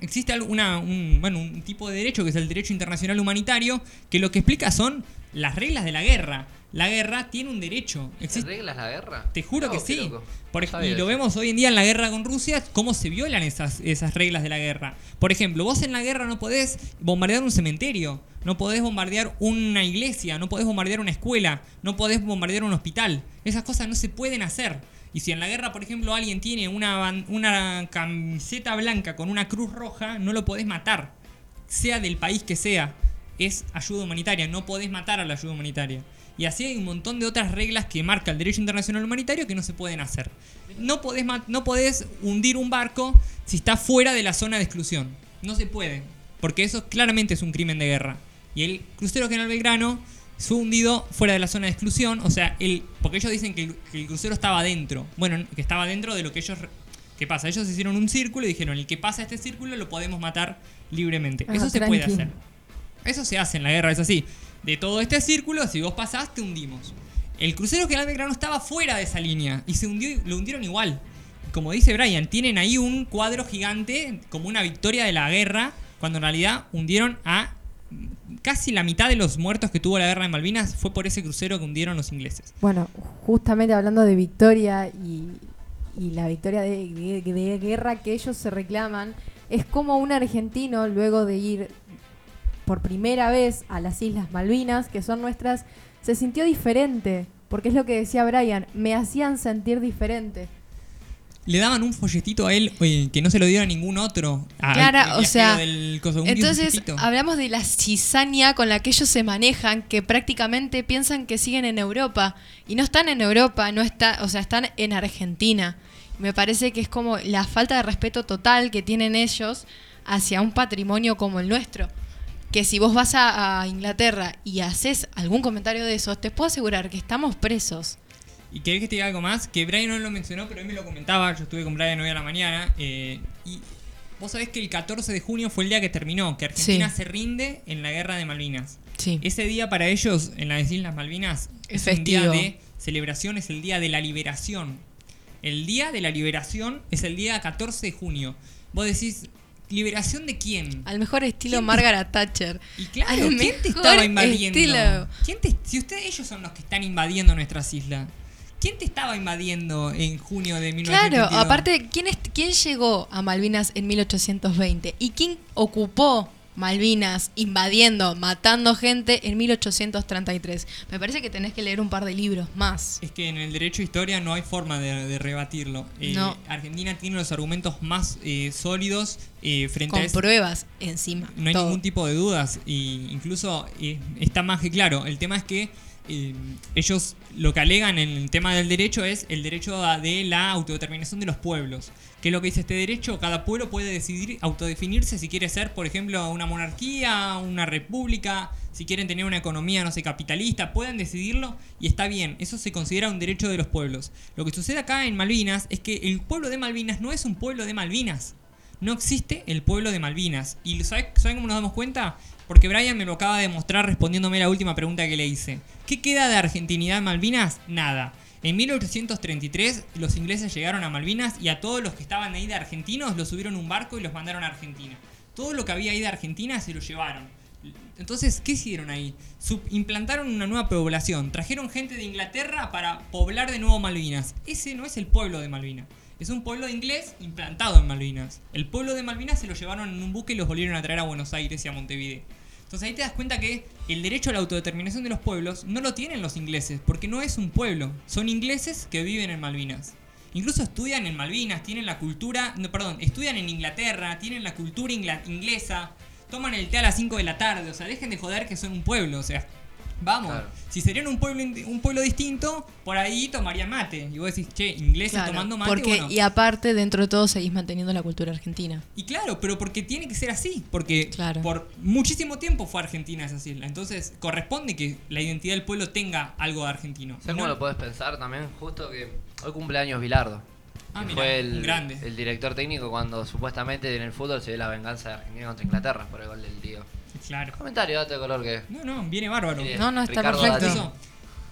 [SPEAKER 2] Existe al- una- un, bueno, un tipo de derecho que es el derecho internacional humanitario, que lo que explica son las reglas de la guerra. La guerra tiene un derecho. Existe-
[SPEAKER 5] reglas la guerra?
[SPEAKER 2] te juro
[SPEAKER 5] No,
[SPEAKER 2] que
[SPEAKER 5] qué
[SPEAKER 2] sí.
[SPEAKER 5] loco.
[SPEAKER 2] Por ej-
[SPEAKER 5] Sabía
[SPEAKER 2] y lo
[SPEAKER 5] eso.
[SPEAKER 2] vemos hoy en día en la guerra con Rusia, cómo se violan esas, esas reglas de la guerra. Por ejemplo, vos en la guerra no podés bombardear un cementerio, no podés bombardear una iglesia, no podés bombardear una escuela, no podés bombardear un hospital. Esas cosas no se pueden hacer. Y si en la guerra, por ejemplo, alguien tiene una, ban- una camiseta blanca con una cruz roja, no lo podés matar. Sea del país que sea, es ayuda humanitaria, no podés matar a la ayuda humanitaria. Y así hay un montón de otras reglas que marca el derecho internacional humanitario que no se pueden hacer. No podés, ma- no podés hundir un barco si está fuera de la zona de exclusión. No se puede, porque eso claramente es un crimen de guerra. Y el crucero General Belgrano fue hundido fuera de la zona de exclusión, o sea, el, porque ellos dicen que el, que el crucero estaba dentro. Bueno, que estaba dentro de lo que ellos... re- ¿Qué pasa? Ellos hicieron un círculo y dijeron, el que pasa este círculo lo podemos matar libremente.
[SPEAKER 12] Ah,
[SPEAKER 2] eso se puede
[SPEAKER 12] tranqui.
[SPEAKER 2] hacer. Eso se hace en la guerra, es así. De todo este círculo, si vos pasás, te hundimos. El crucero General Belgrano estaba fuera de esa línea y se hundió, y- lo hundieron igual. Como dice Brian, tienen ahí un cuadro gigante como una victoria de la guerra, cuando en realidad hundieron a casi la mitad de los muertos que tuvo la guerra de Malvinas fue por ese crucero que hundieron los ingleses.
[SPEAKER 12] Bueno, justamente hablando de victoria y, y la victoria de, de- de guerra que ellos se reclaman, es como un argentino luego de ir por primera vez a las Islas Malvinas, que son nuestras, se sintió diferente, porque es lo que decía Brian, me hacían sentir diferente.
[SPEAKER 2] Le daban un folletito a él eh, que no se lo dieron a ningún otro. A-
[SPEAKER 4] Clara,
[SPEAKER 2] al- al
[SPEAKER 4] o sea,
[SPEAKER 2] viajero del coso, un
[SPEAKER 4] Entonces,
[SPEAKER 2] folletito.
[SPEAKER 4] hablamos de la cizaña con la que ellos se manejan, que prácticamente piensan que siguen en Europa. Y no están en Europa, no está, o sea, están en Argentina. Me parece que es como la falta de respeto total que tienen ellos hacia un patrimonio como el nuestro. Que si vos vas a, a Inglaterra y haces algún comentario de esos, te puedo asegurar que estamos presos.
[SPEAKER 2] Y querés que te diga algo más, que Brian no lo mencionó, pero él me lo comentaba, yo estuve con Brian hoy a la mañana, eh, y vos sabés que el 14 de junio fue el día que terminó, que Argentina
[SPEAKER 4] Sí.
[SPEAKER 2] se rinde en la guerra de Malvinas.
[SPEAKER 4] Sí.
[SPEAKER 2] Ese día para ellos en las Islas Malvinas es
[SPEAKER 4] Es
[SPEAKER 2] un día
[SPEAKER 4] festivo.
[SPEAKER 2] de celebración, es el día de la liberación. El día de la liberación es el día 14 de junio. Vos decís, ¿liberación de quién?
[SPEAKER 4] Al mejor estilo
[SPEAKER 2] ¿Quién te-
[SPEAKER 4] Margaret Thatcher.
[SPEAKER 2] Y claro,
[SPEAKER 4] Al
[SPEAKER 2] ¿quién te
[SPEAKER 4] mejor
[SPEAKER 2] estaba invadiendo?
[SPEAKER 4] estilo.
[SPEAKER 2] ¿Quién te- si ustedes ellos son los que están invadiendo nuestras islas, ¿quién te estaba invadiendo en junio de 1922?
[SPEAKER 4] Claro, aparte, ¿quién, es, ¿quién llegó a Malvinas en 1820? ¿Y quién ocupó Malvinas, invadiendo, matando gente en 1833. Me parece que tenés que leer un par de libros más.
[SPEAKER 2] Es que en el derecho a historia no hay forma de, de rebatirlo. Eh,
[SPEAKER 4] No.
[SPEAKER 2] Argentina tiene los argumentos más eh, sólidos eh, frente a
[SPEAKER 4] Con
[SPEAKER 2] ese-
[SPEAKER 4] pruebas encima.
[SPEAKER 2] No hay
[SPEAKER 4] todo.
[SPEAKER 2] ningún tipo de dudas. Y incluso eh, está más que claro. El tema es que eh, ellos lo que alegan en el tema del derecho es el derecho a- de la autodeterminación de los pueblos. Que es lo que dice este derecho, cada pueblo puede decidir autodefinirse si quiere ser, por ejemplo, una monarquía, una república, si quieren tener una economía, no sé, capitalista, pueden decidirlo y está bien. Eso se considera un derecho de los pueblos. Lo que sucede acá en Malvinas es que el pueblo de Malvinas no es un pueblo de Malvinas. No existe el pueblo de Malvinas. ¿Y saben cómo nos damos cuenta? Porque Brian me lo acaba de mostrar respondiéndome la última pregunta que le hice. ¿Qué queda de argentinidad en Malvinas? Nada. En 1833 los ingleses llegaron a Malvinas y a todos los que estaban ahí de argentinos los subieron a un barco y los mandaron a Argentina. Todo lo que había ahí de Argentina se lo llevaron. Entonces, ¿qué hicieron ahí? Sub- implantaron una nueva población, trajeron gente de Inglaterra para poblar de nuevo Malvinas. Ese no es el pueblo de Malvinas. Es un pueblo inglés implantado en Malvinas. El pueblo de Malvinas se lo llevaron en un buque y los volvieron a traer a Buenos Aires y a Montevideo. Entonces ahí te das cuenta que el derecho a la autodeterminación de los pueblos no lo tienen los ingleses, porque no es un pueblo. Son ingleses que viven en Malvinas. Incluso estudian en Malvinas, tienen la cultura, no, perdón, estudian en Inglaterra, tienen la cultura ingla- inglesa, toman el té a las 5 de la tarde, o sea, dejen de joder que son un pueblo, o sea, vamos, si serían un pueblo ind- un pueblo distinto, por ahí tomarían mate. Y vos decís, che, ingleses
[SPEAKER 4] Claro,
[SPEAKER 2] tomando mate,
[SPEAKER 4] porque,
[SPEAKER 2] bueno.
[SPEAKER 4] Y aparte, dentro de todo, seguís manteniendo la cultura argentina.
[SPEAKER 2] Y claro, pero porque tiene que ser así, porque por muchísimo tiempo fue Argentina esa isla. Entonces, corresponde que la identidad del pueblo tenga algo de argentino.
[SPEAKER 5] ¿Sabes cómo
[SPEAKER 2] No-
[SPEAKER 5] lo puedes pensar también? Justo que hoy cumpleaños Bilardo.
[SPEAKER 2] Ah,
[SPEAKER 5] que
[SPEAKER 2] mirá,
[SPEAKER 5] fue el,
[SPEAKER 2] un grande.
[SPEAKER 5] el director técnico cuando supuestamente en el fútbol se dio la venganza de Argentina contra Inglaterra por el gol del tío.
[SPEAKER 2] Claro.
[SPEAKER 5] Comentario, dato de color que.
[SPEAKER 2] No, no, viene bárbaro.
[SPEAKER 5] Viene No, no, está Ricardo perfecto. Darín.
[SPEAKER 2] Eso,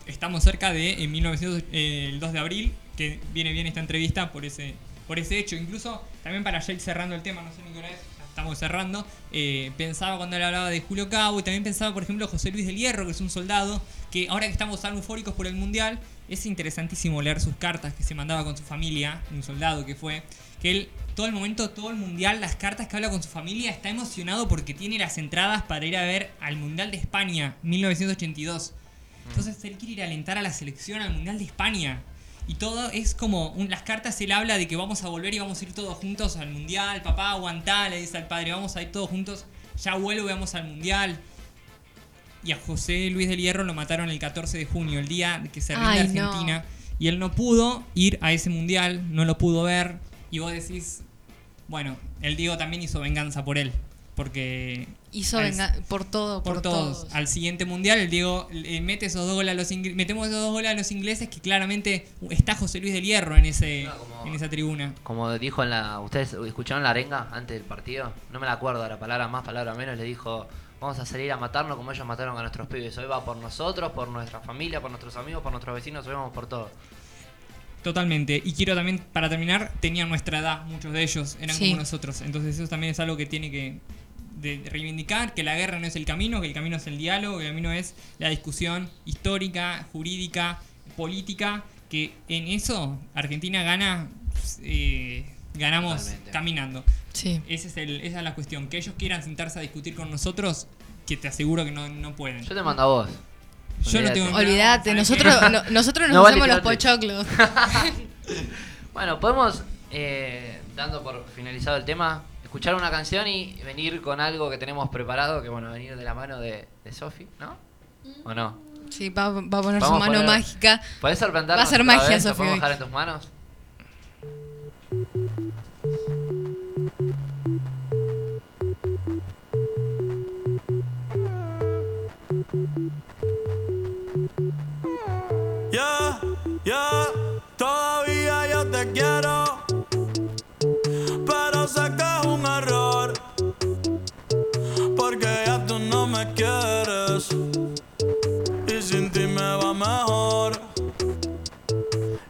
[SPEAKER 2] Estamos cerca de en 1900, eh, el 2 de abril, que viene bien esta entrevista por ese, por ese hecho. Incluso también para ya ir cerrando el tema, no sé, Nicolás, ya estamos cerrando. eh, pensaba cuando él hablaba de Julio Cabo y también pensaba, por ejemplo, José Luis del Hierro, que es un soldado, que ahora que estamos tan eufóricos por el Mundial, es interesantísimo leer sus cartas que se mandaba con su familia, un soldado que fue, que él todo el momento, todo el mundial, las cartas que habla con su familia, está emocionado porque tiene las entradas para ir a ver al Mundial de España 1982. Entonces él quiere ir a alentar a la selección al Mundial de España. Y todo es como, un- las cartas él habla de que vamos a volver y vamos a ir todos juntos al Mundial, papá, aguantá, le dice al padre, vamos a ir todos juntos, ya vuelvo, y vamos al Mundial. Y a José Luis del Hierro lo mataron el 14 de junio, el día que se rinde
[SPEAKER 4] Ay, no.
[SPEAKER 2] Argentina. Y él no pudo ir a ese mundial, no lo pudo ver. Y vos decís, bueno, el Diego también hizo venganza por él. Porque.
[SPEAKER 4] Hizo
[SPEAKER 2] al-
[SPEAKER 4] venga- por todo, por, todos.
[SPEAKER 2] Al siguiente mundial, el Diego eh, mete esos dos goles a los ingleses. Metemos esos dos goles a los ingleses que claramente está José Luis del Hierro en, ese, en esa tribuna.
[SPEAKER 5] Ah, Como dijo en la. ¿Ustedes escucharon la arenga antes del partido? No me la acuerdo ahora, palabra más, palabra menos. Le dijo: Vamos a salir a matarnos como ellos mataron a nuestros pibes. Hoy va por nosotros, por nuestra familia, por nuestros amigos, por nuestros vecinos, hoy vamos por todos.
[SPEAKER 2] Totalmente. Y quiero también, para terminar, tenían nuestra edad, muchos de ellos eran
[SPEAKER 5] Sí.
[SPEAKER 2] como nosotros. Entonces eso también es algo que tiene que de- de reivindicar, que la guerra no es el camino, que el camino es el diálogo, que el camino es la discusión histórica, jurídica, política, que en eso Argentina gana, eh, ganamos
[SPEAKER 5] Totalmente.
[SPEAKER 2] caminando.
[SPEAKER 4] Sí.
[SPEAKER 2] Ese es el- esa es la cuestión, que ellos quieran sentarse a discutir con nosotros, que te aseguro que no, no pueden.
[SPEAKER 5] Yo te mando a vos.
[SPEAKER 2] Yo no tengo
[SPEAKER 4] Olvídate,
[SPEAKER 2] nada,
[SPEAKER 4] nosotros,
[SPEAKER 2] ¿sabes
[SPEAKER 4] no-
[SPEAKER 2] qué?
[SPEAKER 4] nosotros nos
[SPEAKER 5] No vale
[SPEAKER 4] hacemos los
[SPEAKER 5] tirarte.
[SPEAKER 4] pochoclos.
[SPEAKER 5] Bueno, podemos, eh, dando por finalizado el tema, escuchar una canción y venir con algo que tenemos preparado, que bueno, venir de la mano de, de Sofi, ¿no? ¿O no?
[SPEAKER 4] Sí, va, va a poner
[SPEAKER 5] Vamos
[SPEAKER 4] su
[SPEAKER 5] a
[SPEAKER 4] mano
[SPEAKER 5] poner-
[SPEAKER 4] mágica.
[SPEAKER 5] ¿Podés sorprendernos?
[SPEAKER 4] Va a ser
[SPEAKER 5] otra
[SPEAKER 4] magia,
[SPEAKER 5] vez? ¿Lo
[SPEAKER 4] Sofi.
[SPEAKER 5] podemos
[SPEAKER 4] hoy.
[SPEAKER 5] dejar en tus manos?
[SPEAKER 9] Yeah, yeah, todavía yo te quiero. Pero sé que es un error. Porque ya tú no me quieres. Y sin ti me va mejor.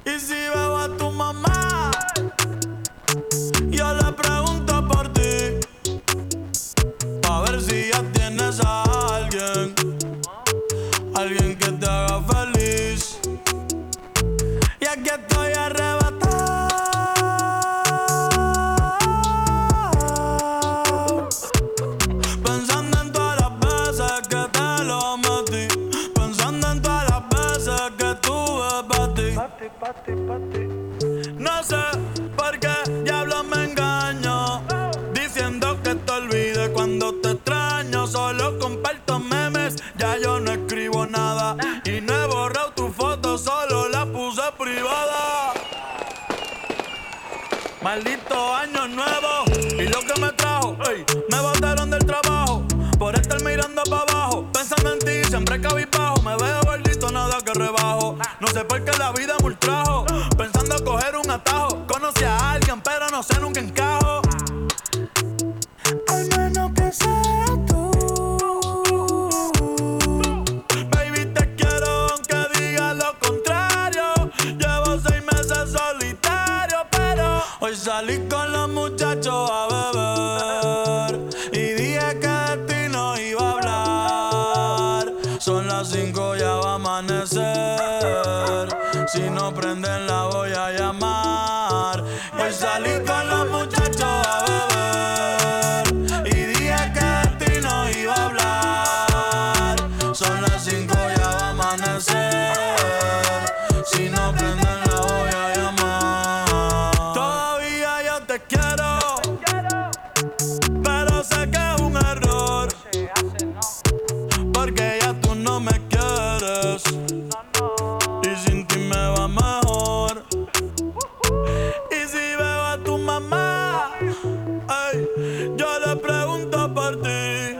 [SPEAKER 9] Y si veo a tu mamá, yo le pregunto por ti. A ver si ya tienes a alguien. Alguien que te haga feliz. Y aquí estoy arrebatado Pensando sé, nunca encajo. Al menos que sea tú. Baby, te quiero aunque diga lo contrario. Llevo seis meses solitario, pero hoy salí con los muchachos a beber. Y dije que de ti no iba a hablar. Son las cinco, ya va a amanecer. Si no prenden, la voy a llamar. Y hoy salí con los muchachos a beber. Y dije que de ti no iba a hablar. Son las cinco, ya va a amanecer. Si no prenden, la voy a llamar. Todavía yo te quiero. Pero sé que es un error. Porque ya tú no me quieres. Y sin ti me va mejor. Y si veo a tu mamá, ey, yo le pregunto por ti.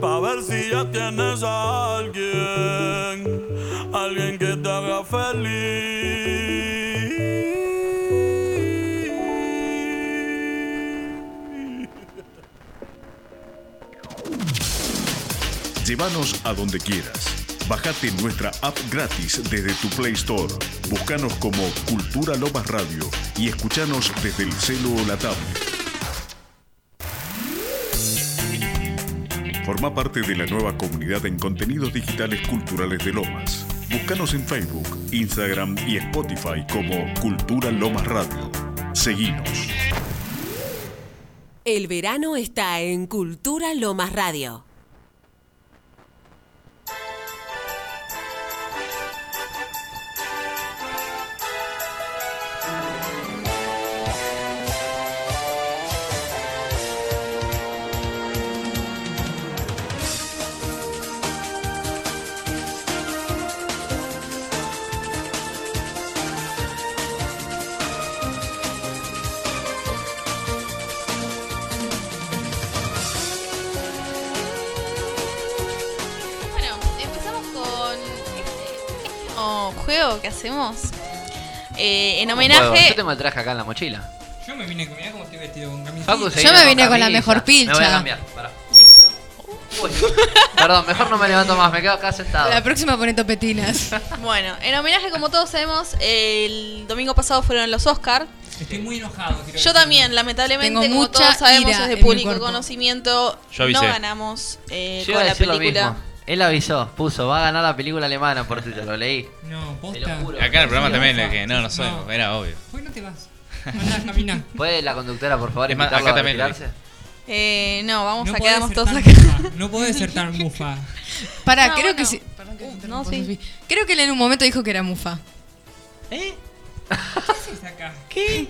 [SPEAKER 9] Pa' ver si ya tienes a alguien. Alguien que te haga feliz.
[SPEAKER 1] Llévanos a donde quieras. Bájate nuestra app gratis desde tu Play Store. Búscanos como Cultura Lomas Radio y escuchanos desde el celo o la tablet. Forma parte de la nueva comunidad en contenidos digitales culturales de Lomas. Búscanos en Facebook, Instagram y Spotify como Cultura Lomas Radio. Seguinos.
[SPEAKER 13] El verano está en Cultura Lomas Radio.
[SPEAKER 7] Bueno, empezamos con este último juego que hacemos eh, en
[SPEAKER 5] Bueno, yo
[SPEAKER 7] homenaje.
[SPEAKER 5] te me traje acá en la mochila.
[SPEAKER 2] Yo me vine con, mirá cómo estoy vestido con camisa.
[SPEAKER 5] Facu se camisa. Me voy a cambiar, pará. Uy, Perdón, mejor no me levanto más, me quedo acá sentado.
[SPEAKER 4] La próxima pone topetinas.
[SPEAKER 7] Bueno, en homenaje, como todos sabemos, el domingo pasado fueron los Oscars.
[SPEAKER 2] Estoy muy enojado. quiero
[SPEAKER 7] Yo
[SPEAKER 2] decirlo.
[SPEAKER 7] también, lamentablemente,
[SPEAKER 4] Tengo
[SPEAKER 7] como
[SPEAKER 4] mucha
[SPEAKER 7] todos sabemos,
[SPEAKER 4] ira
[SPEAKER 7] es de
[SPEAKER 4] en mi
[SPEAKER 7] público
[SPEAKER 4] cuerpo.
[SPEAKER 7] conocimiento,
[SPEAKER 5] Yo
[SPEAKER 7] no
[SPEAKER 5] avisé.
[SPEAKER 7] ganamos eh,
[SPEAKER 5] Yo iba
[SPEAKER 7] con
[SPEAKER 5] a
[SPEAKER 7] la
[SPEAKER 5] decir lo
[SPEAKER 7] película.
[SPEAKER 5] mismo. Él avisó, puso, va a ganar la película alemana por Twitter, lo leí.
[SPEAKER 2] No,
[SPEAKER 5] Te lo juro.
[SPEAKER 6] Acá en el programa también le dije, no, no soy, era obvio.
[SPEAKER 2] ¿Por qué no te vas? Andá, caminá.
[SPEAKER 5] ¿Puede la conductora, por favor,
[SPEAKER 6] Es más,
[SPEAKER 5] invitarlo
[SPEAKER 6] acá
[SPEAKER 5] a
[SPEAKER 6] también lo
[SPEAKER 5] retirarse?
[SPEAKER 7] Eh, no, vamos
[SPEAKER 2] No
[SPEAKER 7] a
[SPEAKER 2] podés
[SPEAKER 7] quedarnos
[SPEAKER 2] ser
[SPEAKER 7] todos
[SPEAKER 2] tan
[SPEAKER 7] acá.
[SPEAKER 2] bufa, No podés ser tan bufa.
[SPEAKER 4] Pará,
[SPEAKER 7] No,
[SPEAKER 4] creo
[SPEAKER 7] bueno.
[SPEAKER 4] que sí.
[SPEAKER 7] Uh,
[SPEAKER 4] No,
[SPEAKER 7] no, sí.
[SPEAKER 4] Creo que él en un momento dijo que era mufa.
[SPEAKER 7] ¿Eh?
[SPEAKER 2] ¿Qué haces acá?
[SPEAKER 4] ¿Qué?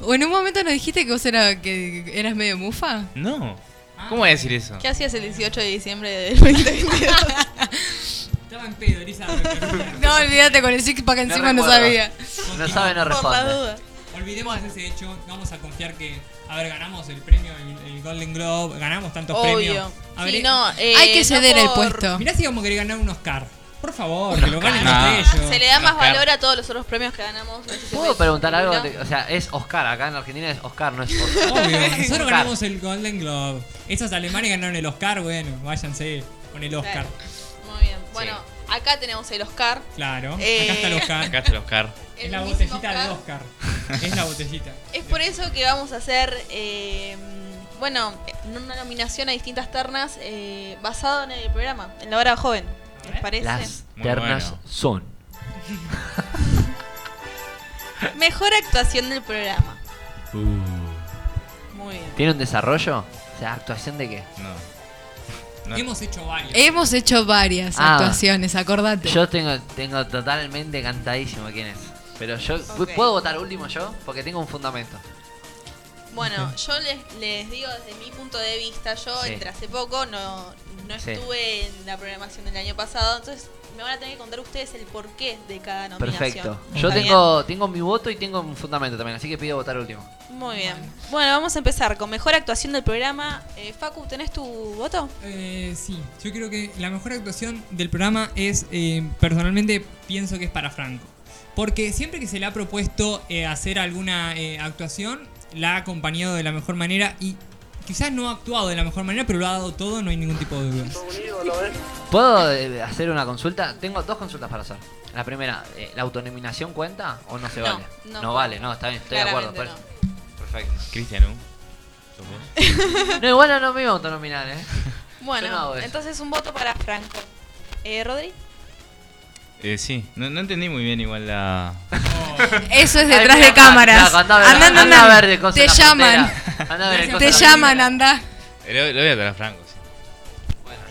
[SPEAKER 4] ¿O en un momento nos dijiste que vos era, que eras medio mufa?
[SPEAKER 6] No.
[SPEAKER 5] Ah.
[SPEAKER 6] ¿Cómo voy a decir eso?
[SPEAKER 7] ¿Qué hacías el 18 de diciembre del 2022?
[SPEAKER 2] Estaba en pedo, Elizabeth.
[SPEAKER 4] No, olvídate, con el six pack encima no, sabía.
[SPEAKER 5] No sabe, no responde.
[SPEAKER 2] Olvidemos ese hecho, vamos a confiar que, a ver, ganamos el premio, el, el Golden Globe, ganamos tantos
[SPEAKER 7] Obvio.
[SPEAKER 2] premios. A
[SPEAKER 7] Sí,
[SPEAKER 2] ver,
[SPEAKER 7] no, eh,
[SPEAKER 4] Hay que ceder
[SPEAKER 7] no
[SPEAKER 4] el
[SPEAKER 7] por-
[SPEAKER 4] puesto.
[SPEAKER 2] Mirá si vamos a querer ganar un Oscar. Por favor,
[SPEAKER 5] Un
[SPEAKER 2] que lo
[SPEAKER 5] Oscar. Ah.
[SPEAKER 2] ganen
[SPEAKER 5] No.
[SPEAKER 2] entre ellos.
[SPEAKER 7] Se le da más
[SPEAKER 5] Oscar.
[SPEAKER 7] valor a todos los otros premios que ganamos. No sé si se
[SPEAKER 5] ¿Puedo
[SPEAKER 7] puede-
[SPEAKER 5] preguntar algo?
[SPEAKER 7] Mira.
[SPEAKER 5] O sea, es Oscar, acá en Argentina es Oscar, no es Oscar.
[SPEAKER 2] Obvio,
[SPEAKER 5] Es
[SPEAKER 2] nosotros
[SPEAKER 5] Oscar.
[SPEAKER 2] ganamos el Golden Globe. Esos alemanes ganaron el Oscar, bueno, váyanse con el Oscar.
[SPEAKER 7] Muy bien. Bueno, acá tenemos el Oscar.
[SPEAKER 2] Claro,
[SPEAKER 7] Eh,
[SPEAKER 2] acá está el Oscar.
[SPEAKER 6] Acá está el Oscar.
[SPEAKER 7] el
[SPEAKER 2] Es la
[SPEAKER 7] mismísimo
[SPEAKER 2] botellita de Oscar. Es la botellita.
[SPEAKER 7] Es por eso que vamos a hacer, eh, bueno, una nominación a distintas ternas eh, basado en el programa, en la hora joven. ¿Les parece?
[SPEAKER 5] Las
[SPEAKER 6] Muy
[SPEAKER 5] ternas
[SPEAKER 6] bueno.
[SPEAKER 5] son.
[SPEAKER 7] Mejor actuación del programa. Muy bien.
[SPEAKER 5] ¿Tiene un desarrollo? O sea, ¿actuación de qué?
[SPEAKER 6] No.
[SPEAKER 2] Hemos hecho varios.
[SPEAKER 4] Hemos hecho varias
[SPEAKER 5] Ah.
[SPEAKER 4] actuaciones, acordate.
[SPEAKER 5] Yo tengo, tengo totalmente cantadísimo quién es. Pero yo,
[SPEAKER 7] Ok.
[SPEAKER 5] ¿puedo votar último yo? Porque tengo un fundamento.
[SPEAKER 7] Bueno, yo les, les digo desde mi punto de vista, yo
[SPEAKER 5] Sí.
[SPEAKER 7] entre hace poco, no, no
[SPEAKER 5] Sí.
[SPEAKER 7] estuve en la programación del año pasado, entonces me van a tener que contar ustedes el porqué de cada nominación.
[SPEAKER 5] Perfecto.
[SPEAKER 7] ¿Está
[SPEAKER 5] Yo
[SPEAKER 7] bien?
[SPEAKER 5] tengo, tengo mi voto y tengo un fundamento también, así que pido votar último.
[SPEAKER 7] Muy bien. Bueno, vamos a empezar con mejor actuación del programa. Eh, Facu, ¿tenés tu voto?
[SPEAKER 2] Eh, sí, yo creo que la mejor actuación del programa es, eh, personalmente, pienso que es para Franco. Porque siempre que se le ha propuesto eh, hacer alguna eh, actuación, la ha acompañado de la mejor manera y quizás no ha actuado de la mejor manera, pero lo ha dado todo, no hay ningún tipo de duda.
[SPEAKER 5] ¿Puedo eh, hacer una consulta? Tengo dos consultas para hacer. La primera, eh, ¿la autonominación cuenta o no se
[SPEAKER 10] No,
[SPEAKER 5] vale?
[SPEAKER 10] no
[SPEAKER 5] No,
[SPEAKER 10] cuenta.
[SPEAKER 5] vale, no, está bien, estoy de acuerdo. pues.
[SPEAKER 10] Claramente
[SPEAKER 5] Perfecto.
[SPEAKER 6] Cristian, ¿no? ¿Sos vos?
[SPEAKER 5] pues. No, igual no me iba a autonominar, ¿eh?
[SPEAKER 10] Bueno,
[SPEAKER 5] Yo no hago eso.
[SPEAKER 10] entonces un voto para Franco. Eh, Rodri.
[SPEAKER 6] Eh, sí, no, no entendí muy bien igual la...
[SPEAKER 4] Eso es
[SPEAKER 5] Ay,
[SPEAKER 4] detrás
[SPEAKER 5] mira,
[SPEAKER 4] de cámaras.
[SPEAKER 5] anda, anda a ver-
[SPEAKER 4] Andá, andá,
[SPEAKER 5] anda a
[SPEAKER 4] andá.
[SPEAKER 5] ver de cosas
[SPEAKER 4] Te
[SPEAKER 5] en la
[SPEAKER 4] llaman.
[SPEAKER 5] frontera. Anda a ver de cosas
[SPEAKER 4] Te
[SPEAKER 5] en la
[SPEAKER 4] llaman, anda.
[SPEAKER 6] Eh, Lo, lo voy a traer a Franco, sí.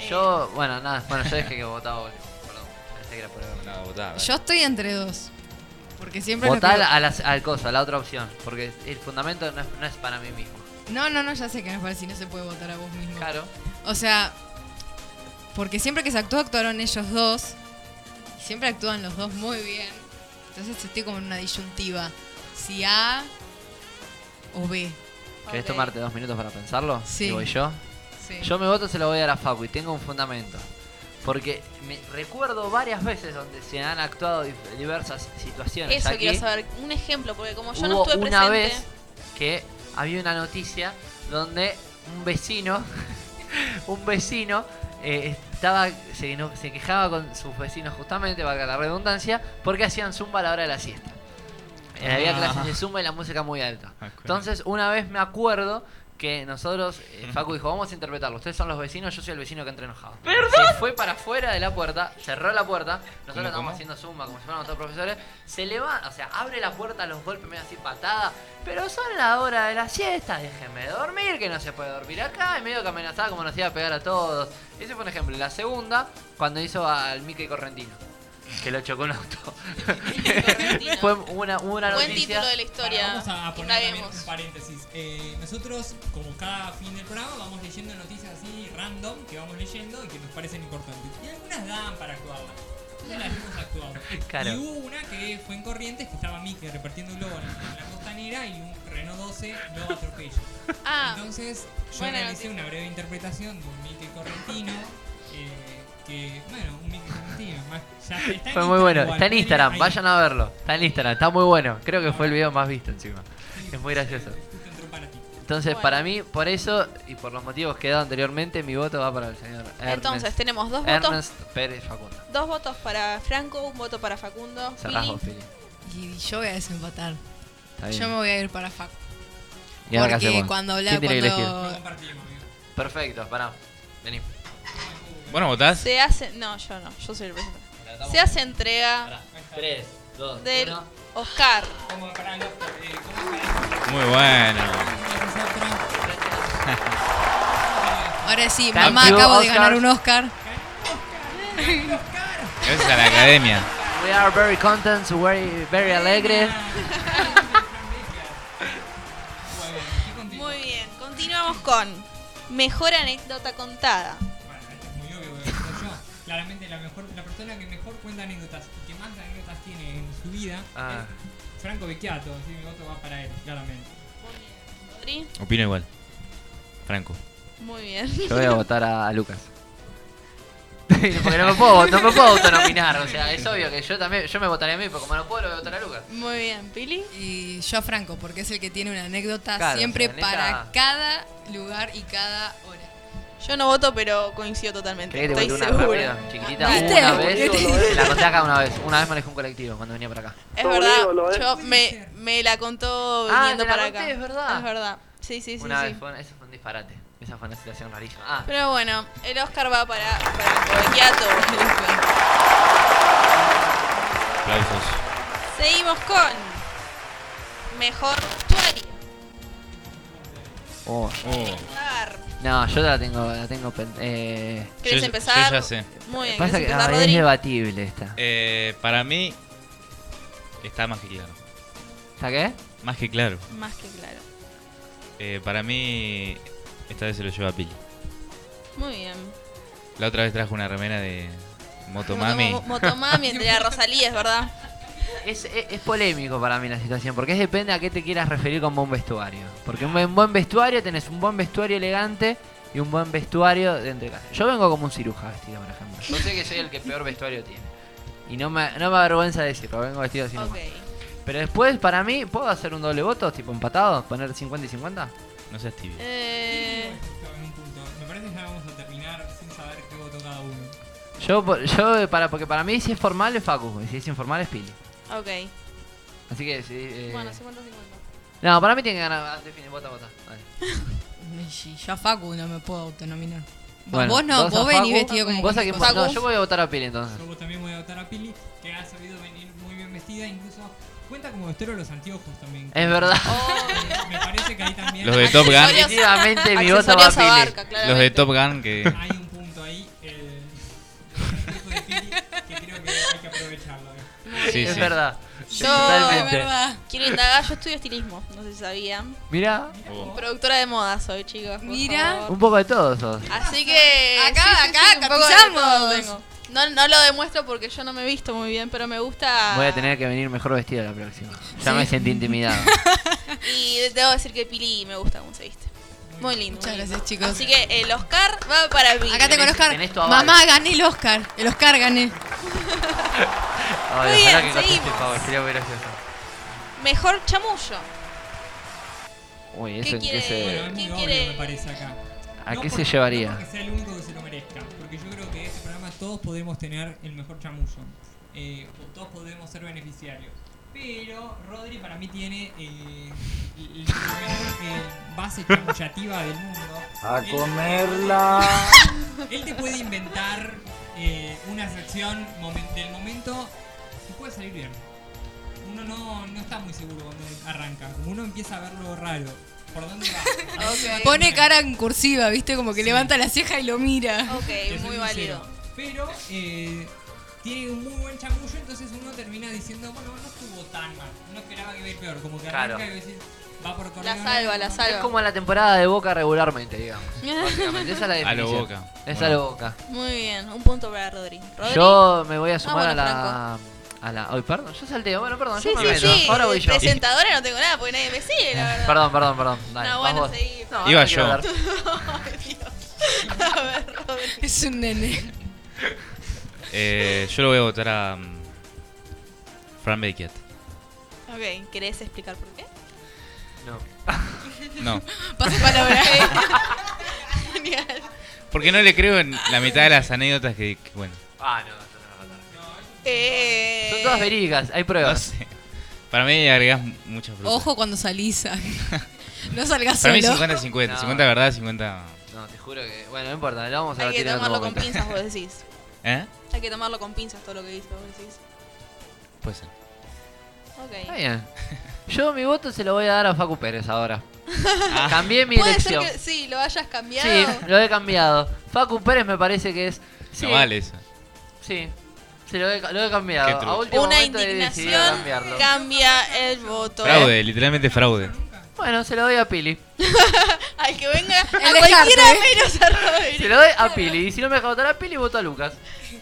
[SPEAKER 5] Yo, bueno, nada, bueno, yo dejé que votaba, boludo. Perdón, pensé que era por
[SPEAKER 6] No, votaba.
[SPEAKER 4] Yo estoy entre dos. Porque siempre. lo
[SPEAKER 5] Votar
[SPEAKER 4] que-
[SPEAKER 5] a la, al cosa, a la otra opción, porque el fundamento no es, no es para mí mismo.
[SPEAKER 4] No, no, no, ya sé que no es fácil, no se puede votar a vos mismo.
[SPEAKER 5] Claro.
[SPEAKER 4] O sea, porque siempre que se actuó, actuaron ellos dos. Y siempre actúan los dos muy bien. Entonces estoy como en una disyuntiva. Si A o B.
[SPEAKER 5] ¿Querés tomarte dos minutos para pensarlo?
[SPEAKER 4] Sí.
[SPEAKER 5] ¿Y voy yo?
[SPEAKER 4] Sí.
[SPEAKER 5] Yo mi voto se lo voy a dar a Facu y tengo un fundamento. Porque me recuerdo varias veces donde se han actuado dif- diversas situaciones.
[SPEAKER 10] Eso
[SPEAKER 5] aquí.
[SPEAKER 10] quiero saber. Un ejemplo, porque como yo no
[SPEAKER 5] Hubo
[SPEAKER 10] estuve
[SPEAKER 5] una
[SPEAKER 10] presente.
[SPEAKER 5] vez que había una noticia donde un vecino, un vecino eh, estaba se, eno- se quejaba con sus vecinos justamente, valga la redundancia, porque hacían zumba a la hora de la siesta. Eh, Había
[SPEAKER 6] Ah.
[SPEAKER 5] clases de zumba y la música muy alta. Entonces, una vez me acuerdo que nosotros, eh, Facu dijo, vamos a interpretarlo. Ustedes son los vecinos, yo soy el vecino que entra enojado. Se fue para afuera de la puerta, cerró la puerta. Nosotros
[SPEAKER 6] ¿Cómo,
[SPEAKER 5] estábamos
[SPEAKER 6] cómo?
[SPEAKER 5] haciendo zumba como si fuéramos todos profesores. Se levanta, o sea, abre la puerta a los golpes, medio así patada. Pero son la hora de la siesta, déjenme dormir, que no se puede dormir acá. Y medio que amenazaba como nos iba a pegar a todos. Ese fue un ejemplo. La segunda, cuando hizo al Mickey Correntino. Que lo chocó un auto. Fue una, una
[SPEAKER 10] Buen
[SPEAKER 5] noticia.
[SPEAKER 10] título de la historia.
[SPEAKER 2] Vamos a poner también
[SPEAKER 10] Indaguemos.
[SPEAKER 2] un paréntesis. Eh, nosotros, como cada fin del programa, vamos leyendo noticias así random que vamos leyendo y que nos parecen importantes. Y algunas dan para actuarlas. Ya las vimos actuadas.
[SPEAKER 5] Claro.
[SPEAKER 2] Y hubo una que fue en Corrientes que estaba Mickey repartiendo un globo en en la costanera y un Renault 12 lo atropella.
[SPEAKER 10] Ah,
[SPEAKER 2] Entonces, yo
[SPEAKER 10] buena
[SPEAKER 2] realicé una breve interpretación de un Mickey Correntino. eh, que, bueno, un Mickey Correntino. más- ya está en
[SPEAKER 5] Fue
[SPEAKER 2] Instagram
[SPEAKER 5] muy bueno.
[SPEAKER 2] igual,
[SPEAKER 5] Está en
[SPEAKER 2] ahí-
[SPEAKER 5] Instagram,
[SPEAKER 2] ahí.
[SPEAKER 5] vayan a verlo. Está en Instagram, está muy bueno. Creo que fue el video más visto encima. Es muy gracioso. Entonces,
[SPEAKER 10] Bueno.
[SPEAKER 5] para mí, por eso y por los motivos que he dado anteriormente, mi voto va para el señor Ernest.
[SPEAKER 10] Entonces, tenemos dos votos.
[SPEAKER 5] Ernest Pérez Facundo.
[SPEAKER 10] Dos votos para Franco, un voto para Facundo.
[SPEAKER 5] Cerrás
[SPEAKER 10] Fili.
[SPEAKER 5] vos, Fili.
[SPEAKER 4] Y yo voy a desempatar.
[SPEAKER 5] Está bien.
[SPEAKER 4] Yo me voy a ir para Facu.
[SPEAKER 5] ¿Y ahora qué
[SPEAKER 4] Porque
[SPEAKER 5] hacemos?
[SPEAKER 4] cuando hablaba
[SPEAKER 5] ¿Quién tiene que
[SPEAKER 4] cuando.
[SPEAKER 5] Perfecto, pará. Vení.
[SPEAKER 6] Bueno, ¿votás?
[SPEAKER 10] Se hace. No, yo no, yo soy el presidente. Se hace entrega
[SPEAKER 5] 3, 2,
[SPEAKER 10] del Oscar.
[SPEAKER 6] Muy bueno.
[SPEAKER 4] Ahora sí,
[SPEAKER 6] Thank
[SPEAKER 4] mamá,
[SPEAKER 6] you,
[SPEAKER 4] acabo de
[SPEAKER 6] Oscar.
[SPEAKER 4] ganar un Oscar.
[SPEAKER 6] Gracias a la academia.
[SPEAKER 5] We are very content, very, very alegre.
[SPEAKER 10] Muy bien, continuamos con mejor anécdota contada.
[SPEAKER 2] Claramente la mejor la persona que mejor cuenta anécdotas y que más anécdotas tiene en su vida
[SPEAKER 5] Ah.
[SPEAKER 2] es Franco Becchiato, así que mi voto va para él, claramente.
[SPEAKER 10] Rodri,
[SPEAKER 6] Opino igual. Franco.
[SPEAKER 10] Muy bien.
[SPEAKER 5] Yo voy a votar a, a Lucas. Porque no me puedo, no me puedo autonominar. O sea, es obvio que yo también, yo me votaría a mí, pero como no puedo, lo voy a votar a Lucas.
[SPEAKER 10] Muy bien, Pili.
[SPEAKER 4] Y yo a Franco, porque es el que tiene una anécdota
[SPEAKER 5] Claro,
[SPEAKER 4] siempre
[SPEAKER 5] o sea,
[SPEAKER 4] para
[SPEAKER 5] neta.
[SPEAKER 4] cada lugar y cada hora.
[SPEAKER 10] Yo no voto, pero coincido totalmente.
[SPEAKER 5] ¿Querés que te
[SPEAKER 10] Estoy
[SPEAKER 5] cuente una
[SPEAKER 10] segura.
[SPEAKER 5] rápida? Chiquitita,
[SPEAKER 10] ¿Viste?
[SPEAKER 5] una vez. eh? La conté acá una vez. Una vez manejé un colectivo cuando venía para acá.
[SPEAKER 10] Es verdad, yo me, me la contó
[SPEAKER 5] Ah,
[SPEAKER 10] viniendo
[SPEAKER 5] te la
[SPEAKER 10] para
[SPEAKER 5] conté,
[SPEAKER 10] acá.
[SPEAKER 5] es verdad.
[SPEAKER 10] Es verdad. Sí, sí, sí.
[SPEAKER 5] una
[SPEAKER 10] sí.
[SPEAKER 5] vez, fue, eso fue un disparate. Esa fue una situación rarísima. Ah,
[SPEAKER 10] Pero bueno, el Oscar va para, para Coquiato.
[SPEAKER 6] Aplausos.
[SPEAKER 10] Seguimos con mejor vestuario.
[SPEAKER 5] oh.
[SPEAKER 10] Ar.
[SPEAKER 5] No, yo la tengo, la tengo. pen- Eh,
[SPEAKER 10] ¿Querés
[SPEAKER 6] Yo-
[SPEAKER 10] empezar?
[SPEAKER 6] yo ya sé.
[SPEAKER 10] Muy bien.
[SPEAKER 5] pasa
[SPEAKER 10] ¿querés
[SPEAKER 5] que
[SPEAKER 10] empezar,
[SPEAKER 5] ah, es
[SPEAKER 10] Rodri?
[SPEAKER 5] debatible esta.
[SPEAKER 6] Eh, para mí está más que claro.
[SPEAKER 5] ¿Está qué?
[SPEAKER 6] Más que claro.
[SPEAKER 10] Más que claro.
[SPEAKER 6] Eh, para mí esta vez se lo lleva Pili.
[SPEAKER 10] Muy bien.
[SPEAKER 6] La otra vez trajo una remera de Motomami.
[SPEAKER 10] Motomo- Motomami entre la Rosalía, es verdad.
[SPEAKER 5] Es, es- es polémico para mí la situación, porque es depende a qué te quieras referir con buen vestuario. Porque un buen- buen vestuario tenés un buen vestuario elegante y un buen vestuario de entre casa. Yo vengo como un ciruja vestido, por ejemplo. Yo sé que soy el que peor vestuario tiene. Y no me, no me avergüenza decirlo, vengo vestido así nomás. Pero después, para mí, ¿puedo hacer un doble voto, tipo empatado? ¿Poner 50 y 50?
[SPEAKER 6] No seas tibio.
[SPEAKER 2] Me parece que ya vamos a terminar sin saber qué votó cada uno.
[SPEAKER 5] Yo, po- yo eh, para, porque para mí si es formal es Facu, y si es informal es Pili.
[SPEAKER 7] Ok.
[SPEAKER 5] Así que sí. eh,
[SPEAKER 7] Bueno, 50-50.
[SPEAKER 5] No, para mí tiene que ganar. ah, define, vota, vota. Dale.
[SPEAKER 4] Y Yo a Facu no me puedo autonominar.
[SPEAKER 5] Bueno,
[SPEAKER 4] vos no,
[SPEAKER 5] a
[SPEAKER 4] vos venís
[SPEAKER 5] Facu,
[SPEAKER 4] vestido como
[SPEAKER 5] Vos a
[SPEAKER 4] cualquier
[SPEAKER 5] quién
[SPEAKER 4] cosa.
[SPEAKER 5] votás? No, yo voy a votar a Pili entonces.
[SPEAKER 2] Yo también voy a votar a Pili, que ha sabido venir muy bien vestida, incluso cuenta como vestero los anteojos también.
[SPEAKER 5] Es verdad.
[SPEAKER 2] Oh, me parece que ahí también.
[SPEAKER 6] Los de Top Gun.
[SPEAKER 5] Definitivamente mi voto va a Pili.
[SPEAKER 6] Los de Top Gun que.
[SPEAKER 2] Hay un punto ahí, eh, el anteojo de Pili, que creo que hay que aprovecharlo. eh.
[SPEAKER 5] Sí, es verdad.
[SPEAKER 7] Yo,
[SPEAKER 5] Totalmente.
[SPEAKER 7] Quiero indagar, yo estudio estilismo, no sé si sabían.
[SPEAKER 5] Mira,
[SPEAKER 7] Productora de moda soy, chicos. Mira.
[SPEAKER 5] un poco de todo sos.
[SPEAKER 7] Así que.
[SPEAKER 4] Acá, acá,
[SPEAKER 7] un poco de
[SPEAKER 4] capitamos.
[SPEAKER 7] todo tengo. No, no lo demuestro porque yo no me he visto muy bien, pero me gusta.
[SPEAKER 5] Voy a tener que venir mejor vestida la próxima. Ya me sentí intimidado.
[SPEAKER 7] Y debo decir que Pili me gusta cómo se viste. Muy lindo. Muchas gracias,
[SPEAKER 4] chicos.
[SPEAKER 7] Así que eh, el Oscar va para Pili.
[SPEAKER 4] Acá tengo el Oscar. Mamá, gané el Oscar. El Oscar gané.
[SPEAKER 5] Ay,
[SPEAKER 7] Muy
[SPEAKER 5] ojalá
[SPEAKER 7] bien,
[SPEAKER 5] que conteste,
[SPEAKER 7] seguimos.
[SPEAKER 5] Pavo, sería muy gracioso.
[SPEAKER 7] Mejor chamullo.
[SPEAKER 5] Uy,
[SPEAKER 7] ¿Qué
[SPEAKER 5] eso en qué
[SPEAKER 7] quiere?
[SPEAKER 5] se.
[SPEAKER 2] Muy
[SPEAKER 7] ¿Quién
[SPEAKER 2] obvio
[SPEAKER 7] quiere?
[SPEAKER 2] me parece acá.
[SPEAKER 5] ¿A
[SPEAKER 2] No
[SPEAKER 5] qué se
[SPEAKER 2] porque-
[SPEAKER 5] llevaría?
[SPEAKER 2] no porque sea el único que se lo merezca, porque yo creo que en este programa todos podemos tener el mejor chamullo, eh, o todos podemos ser beneficiarios. Pero Rodri para mí tiene eh, el- el primer, eh, base chamullativa del mundo.
[SPEAKER 10] A
[SPEAKER 2] Él-
[SPEAKER 10] comerla.
[SPEAKER 2] Él te puede inventar eh, una sección momen- del momento y puede salir bien. Uno no, no está muy seguro cuando arranca. Como uno empieza a verlo raro. ¿Por dónde va?
[SPEAKER 4] Pone cara en cursiva, viste, como que levanta la ceja y lo mira.
[SPEAKER 2] Te soy sincero. Pero eh, tiene un muy buen chamullo, entonces uno termina diciendo, bueno, no estuvo tan mal. Uno esperaba que iba a ir peor. Como que arranca
[SPEAKER 5] Claro.
[SPEAKER 2] y decís, va por
[SPEAKER 7] La
[SPEAKER 2] correo.
[SPEAKER 7] salva, la
[SPEAKER 5] Es
[SPEAKER 7] salva.
[SPEAKER 5] como la temporada de Boca regularmente, digamos. Básicamente, esa es la
[SPEAKER 6] A lo
[SPEAKER 5] definición.
[SPEAKER 6] Boca.
[SPEAKER 5] Es
[SPEAKER 6] Bueno.
[SPEAKER 5] a lo Boca.
[SPEAKER 7] Muy bien, un punto para Rodri. Rodri.
[SPEAKER 5] Yo me voy a sumar
[SPEAKER 7] Ah, bueno,
[SPEAKER 5] a la. A la. Ay, perdón, yo salteo. Bueno, perdón,
[SPEAKER 7] Sí,
[SPEAKER 5] yo me
[SPEAKER 7] sí,
[SPEAKER 5] meto.
[SPEAKER 7] sí.
[SPEAKER 5] Ahora voy yo.
[SPEAKER 7] Presentadora no tengo nada porque nadie me sigue, la verdad.
[SPEAKER 5] Perdón, perdón, perdón. Dale,
[SPEAKER 7] no,
[SPEAKER 5] vas
[SPEAKER 7] bueno,
[SPEAKER 5] vos.
[SPEAKER 7] seguí.
[SPEAKER 5] No, ahora quiero hablar.
[SPEAKER 7] A ver, Rodri.
[SPEAKER 4] Es un nene.
[SPEAKER 6] Eh, yo lo voy a votar a. mm, Fran Belkiat.
[SPEAKER 7] Ok, ¿querés explicar por qué?
[SPEAKER 5] No.
[SPEAKER 6] No.
[SPEAKER 4] Paso palabra.
[SPEAKER 7] Genial.
[SPEAKER 6] Porque no le creo en la mitad de las anécdotas que. que bueno.
[SPEAKER 5] Ah, no,
[SPEAKER 7] Eh,
[SPEAKER 5] Son
[SPEAKER 4] Eh,
[SPEAKER 5] todas verídicas, hay pruebas.
[SPEAKER 6] Para mí agregás muchas frutas.
[SPEAKER 4] Ojo cuando salís. No salgas
[SPEAKER 6] Para
[SPEAKER 4] solo.
[SPEAKER 6] mí
[SPEAKER 5] No.
[SPEAKER 6] 50-50. 50 verdad, 50.
[SPEAKER 5] No, te juro que. Bueno, no importa, lo vamos a
[SPEAKER 7] Hay que
[SPEAKER 5] debatir en otro
[SPEAKER 7] tomarlo con
[SPEAKER 5] momento.
[SPEAKER 7] pinzas, vos decís.
[SPEAKER 6] ¿Eh?
[SPEAKER 7] Hay que tomarlo con pinzas todo lo que dice, vos decís.
[SPEAKER 6] Puede ser.
[SPEAKER 7] Ok.
[SPEAKER 5] Está bien. Yo mi voto se lo voy a dar a Facu Pérez ahora. Ah. Cambié mi
[SPEAKER 7] Ah. Puede
[SPEAKER 5] elección.
[SPEAKER 7] ser que sí, lo hayas cambiado.
[SPEAKER 5] Sí, lo he cambiado. Facu Pérez me parece que es. Sí,
[SPEAKER 6] No vale eso.
[SPEAKER 5] Sí. Se lo he, lo he
[SPEAKER 6] Qué
[SPEAKER 5] cambiado. A
[SPEAKER 6] trucho.
[SPEAKER 5] último
[SPEAKER 7] Una
[SPEAKER 5] momento he decidido
[SPEAKER 7] indignación
[SPEAKER 5] cambiarlo.
[SPEAKER 7] cambia el
[SPEAKER 5] ¿eh?
[SPEAKER 7] voto.
[SPEAKER 6] Fraude, literalmente fraude.
[SPEAKER 5] Bueno, se lo doy a Pili.
[SPEAKER 7] Al que venga, a
[SPEAKER 4] El descarte.
[SPEAKER 7] cualquiera menos a Rodri.
[SPEAKER 5] Se lo doy a Pili. Y si no me deja votar a Pili, voto a Lucas.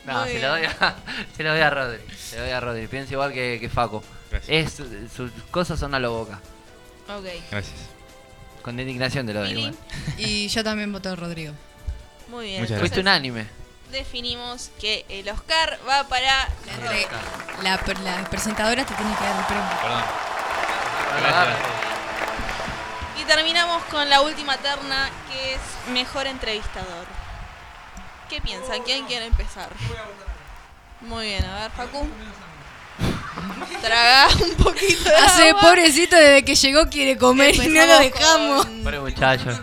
[SPEAKER 5] No,
[SPEAKER 7] Muy
[SPEAKER 5] se
[SPEAKER 7] bien.
[SPEAKER 5] lo, doy a, se lo doy a Rodri. Se lo doy a Rodri. Pienso igual que, que Facu. Es, sus cosas son a lo boca.
[SPEAKER 7] Ok,
[SPEAKER 6] Gracias.
[SPEAKER 5] Con indignación te lo doy.
[SPEAKER 7] Pili. eh,
[SPEAKER 5] igual.
[SPEAKER 4] Y yo también voto a Rodrigo.
[SPEAKER 7] muy bien.
[SPEAKER 5] Fuiste
[SPEAKER 7] Entonces,
[SPEAKER 5] unánime.
[SPEAKER 7] Definimos que el Oscar va para Rodri.
[SPEAKER 4] La, la presentadora te tiene que dar el premio.
[SPEAKER 6] Perdón.
[SPEAKER 7] Y terminamos con la última terna que es mejor entrevistador. ¿Qué piensan? ¿Quién quiere empezar? Muy bien, a ver, Facu. Traga un poquito de
[SPEAKER 4] Hace
[SPEAKER 7] agua.
[SPEAKER 4] pobrecito desde que llegó quiere comer y no lo
[SPEAKER 7] Empezamos
[SPEAKER 4] dejamos.
[SPEAKER 5] Pobre muchacho.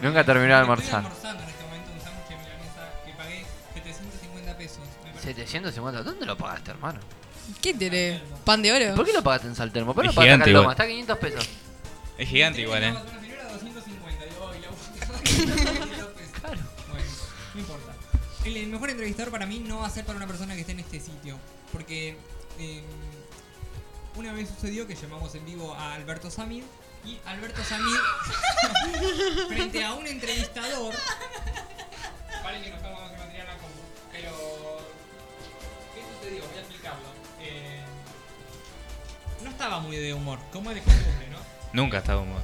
[SPEAKER 5] Nunca terminó de almorzar.
[SPEAKER 2] Que pagué 750 pesos.
[SPEAKER 5] 750, ¿dónde lo pagaste, hermano?
[SPEAKER 4] ¿Qué tiene? ¿Pan de oro?
[SPEAKER 5] ¿Por qué lo pagaste en Saltermo? ¿Por qué lo
[SPEAKER 6] Es
[SPEAKER 5] pagaste acá
[SPEAKER 6] gigante
[SPEAKER 5] en Loma?
[SPEAKER 6] igual.
[SPEAKER 5] Está a 500 pesos.
[SPEAKER 6] Es gigante igual, eh.
[SPEAKER 2] Claro. Bueno, no importa. El, el mejor entrevistador para mí no va a ser para una persona que esté en este sitio. Porque eh, una vez sucedió que llamamos en vivo a Alberto Samir. Y Alberto Samir, frente a un entrevistador. Vale que nos estamos que nos tiran la compu, Pero. ¿Qué sucedió? Voy a explicarlo. Eh, no estaba muy de humor, como de costumbre, ¿no?
[SPEAKER 6] Nunca está como.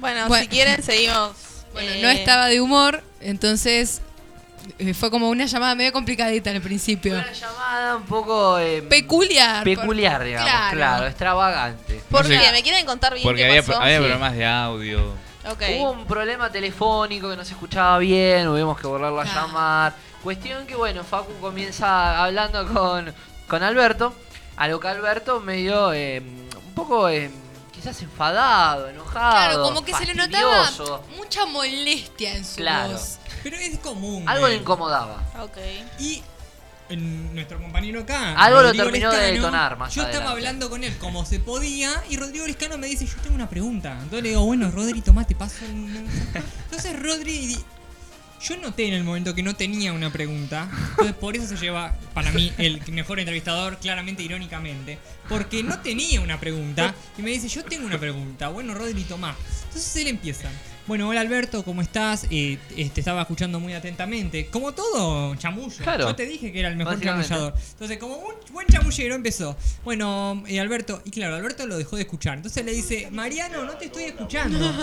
[SPEAKER 7] Bueno,
[SPEAKER 4] Bueno.
[SPEAKER 7] si quieren seguimos.
[SPEAKER 4] Bueno,
[SPEAKER 7] Eh,
[SPEAKER 4] no estaba de humor, entonces eh, fue como una llamada medio complicadita al principio. Una
[SPEAKER 5] llamada un poco... eh,
[SPEAKER 4] Peculiar.
[SPEAKER 5] Peculiar, digamos, claro,
[SPEAKER 4] Claro.
[SPEAKER 5] extravagante.
[SPEAKER 7] ¿Por qué? ¿Me quieren contar bien
[SPEAKER 6] Porque
[SPEAKER 7] qué
[SPEAKER 6] había,
[SPEAKER 7] pasó?
[SPEAKER 6] había
[SPEAKER 5] Sí.
[SPEAKER 6] problemas de audio.
[SPEAKER 7] Ok.
[SPEAKER 5] Hubo un problema telefónico que no se escuchaba bien, tuvimos que volverlo a llamar. Cuestión que, bueno, Facu comienza hablando con, con Alberto, a lo que Alberto medio, eh, un poco, eh, quizás enfadado, enojado.
[SPEAKER 4] Claro, como que se le notaba
[SPEAKER 5] fastidioso.
[SPEAKER 4] mucha molestia en su
[SPEAKER 5] Claro.
[SPEAKER 4] voz.
[SPEAKER 2] Pero es común.
[SPEAKER 5] Algo
[SPEAKER 2] eh.
[SPEAKER 5] le incomodaba.
[SPEAKER 7] Ok.
[SPEAKER 2] Y en nuestro compañero acá.
[SPEAKER 5] Algo lo
[SPEAKER 2] Ah, Rodrigo
[SPEAKER 5] terminó de
[SPEAKER 2] Lescano,
[SPEAKER 5] detonar más
[SPEAKER 2] Yo estaba
[SPEAKER 5] adelante.
[SPEAKER 2] hablando con él como se podía y Rodrigo Lescano me dice, yo tengo una pregunta. Entonces le digo, bueno, Rodri, tomá, te paso un... Entonces Rodri... di- Yo noté en el momento que no tenía una pregunta, entonces por eso se lleva para mí el mejor entrevistador, claramente irónicamente, porque no tenía una pregunta y me dice, yo tengo una pregunta, bueno Rodri, tomá. Entonces él empieza, bueno, hola Alberto, ¿cómo estás? Eh, eh, te estaba escuchando muy atentamente, como todo chamullo,
[SPEAKER 5] Claro.
[SPEAKER 2] yo te dije que era el mejor
[SPEAKER 5] Básicamente.
[SPEAKER 2] chamullador. Entonces como un buen chamullero empezó, bueno, eh, Alberto, y claro, Alberto lo dejó de escuchar, entonces le dice, Mariano, no te estoy escuchando.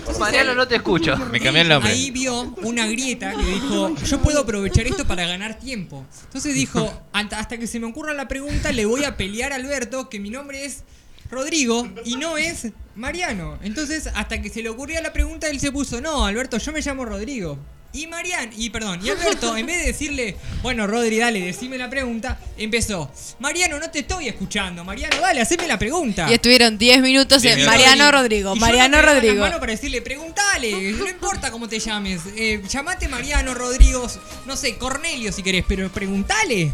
[SPEAKER 2] Entonces
[SPEAKER 5] Mariano,
[SPEAKER 2] él-
[SPEAKER 5] no te escucho.
[SPEAKER 6] Me cambié el nombre.
[SPEAKER 2] Ahí vio una grieta que dijo, yo puedo aprovechar esto para ganar tiempo. Entonces dijo, "Hasta- hasta que se me ocurra la pregunta le voy a pelear a Alberto que mi nombre es Rodrigo y no es Mariano. Entonces, hasta que se le ocurría la pregunta, él se puso, no, Alberto, yo me llamo Rodrigo. Y Mariano, y perdón, y Alberto, en vez de decirle, bueno, Rodri, dale, decime la pregunta, empezó, Mariano, no te estoy escuchando, Mariano, dale, haceme la pregunta.
[SPEAKER 4] Y estuvieron 10 minutos
[SPEAKER 2] Diez
[SPEAKER 4] en
[SPEAKER 2] minutos.
[SPEAKER 4] Mariano
[SPEAKER 2] Y-
[SPEAKER 4] Rodrigo,
[SPEAKER 2] y yo
[SPEAKER 4] Mariano
[SPEAKER 2] le pegaba
[SPEAKER 4] Rodrigo.
[SPEAKER 2] la mano para decirle, preguntale, no importa cómo te llames. eh, llamate Mariano Rodrigo, no sé, Cornelio si querés, pero preguntale.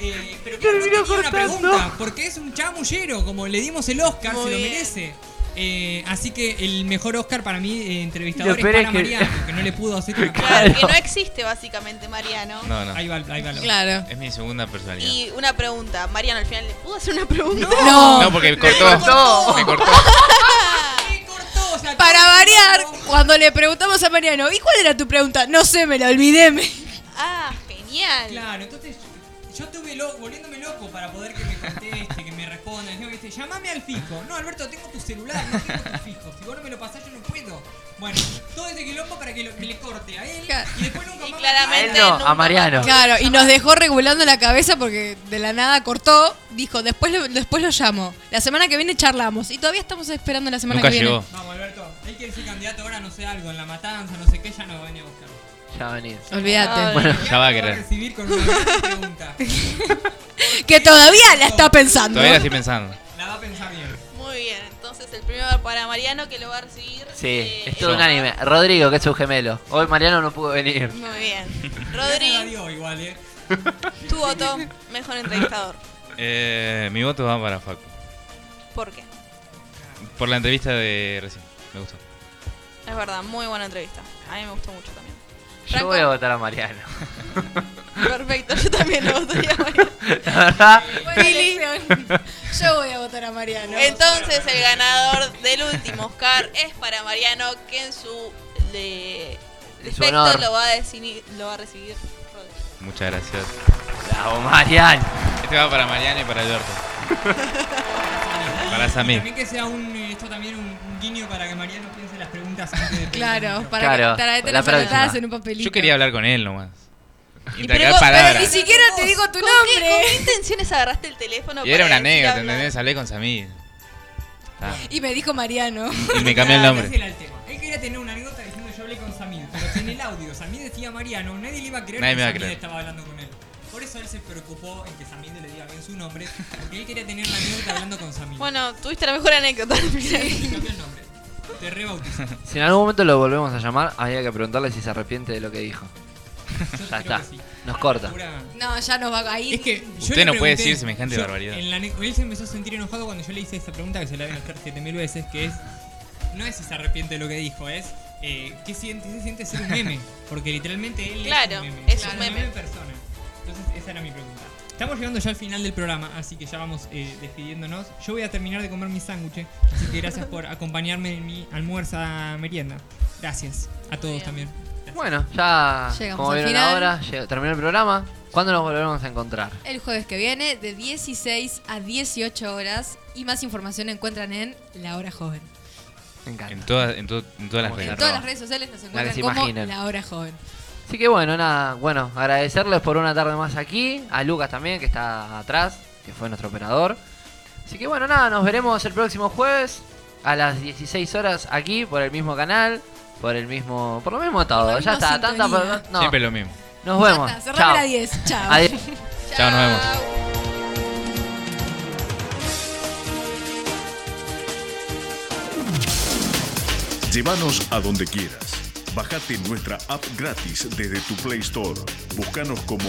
[SPEAKER 2] Eh, pero claro, no tenía una pregunta, porque es un chamullero, como le dimos el Oscar,
[SPEAKER 7] Muy
[SPEAKER 2] se lo
[SPEAKER 7] bien.
[SPEAKER 2] merece. Eh, así que el mejor Oscar para mí, eh, entrevistador,
[SPEAKER 5] Lo
[SPEAKER 2] es
[SPEAKER 5] peor
[SPEAKER 2] para
[SPEAKER 5] es que-
[SPEAKER 2] Mariano, que no le pudo hacer una
[SPEAKER 7] Claro, que no existe básicamente Mariano.
[SPEAKER 6] No, no.
[SPEAKER 2] Ahí va, ahí va. lo-
[SPEAKER 4] Claro.
[SPEAKER 6] Es mi segunda personalidad.
[SPEAKER 7] Y una pregunta, Mariano, al final le pudo hacer una pregunta.
[SPEAKER 4] No.
[SPEAKER 6] No, porque
[SPEAKER 4] Me
[SPEAKER 6] cortó.
[SPEAKER 4] cortó.
[SPEAKER 6] Me cortó.
[SPEAKER 4] Para variar, cuando le preguntamos a Mariano, ¿y cuál era tu pregunta? No sé, me la olvidé. me-
[SPEAKER 7] Ah, genial.
[SPEAKER 2] Claro, entonces yo estuve lo- volviéndome loco para poder que me conteste, que me responda. Yo, viste, llamame al fijo. No, Alberto, tengo tu celular, no tengo tu fijo. Si vos no me lo pasás, yo no puedo. Bueno, todo ese quilombo para que, lo- que le corte a él y después nunca más. me
[SPEAKER 7] claramente
[SPEAKER 5] A él no, a Mariano.
[SPEAKER 4] Claro, y nos dejó regulando la cabeza porque de la nada cortó. Dijo, después lo, después lo llamo. La semana que viene charlamos. Y todavía estamos esperando la semana
[SPEAKER 6] Nunca
[SPEAKER 4] que viene.
[SPEAKER 6] llegó.
[SPEAKER 2] Vamos, Alberto, él quiere ser candidato ahora, no sé algo, en la matanza, no sé qué, ya no venía a buscar.
[SPEAKER 5] Ya venía.
[SPEAKER 4] Olvídate. Ay.
[SPEAKER 5] Bueno,
[SPEAKER 6] Ya va a
[SPEAKER 2] Va a
[SPEAKER 6] querer.
[SPEAKER 2] recibir con una gran pregunta.
[SPEAKER 4] Que todavía la está pensando.
[SPEAKER 6] Todavía la estoy pensando.
[SPEAKER 2] La va a pensar bien.
[SPEAKER 7] Muy bien, entonces el primero para Mariano que lo va a recibir.
[SPEAKER 5] Sí,
[SPEAKER 7] eh,
[SPEAKER 5] es todo unánime. Rodrigo, que es su gemelo. Hoy Mariano no pudo venir.
[SPEAKER 7] Muy bien.
[SPEAKER 2] Gracias a
[SPEAKER 7] Rodri,
[SPEAKER 2] Dios, igual, eh.
[SPEAKER 7] tu voto, mejor entrevistador.
[SPEAKER 6] Eh, mi voto va para Facu.
[SPEAKER 7] ¿Por qué?
[SPEAKER 6] Por la entrevista de recién. Me gustó.
[SPEAKER 7] Es verdad, muy buena entrevista. A mí me gustó mucho también.
[SPEAKER 5] Yo voy a votar a Mariano.
[SPEAKER 7] Perfecto, yo también lo votaría a Mariano.
[SPEAKER 5] La verdad,
[SPEAKER 4] Buena elección. Yo voy a votar a Mariano.
[SPEAKER 7] Entonces el ganador del último Oscar es para Mariano, que en su de,
[SPEAKER 5] En su
[SPEAKER 7] defecto
[SPEAKER 5] honor.
[SPEAKER 7] lo va a decidir, lo va a recibir Rodri.
[SPEAKER 6] Muchas gracias.
[SPEAKER 5] bravo, Mariano.
[SPEAKER 6] Este va para Mariano y para Alberto. Para
[SPEAKER 2] Y
[SPEAKER 6] Samir.
[SPEAKER 2] También que sea un, eh, esto también un, un guiño para que Mariano piense las preguntas antes de
[SPEAKER 4] Claro, para
[SPEAKER 5] Claro, Pues
[SPEAKER 4] que para
[SPEAKER 5] la
[SPEAKER 4] tener
[SPEAKER 5] próxima.
[SPEAKER 4] anotadas en un papelito.
[SPEAKER 6] Yo quería hablar con él nomás.
[SPEAKER 4] Pero
[SPEAKER 6] Intercambiar
[SPEAKER 4] vos- pero ni
[SPEAKER 6] palabras.
[SPEAKER 4] siquiera te digo tu nombre.
[SPEAKER 7] ¿Qué intenciones agarraste el teléfono?
[SPEAKER 6] Y era una
[SPEAKER 7] para decir,
[SPEAKER 6] anécdota,
[SPEAKER 7] habla?
[SPEAKER 6] ¿entendés? Hablé con Samir. Está.
[SPEAKER 4] Y me dijo Mariano.
[SPEAKER 6] Y me cambié el
[SPEAKER 2] Claro,
[SPEAKER 6] nombre.
[SPEAKER 2] ese era Ah, el tema. Él quería tener una anécdota diciendo yo hablé con Samir, pero si en el audio Samir decía Mariano, nadie le iba a creer
[SPEAKER 6] Nadie
[SPEAKER 2] que
[SPEAKER 6] me iba a
[SPEAKER 2] Samir
[SPEAKER 6] creer.
[SPEAKER 2] estaba hablando con él. Por eso él se preocupó en que Samir le diga bien su nombre, porque él quería tener una anécdota hablando con Samir.
[SPEAKER 7] Bueno, tuviste la mejor anécdota.
[SPEAKER 2] Le cambió el nombre. Te rebautizó.
[SPEAKER 5] Si en algún momento lo volvemos a llamar, había que preguntarle si se arrepiente de lo que dijo. Ya está. Nos corta.
[SPEAKER 2] Pura-
[SPEAKER 4] No, ya nos va a ir.
[SPEAKER 2] Es que yo
[SPEAKER 6] Usted
[SPEAKER 2] le
[SPEAKER 6] no puede
[SPEAKER 2] pregunté-
[SPEAKER 6] decir semejante
[SPEAKER 2] yo-
[SPEAKER 6] barbaridad.
[SPEAKER 2] en la ne- él se empezó a sentir enojado cuando yo le hice esta pregunta que se la deben hacer 7000 veces, que es no es si se arrepiente de lo que dijo, es eh, ¿qué siente, qué se siente ser un meme? Porque literalmente él
[SPEAKER 7] Claro,
[SPEAKER 2] es un meme.
[SPEAKER 7] es un meme.
[SPEAKER 2] persona. Entonces esa era mi pregunta. Estamos llegando ya al final del programa, así que ya vamos eh, despidiéndonos. Yo voy a terminar de comer mi sándwich, así que gracias por acompañarme en mi almuerza merienda. Gracias a todos también.
[SPEAKER 5] Bueno, ya
[SPEAKER 4] Llegamos
[SPEAKER 5] como
[SPEAKER 4] al
[SPEAKER 5] vieron
[SPEAKER 4] final.
[SPEAKER 5] ahora, llegó- terminó el programa. ¿Cuándo nos volveremos a encontrar?
[SPEAKER 4] El jueves que viene, de 16 a 18 horas. Y más información encuentran en La Hora Joven.
[SPEAKER 5] Me encanta.
[SPEAKER 6] En, todas en, to- en todas las
[SPEAKER 5] Como
[SPEAKER 6] redes.
[SPEAKER 4] En todas las redes sociales nos
[SPEAKER 5] se
[SPEAKER 4] encuentran como
[SPEAKER 5] imaginan.
[SPEAKER 4] La Hora Joven.
[SPEAKER 5] Así que bueno, nada, bueno, agradecerles por una tarde más aquí, a Lucas también, que está atrás, que fue nuestro operador. Así que bueno, nada, nos veremos el próximo jueves a las 16 horas aquí por el mismo canal, por el mismo, por lo mismo todo, ya está, tanta no.
[SPEAKER 6] Siempre lo mismo.
[SPEAKER 5] Nos vemos.
[SPEAKER 14] Basta, cerrame
[SPEAKER 5] Chao.
[SPEAKER 14] la 10. Chao.
[SPEAKER 5] Adiós.
[SPEAKER 6] Chao, nos vemos.
[SPEAKER 1] Llévanos a donde quieras. Bájate nuestra app gratis desde tu Play Store. Búscanos como